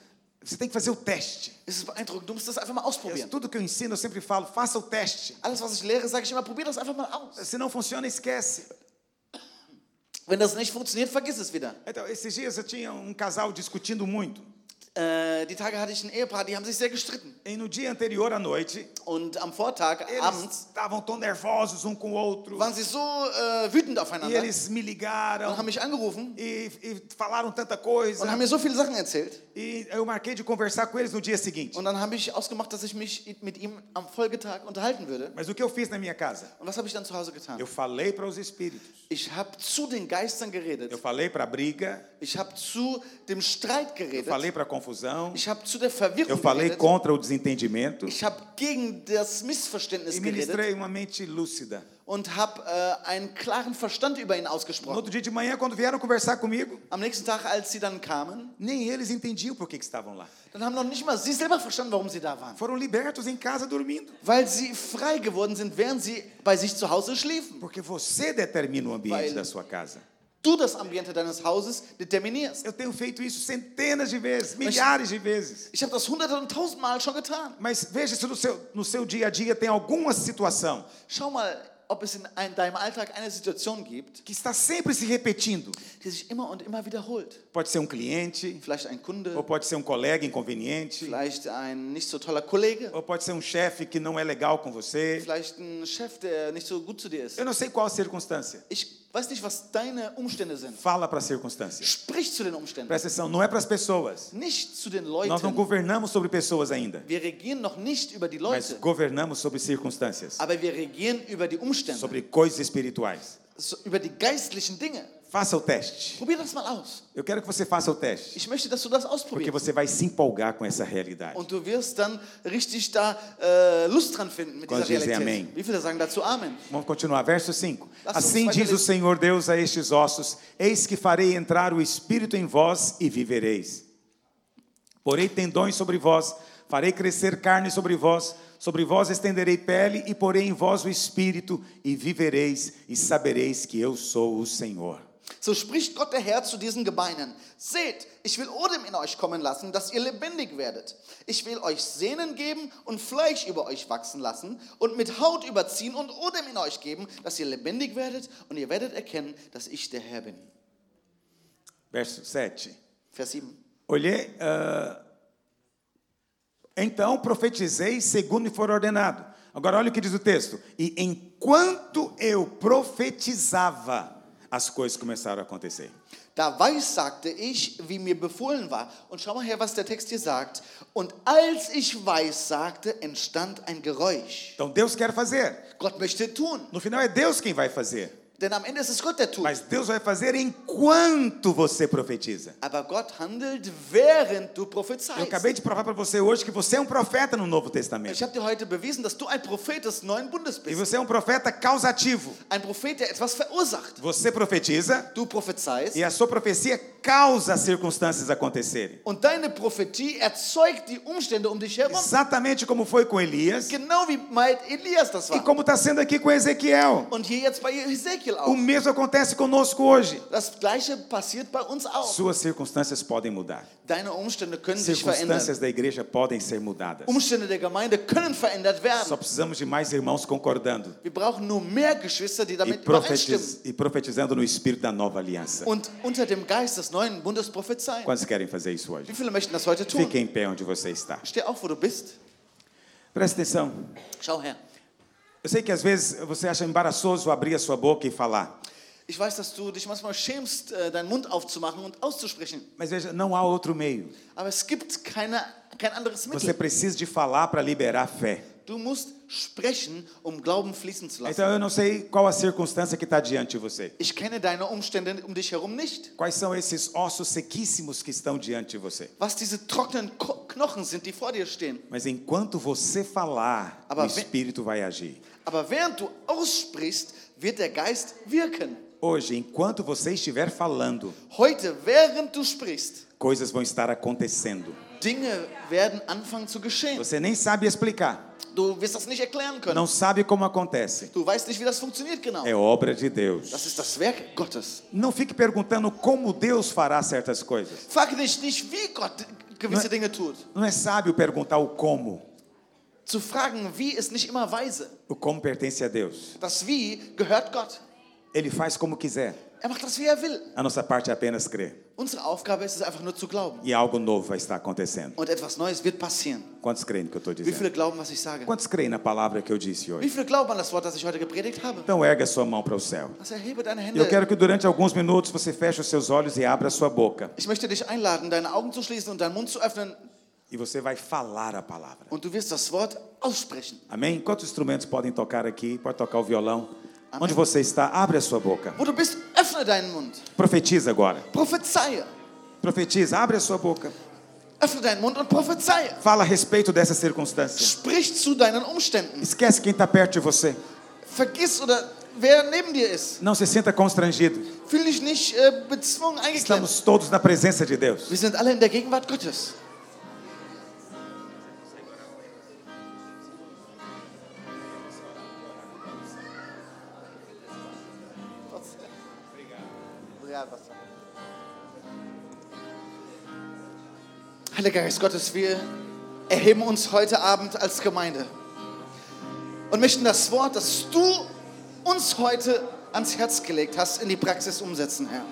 [SPEAKER 1] você tem que fazer o teste.
[SPEAKER 2] Es ist beeindruckend, du musst das einfach mal
[SPEAKER 1] Eu-
[SPEAKER 2] ausprobieren.
[SPEAKER 1] tudo que eu ensino, eu sempre falo: faça o teste.
[SPEAKER 2] Alles, was ich lehre, sage ich immer, probier das einfach mal aus.
[SPEAKER 1] Se não funciona, esquece.
[SPEAKER 2] Wenn das nicht funktioniert, vergiss es wieder.
[SPEAKER 1] Então, esses dias eu tinha um casal discutindo muito.
[SPEAKER 2] Äh, die Tage hatte ich ein Ehepaar, die haben sich sehr gestritten.
[SPEAKER 1] E no dia anterior à noite,
[SPEAKER 2] Und am Vortag, abends,
[SPEAKER 1] eles estavam tão nervosos um com o outro.
[SPEAKER 2] waren sie so äh, wütend
[SPEAKER 1] E
[SPEAKER 2] aufeinander
[SPEAKER 1] eles me
[SPEAKER 2] und
[SPEAKER 1] ligaram
[SPEAKER 2] haben mich angerufen
[SPEAKER 1] e, e falaram tanta
[SPEAKER 2] und
[SPEAKER 1] coisa.
[SPEAKER 2] haben mir so viele Sachen erzählt.
[SPEAKER 1] E eu marquei de conversar com eles no dia seguinte.
[SPEAKER 2] Und dann habe ich ausgemacht, dass ich mich mit ihm am Folgetag unterhalten würde.
[SPEAKER 1] Mas o que eu fiz na minha casa?
[SPEAKER 2] Und was habe ich dann zu Hause getan?
[SPEAKER 1] Eu falei para os espíritos.
[SPEAKER 2] Ich habe zu den Geistern
[SPEAKER 1] Eu
[SPEAKER 2] geredet.
[SPEAKER 1] falei para a briga.
[SPEAKER 2] Ich habe zu dem Streit
[SPEAKER 1] Eu
[SPEAKER 2] geredet.
[SPEAKER 1] falei para a confusão.
[SPEAKER 2] Ich habe zu der
[SPEAKER 1] Eu
[SPEAKER 2] Verwirrung
[SPEAKER 1] falei
[SPEAKER 2] geredet.
[SPEAKER 1] contra o desentendimento.
[SPEAKER 2] Ich habe gegen das Missverständnis
[SPEAKER 1] E
[SPEAKER 2] geredet
[SPEAKER 1] ministrei uma mente lúcida.
[SPEAKER 2] und habe äh, einen klaren Verstand über ihn
[SPEAKER 1] No
[SPEAKER 2] ausgesprochen.
[SPEAKER 1] outro dia de manhã, quando vieram conversar comigo,
[SPEAKER 2] Am nächsten Tag, als sie dann kamen,
[SPEAKER 1] nem eles entendiam por que, que estavam lá.
[SPEAKER 2] dann haben noch nicht mal sie selber verstanden, warum sie da waren.
[SPEAKER 1] Foram libertos em casa dormindo.
[SPEAKER 2] Weil sie frei geworden sind, während sie bei sich zu Hause schliefen.
[SPEAKER 1] Porque você determina o ambiente
[SPEAKER 2] Vai-
[SPEAKER 1] da sua casa.
[SPEAKER 2] du das Ambiente deines Hauses determinierst.
[SPEAKER 1] Eu tenho feito isso centenas de vezes, milhares de vezes.
[SPEAKER 2] Ich habe das hunderte und tausendmal schon getan.
[SPEAKER 1] Mas veja se no seu, no seu dia a dia tem alguma situação
[SPEAKER 2] Schau mal, ob es in ein- deinem Alltag eine Situation gibt,
[SPEAKER 1] que está sempre se repetindo.
[SPEAKER 2] die sich immer und immer wiederholt.
[SPEAKER 1] Pode ser um cliente,
[SPEAKER 2] Vielleicht ein
[SPEAKER 1] ou
[SPEAKER 2] Kunde,
[SPEAKER 1] pode ser um colega inconveniente,
[SPEAKER 2] vielleicht ein nicht so toller Kollege,
[SPEAKER 1] ou pode ser um chefe que não é legal com você.
[SPEAKER 2] vielleicht ein Chef, der nicht so gut zu dir ist.
[SPEAKER 1] Eu não sei qual a circunstância.
[SPEAKER 2] Ich weiß nicht, was deine Umstände sind.
[SPEAKER 1] Fala para a circunstância.
[SPEAKER 2] Sprich zu den Umständen,
[SPEAKER 1] Presta atenção, não é para as pessoas.
[SPEAKER 2] nicht zu den
[SPEAKER 1] Nós não
[SPEAKER 2] Leuten.
[SPEAKER 1] governamos sobre pessoas ainda,
[SPEAKER 2] Wir regieren noch nicht über die
[SPEAKER 1] mas
[SPEAKER 2] Leute,
[SPEAKER 1] governamos sobre circunstâncias,
[SPEAKER 2] aber wir regieren über die Umstände,
[SPEAKER 1] sobre coisas espirituais.
[SPEAKER 2] so- über die geistlichen Dinge.
[SPEAKER 1] Faça o teste.
[SPEAKER 2] Probier das mal aus.
[SPEAKER 1] Eu quero que você faça o teste,
[SPEAKER 2] Ich möchte, dass du das
[SPEAKER 1] porque
[SPEAKER 2] ausprobierst.
[SPEAKER 1] você vai se empolgar com essa realidade.
[SPEAKER 2] Und du wirst dann richtig da äh, Lust dran finden mit
[SPEAKER 1] Gott,
[SPEAKER 2] dieser
[SPEAKER 1] ich sehe
[SPEAKER 2] Realität.
[SPEAKER 1] Amen.
[SPEAKER 2] Wie viele sagen dazu Amen?
[SPEAKER 1] Vamos continuar, verso 5.
[SPEAKER 2] Lass uns
[SPEAKER 1] Assim diz
[SPEAKER 2] weiterlesen.
[SPEAKER 1] o Senhor Deus a estes ossos: Eis que farei entrar o espírito em vós e vivereis. Porei tendões sobre vós, farei crescer carne sobre vós, sobre vós estenderei pele e porei em vós o espírito e vivereis e sabereis que eu sou o Senhor.
[SPEAKER 2] So spricht Gott der Herr zu diesen Gebeinen. Seht, ich will Odem in euch kommen lassen, dass ihr lebendig werdet. Ich will euch Sehnen geben und Fleisch über euch wachsen lassen und mit Haut überziehen und Odem in euch geben, dass ihr lebendig werdet und ihr werdet erkennen, dass ich der Herr bin.
[SPEAKER 1] Verso 7.
[SPEAKER 2] Vers 7.
[SPEAKER 1] Olhei. ah, então profetizei segundo me for ordenado. Agora olha o que diz o texto. E enquanto eu profetizava, as coisas começaram a acontecer.
[SPEAKER 2] Da weissagte ich, wie mir befohlen war. Und schau mal her, was der Text hier sagt. Und als ich weissagte, entstand ein Geräusch.
[SPEAKER 1] Então Deus quer fazer.
[SPEAKER 2] Gott möchte tun.
[SPEAKER 1] No final é Deus quem vai fazer.
[SPEAKER 2] Denn am Ende ist es Gott, der tut.
[SPEAKER 1] Mas Deus vai fazer enquanto você profetiza.
[SPEAKER 2] Aber Gott handelt, während du
[SPEAKER 1] Eu
[SPEAKER 2] prophezeist.
[SPEAKER 1] acabei de provar para você hoje que você é um profeta no Novo
[SPEAKER 2] Ich
[SPEAKER 1] Testamento.
[SPEAKER 2] habe dir heute bewiesen, dass du ein Prophet des neuen Bundes
[SPEAKER 1] E
[SPEAKER 2] bist.
[SPEAKER 1] você é um profeta causativo.
[SPEAKER 2] Ein Prophet, der etwas verursacht.
[SPEAKER 1] Você profetiza
[SPEAKER 2] Du prophezeist
[SPEAKER 1] e a sua profecia causa as circunstâncias acontecerem.
[SPEAKER 2] und deine Prophetie erzeugt die Umstände um dich herum.
[SPEAKER 1] Exatamente como foi com Elias
[SPEAKER 2] Genau wie bei Elias das
[SPEAKER 1] e
[SPEAKER 2] war.
[SPEAKER 1] como está sendo aqui com Ezequiel.
[SPEAKER 2] Und hier jetzt bei Ezekiel
[SPEAKER 1] O
[SPEAKER 2] auch.
[SPEAKER 1] mesmo acontece conosco hoje.
[SPEAKER 2] Das gleiche passiert bei uns auch.
[SPEAKER 1] Suas circunstâncias podem mudar.
[SPEAKER 2] Deine Umstände können sich verändern.
[SPEAKER 1] Circunstâncias da igreja podem ser mudadas.
[SPEAKER 2] Umstände der Gemeinde können verändert
[SPEAKER 1] Só
[SPEAKER 2] werden.
[SPEAKER 1] precisamos de mais irmãos concordando
[SPEAKER 2] Wir brauchen nur mehr Geschwister, die
[SPEAKER 1] e,
[SPEAKER 2] damit übereinstimmen
[SPEAKER 1] profetiz- e profetizando no espírito da nova aliança.
[SPEAKER 2] und unter dem Geist des neuen Bundes prophezeien.
[SPEAKER 1] Quantos querem fazer isso hoje?
[SPEAKER 2] Wie viele möchten das heute tun?
[SPEAKER 1] Fique em pé onde você está.
[SPEAKER 2] Steh auf, wo du bist.
[SPEAKER 1] Presta atenção.
[SPEAKER 2] Schau her.
[SPEAKER 1] Eu sei que às vezes você acha embaraçoso abrir a sua boca e falar.
[SPEAKER 2] Ich weiß, dass du dich manchmal schämst, äh, deinen Mund aufzumachen und auszusprechen.
[SPEAKER 1] Mas veja, não há outro meio.
[SPEAKER 2] Aber es gibt keine, kein anderes
[SPEAKER 1] Você
[SPEAKER 2] Mittel.
[SPEAKER 1] precisa de falar para liberar fé.
[SPEAKER 2] Du musst sprechen, um Glauben fließen zu lassen.
[SPEAKER 1] Então eu não sei qual a circunstância que está diante de você.
[SPEAKER 2] Ich kenne deine Umstände um dich herum nicht.
[SPEAKER 1] Quais são esses ossos sequíssimos que estão diante de você?
[SPEAKER 2] Was diese trockenen Ko Knochen sind, die vor dir stehen.
[SPEAKER 1] Mas enquanto você falar,
[SPEAKER 2] Ah,
[SPEAKER 1] o
[SPEAKER 2] mas vem-
[SPEAKER 1] Espírito vai agir.
[SPEAKER 2] Aber während du aussprichst, wird der Geist wirken.
[SPEAKER 1] Hoje, enquanto você estiver falando,
[SPEAKER 2] Heute, während du sprichst,
[SPEAKER 1] coisas vão estar acontecendo.
[SPEAKER 2] Dinge werden anfangen zu geschehen.
[SPEAKER 1] Você nem sabe explicar,
[SPEAKER 2] Du wirst das nicht erklären können.
[SPEAKER 1] não sabe como acontece.
[SPEAKER 2] Du weißt nicht, wie das funktioniert genau.
[SPEAKER 1] É obra de Deus.
[SPEAKER 2] Das ist das Werk Gottes.
[SPEAKER 1] Não fique perguntando como Deus fará certas coisas.
[SPEAKER 2] Frag dich nicht, wie Gott
[SPEAKER 1] Ne-
[SPEAKER 2] gewisse Dinge tut.
[SPEAKER 1] Não é sábio perguntar o como.
[SPEAKER 2] Zu fragen, wie, ist nicht immer weise.
[SPEAKER 1] O como pertence a Deus.
[SPEAKER 2] Das Wie gehört Gott.
[SPEAKER 1] Ele faz como quiser.
[SPEAKER 2] Er macht das, wie er will.
[SPEAKER 1] A nossa parte é apenas crer.
[SPEAKER 2] Unsere Aufgabe ist es einfach nur zu glauben.
[SPEAKER 1] E algo novo vai estar acontecendo.
[SPEAKER 2] Und etwas Neues wird passieren.
[SPEAKER 1] Quantos creem no que eu estou
[SPEAKER 2] Wie
[SPEAKER 1] dizendo?
[SPEAKER 2] viele glauben, was ich sage?
[SPEAKER 1] Quantos creem na palavra que eu disse
[SPEAKER 2] Wie
[SPEAKER 1] hoje?
[SPEAKER 2] viele glauben an das Wort, das ich heute gepredigt habe?
[SPEAKER 1] Então ergue a sua mão para o céu.
[SPEAKER 2] Also erhebe deine
[SPEAKER 1] Eu
[SPEAKER 2] Hände.
[SPEAKER 1] quero que durante alguns minutos você feche os seus olhos e abra a sua boca.
[SPEAKER 2] Ich möchte dich einladen, deine Augen zu schließen und deinen Mund zu öffnen.
[SPEAKER 1] E você vai falar a palavra.
[SPEAKER 2] Und du wirst das Wort aussprechen.
[SPEAKER 1] Amém? Quantos instrumentos podem tocar aqui? Pode tocar o violão. Onde você está, abre a sua boca.
[SPEAKER 2] Wo du bist, öffne deinen Mund.
[SPEAKER 1] Profetiza agora.
[SPEAKER 2] Prophezeie.
[SPEAKER 1] Profetiza, abre a sua boca.
[SPEAKER 2] Öffne deinen Mund und prophezeie.
[SPEAKER 1] Fala a respeito dessa circunstância.
[SPEAKER 2] Sprich zu deinen Umständen.
[SPEAKER 1] Esquece quem está perto de você.
[SPEAKER 2] Vergiss oder wer neben dir ist.
[SPEAKER 1] Não se sinta constrangido.
[SPEAKER 2] Fühl dich nicht äh, bezwungen, eingeklemmt.
[SPEAKER 1] Estamos todos na presença de Deus.
[SPEAKER 2] Wir sind alle in der Gegenwart Gottes. Obrigado. Mineralwasser. Heiliger Geist Gottes, wir erheben uns heute Abend als Gemeinde und möchten das Wort, das du uns heute ans Herz gelegt hast, in die Praxis umsetzen, Herr.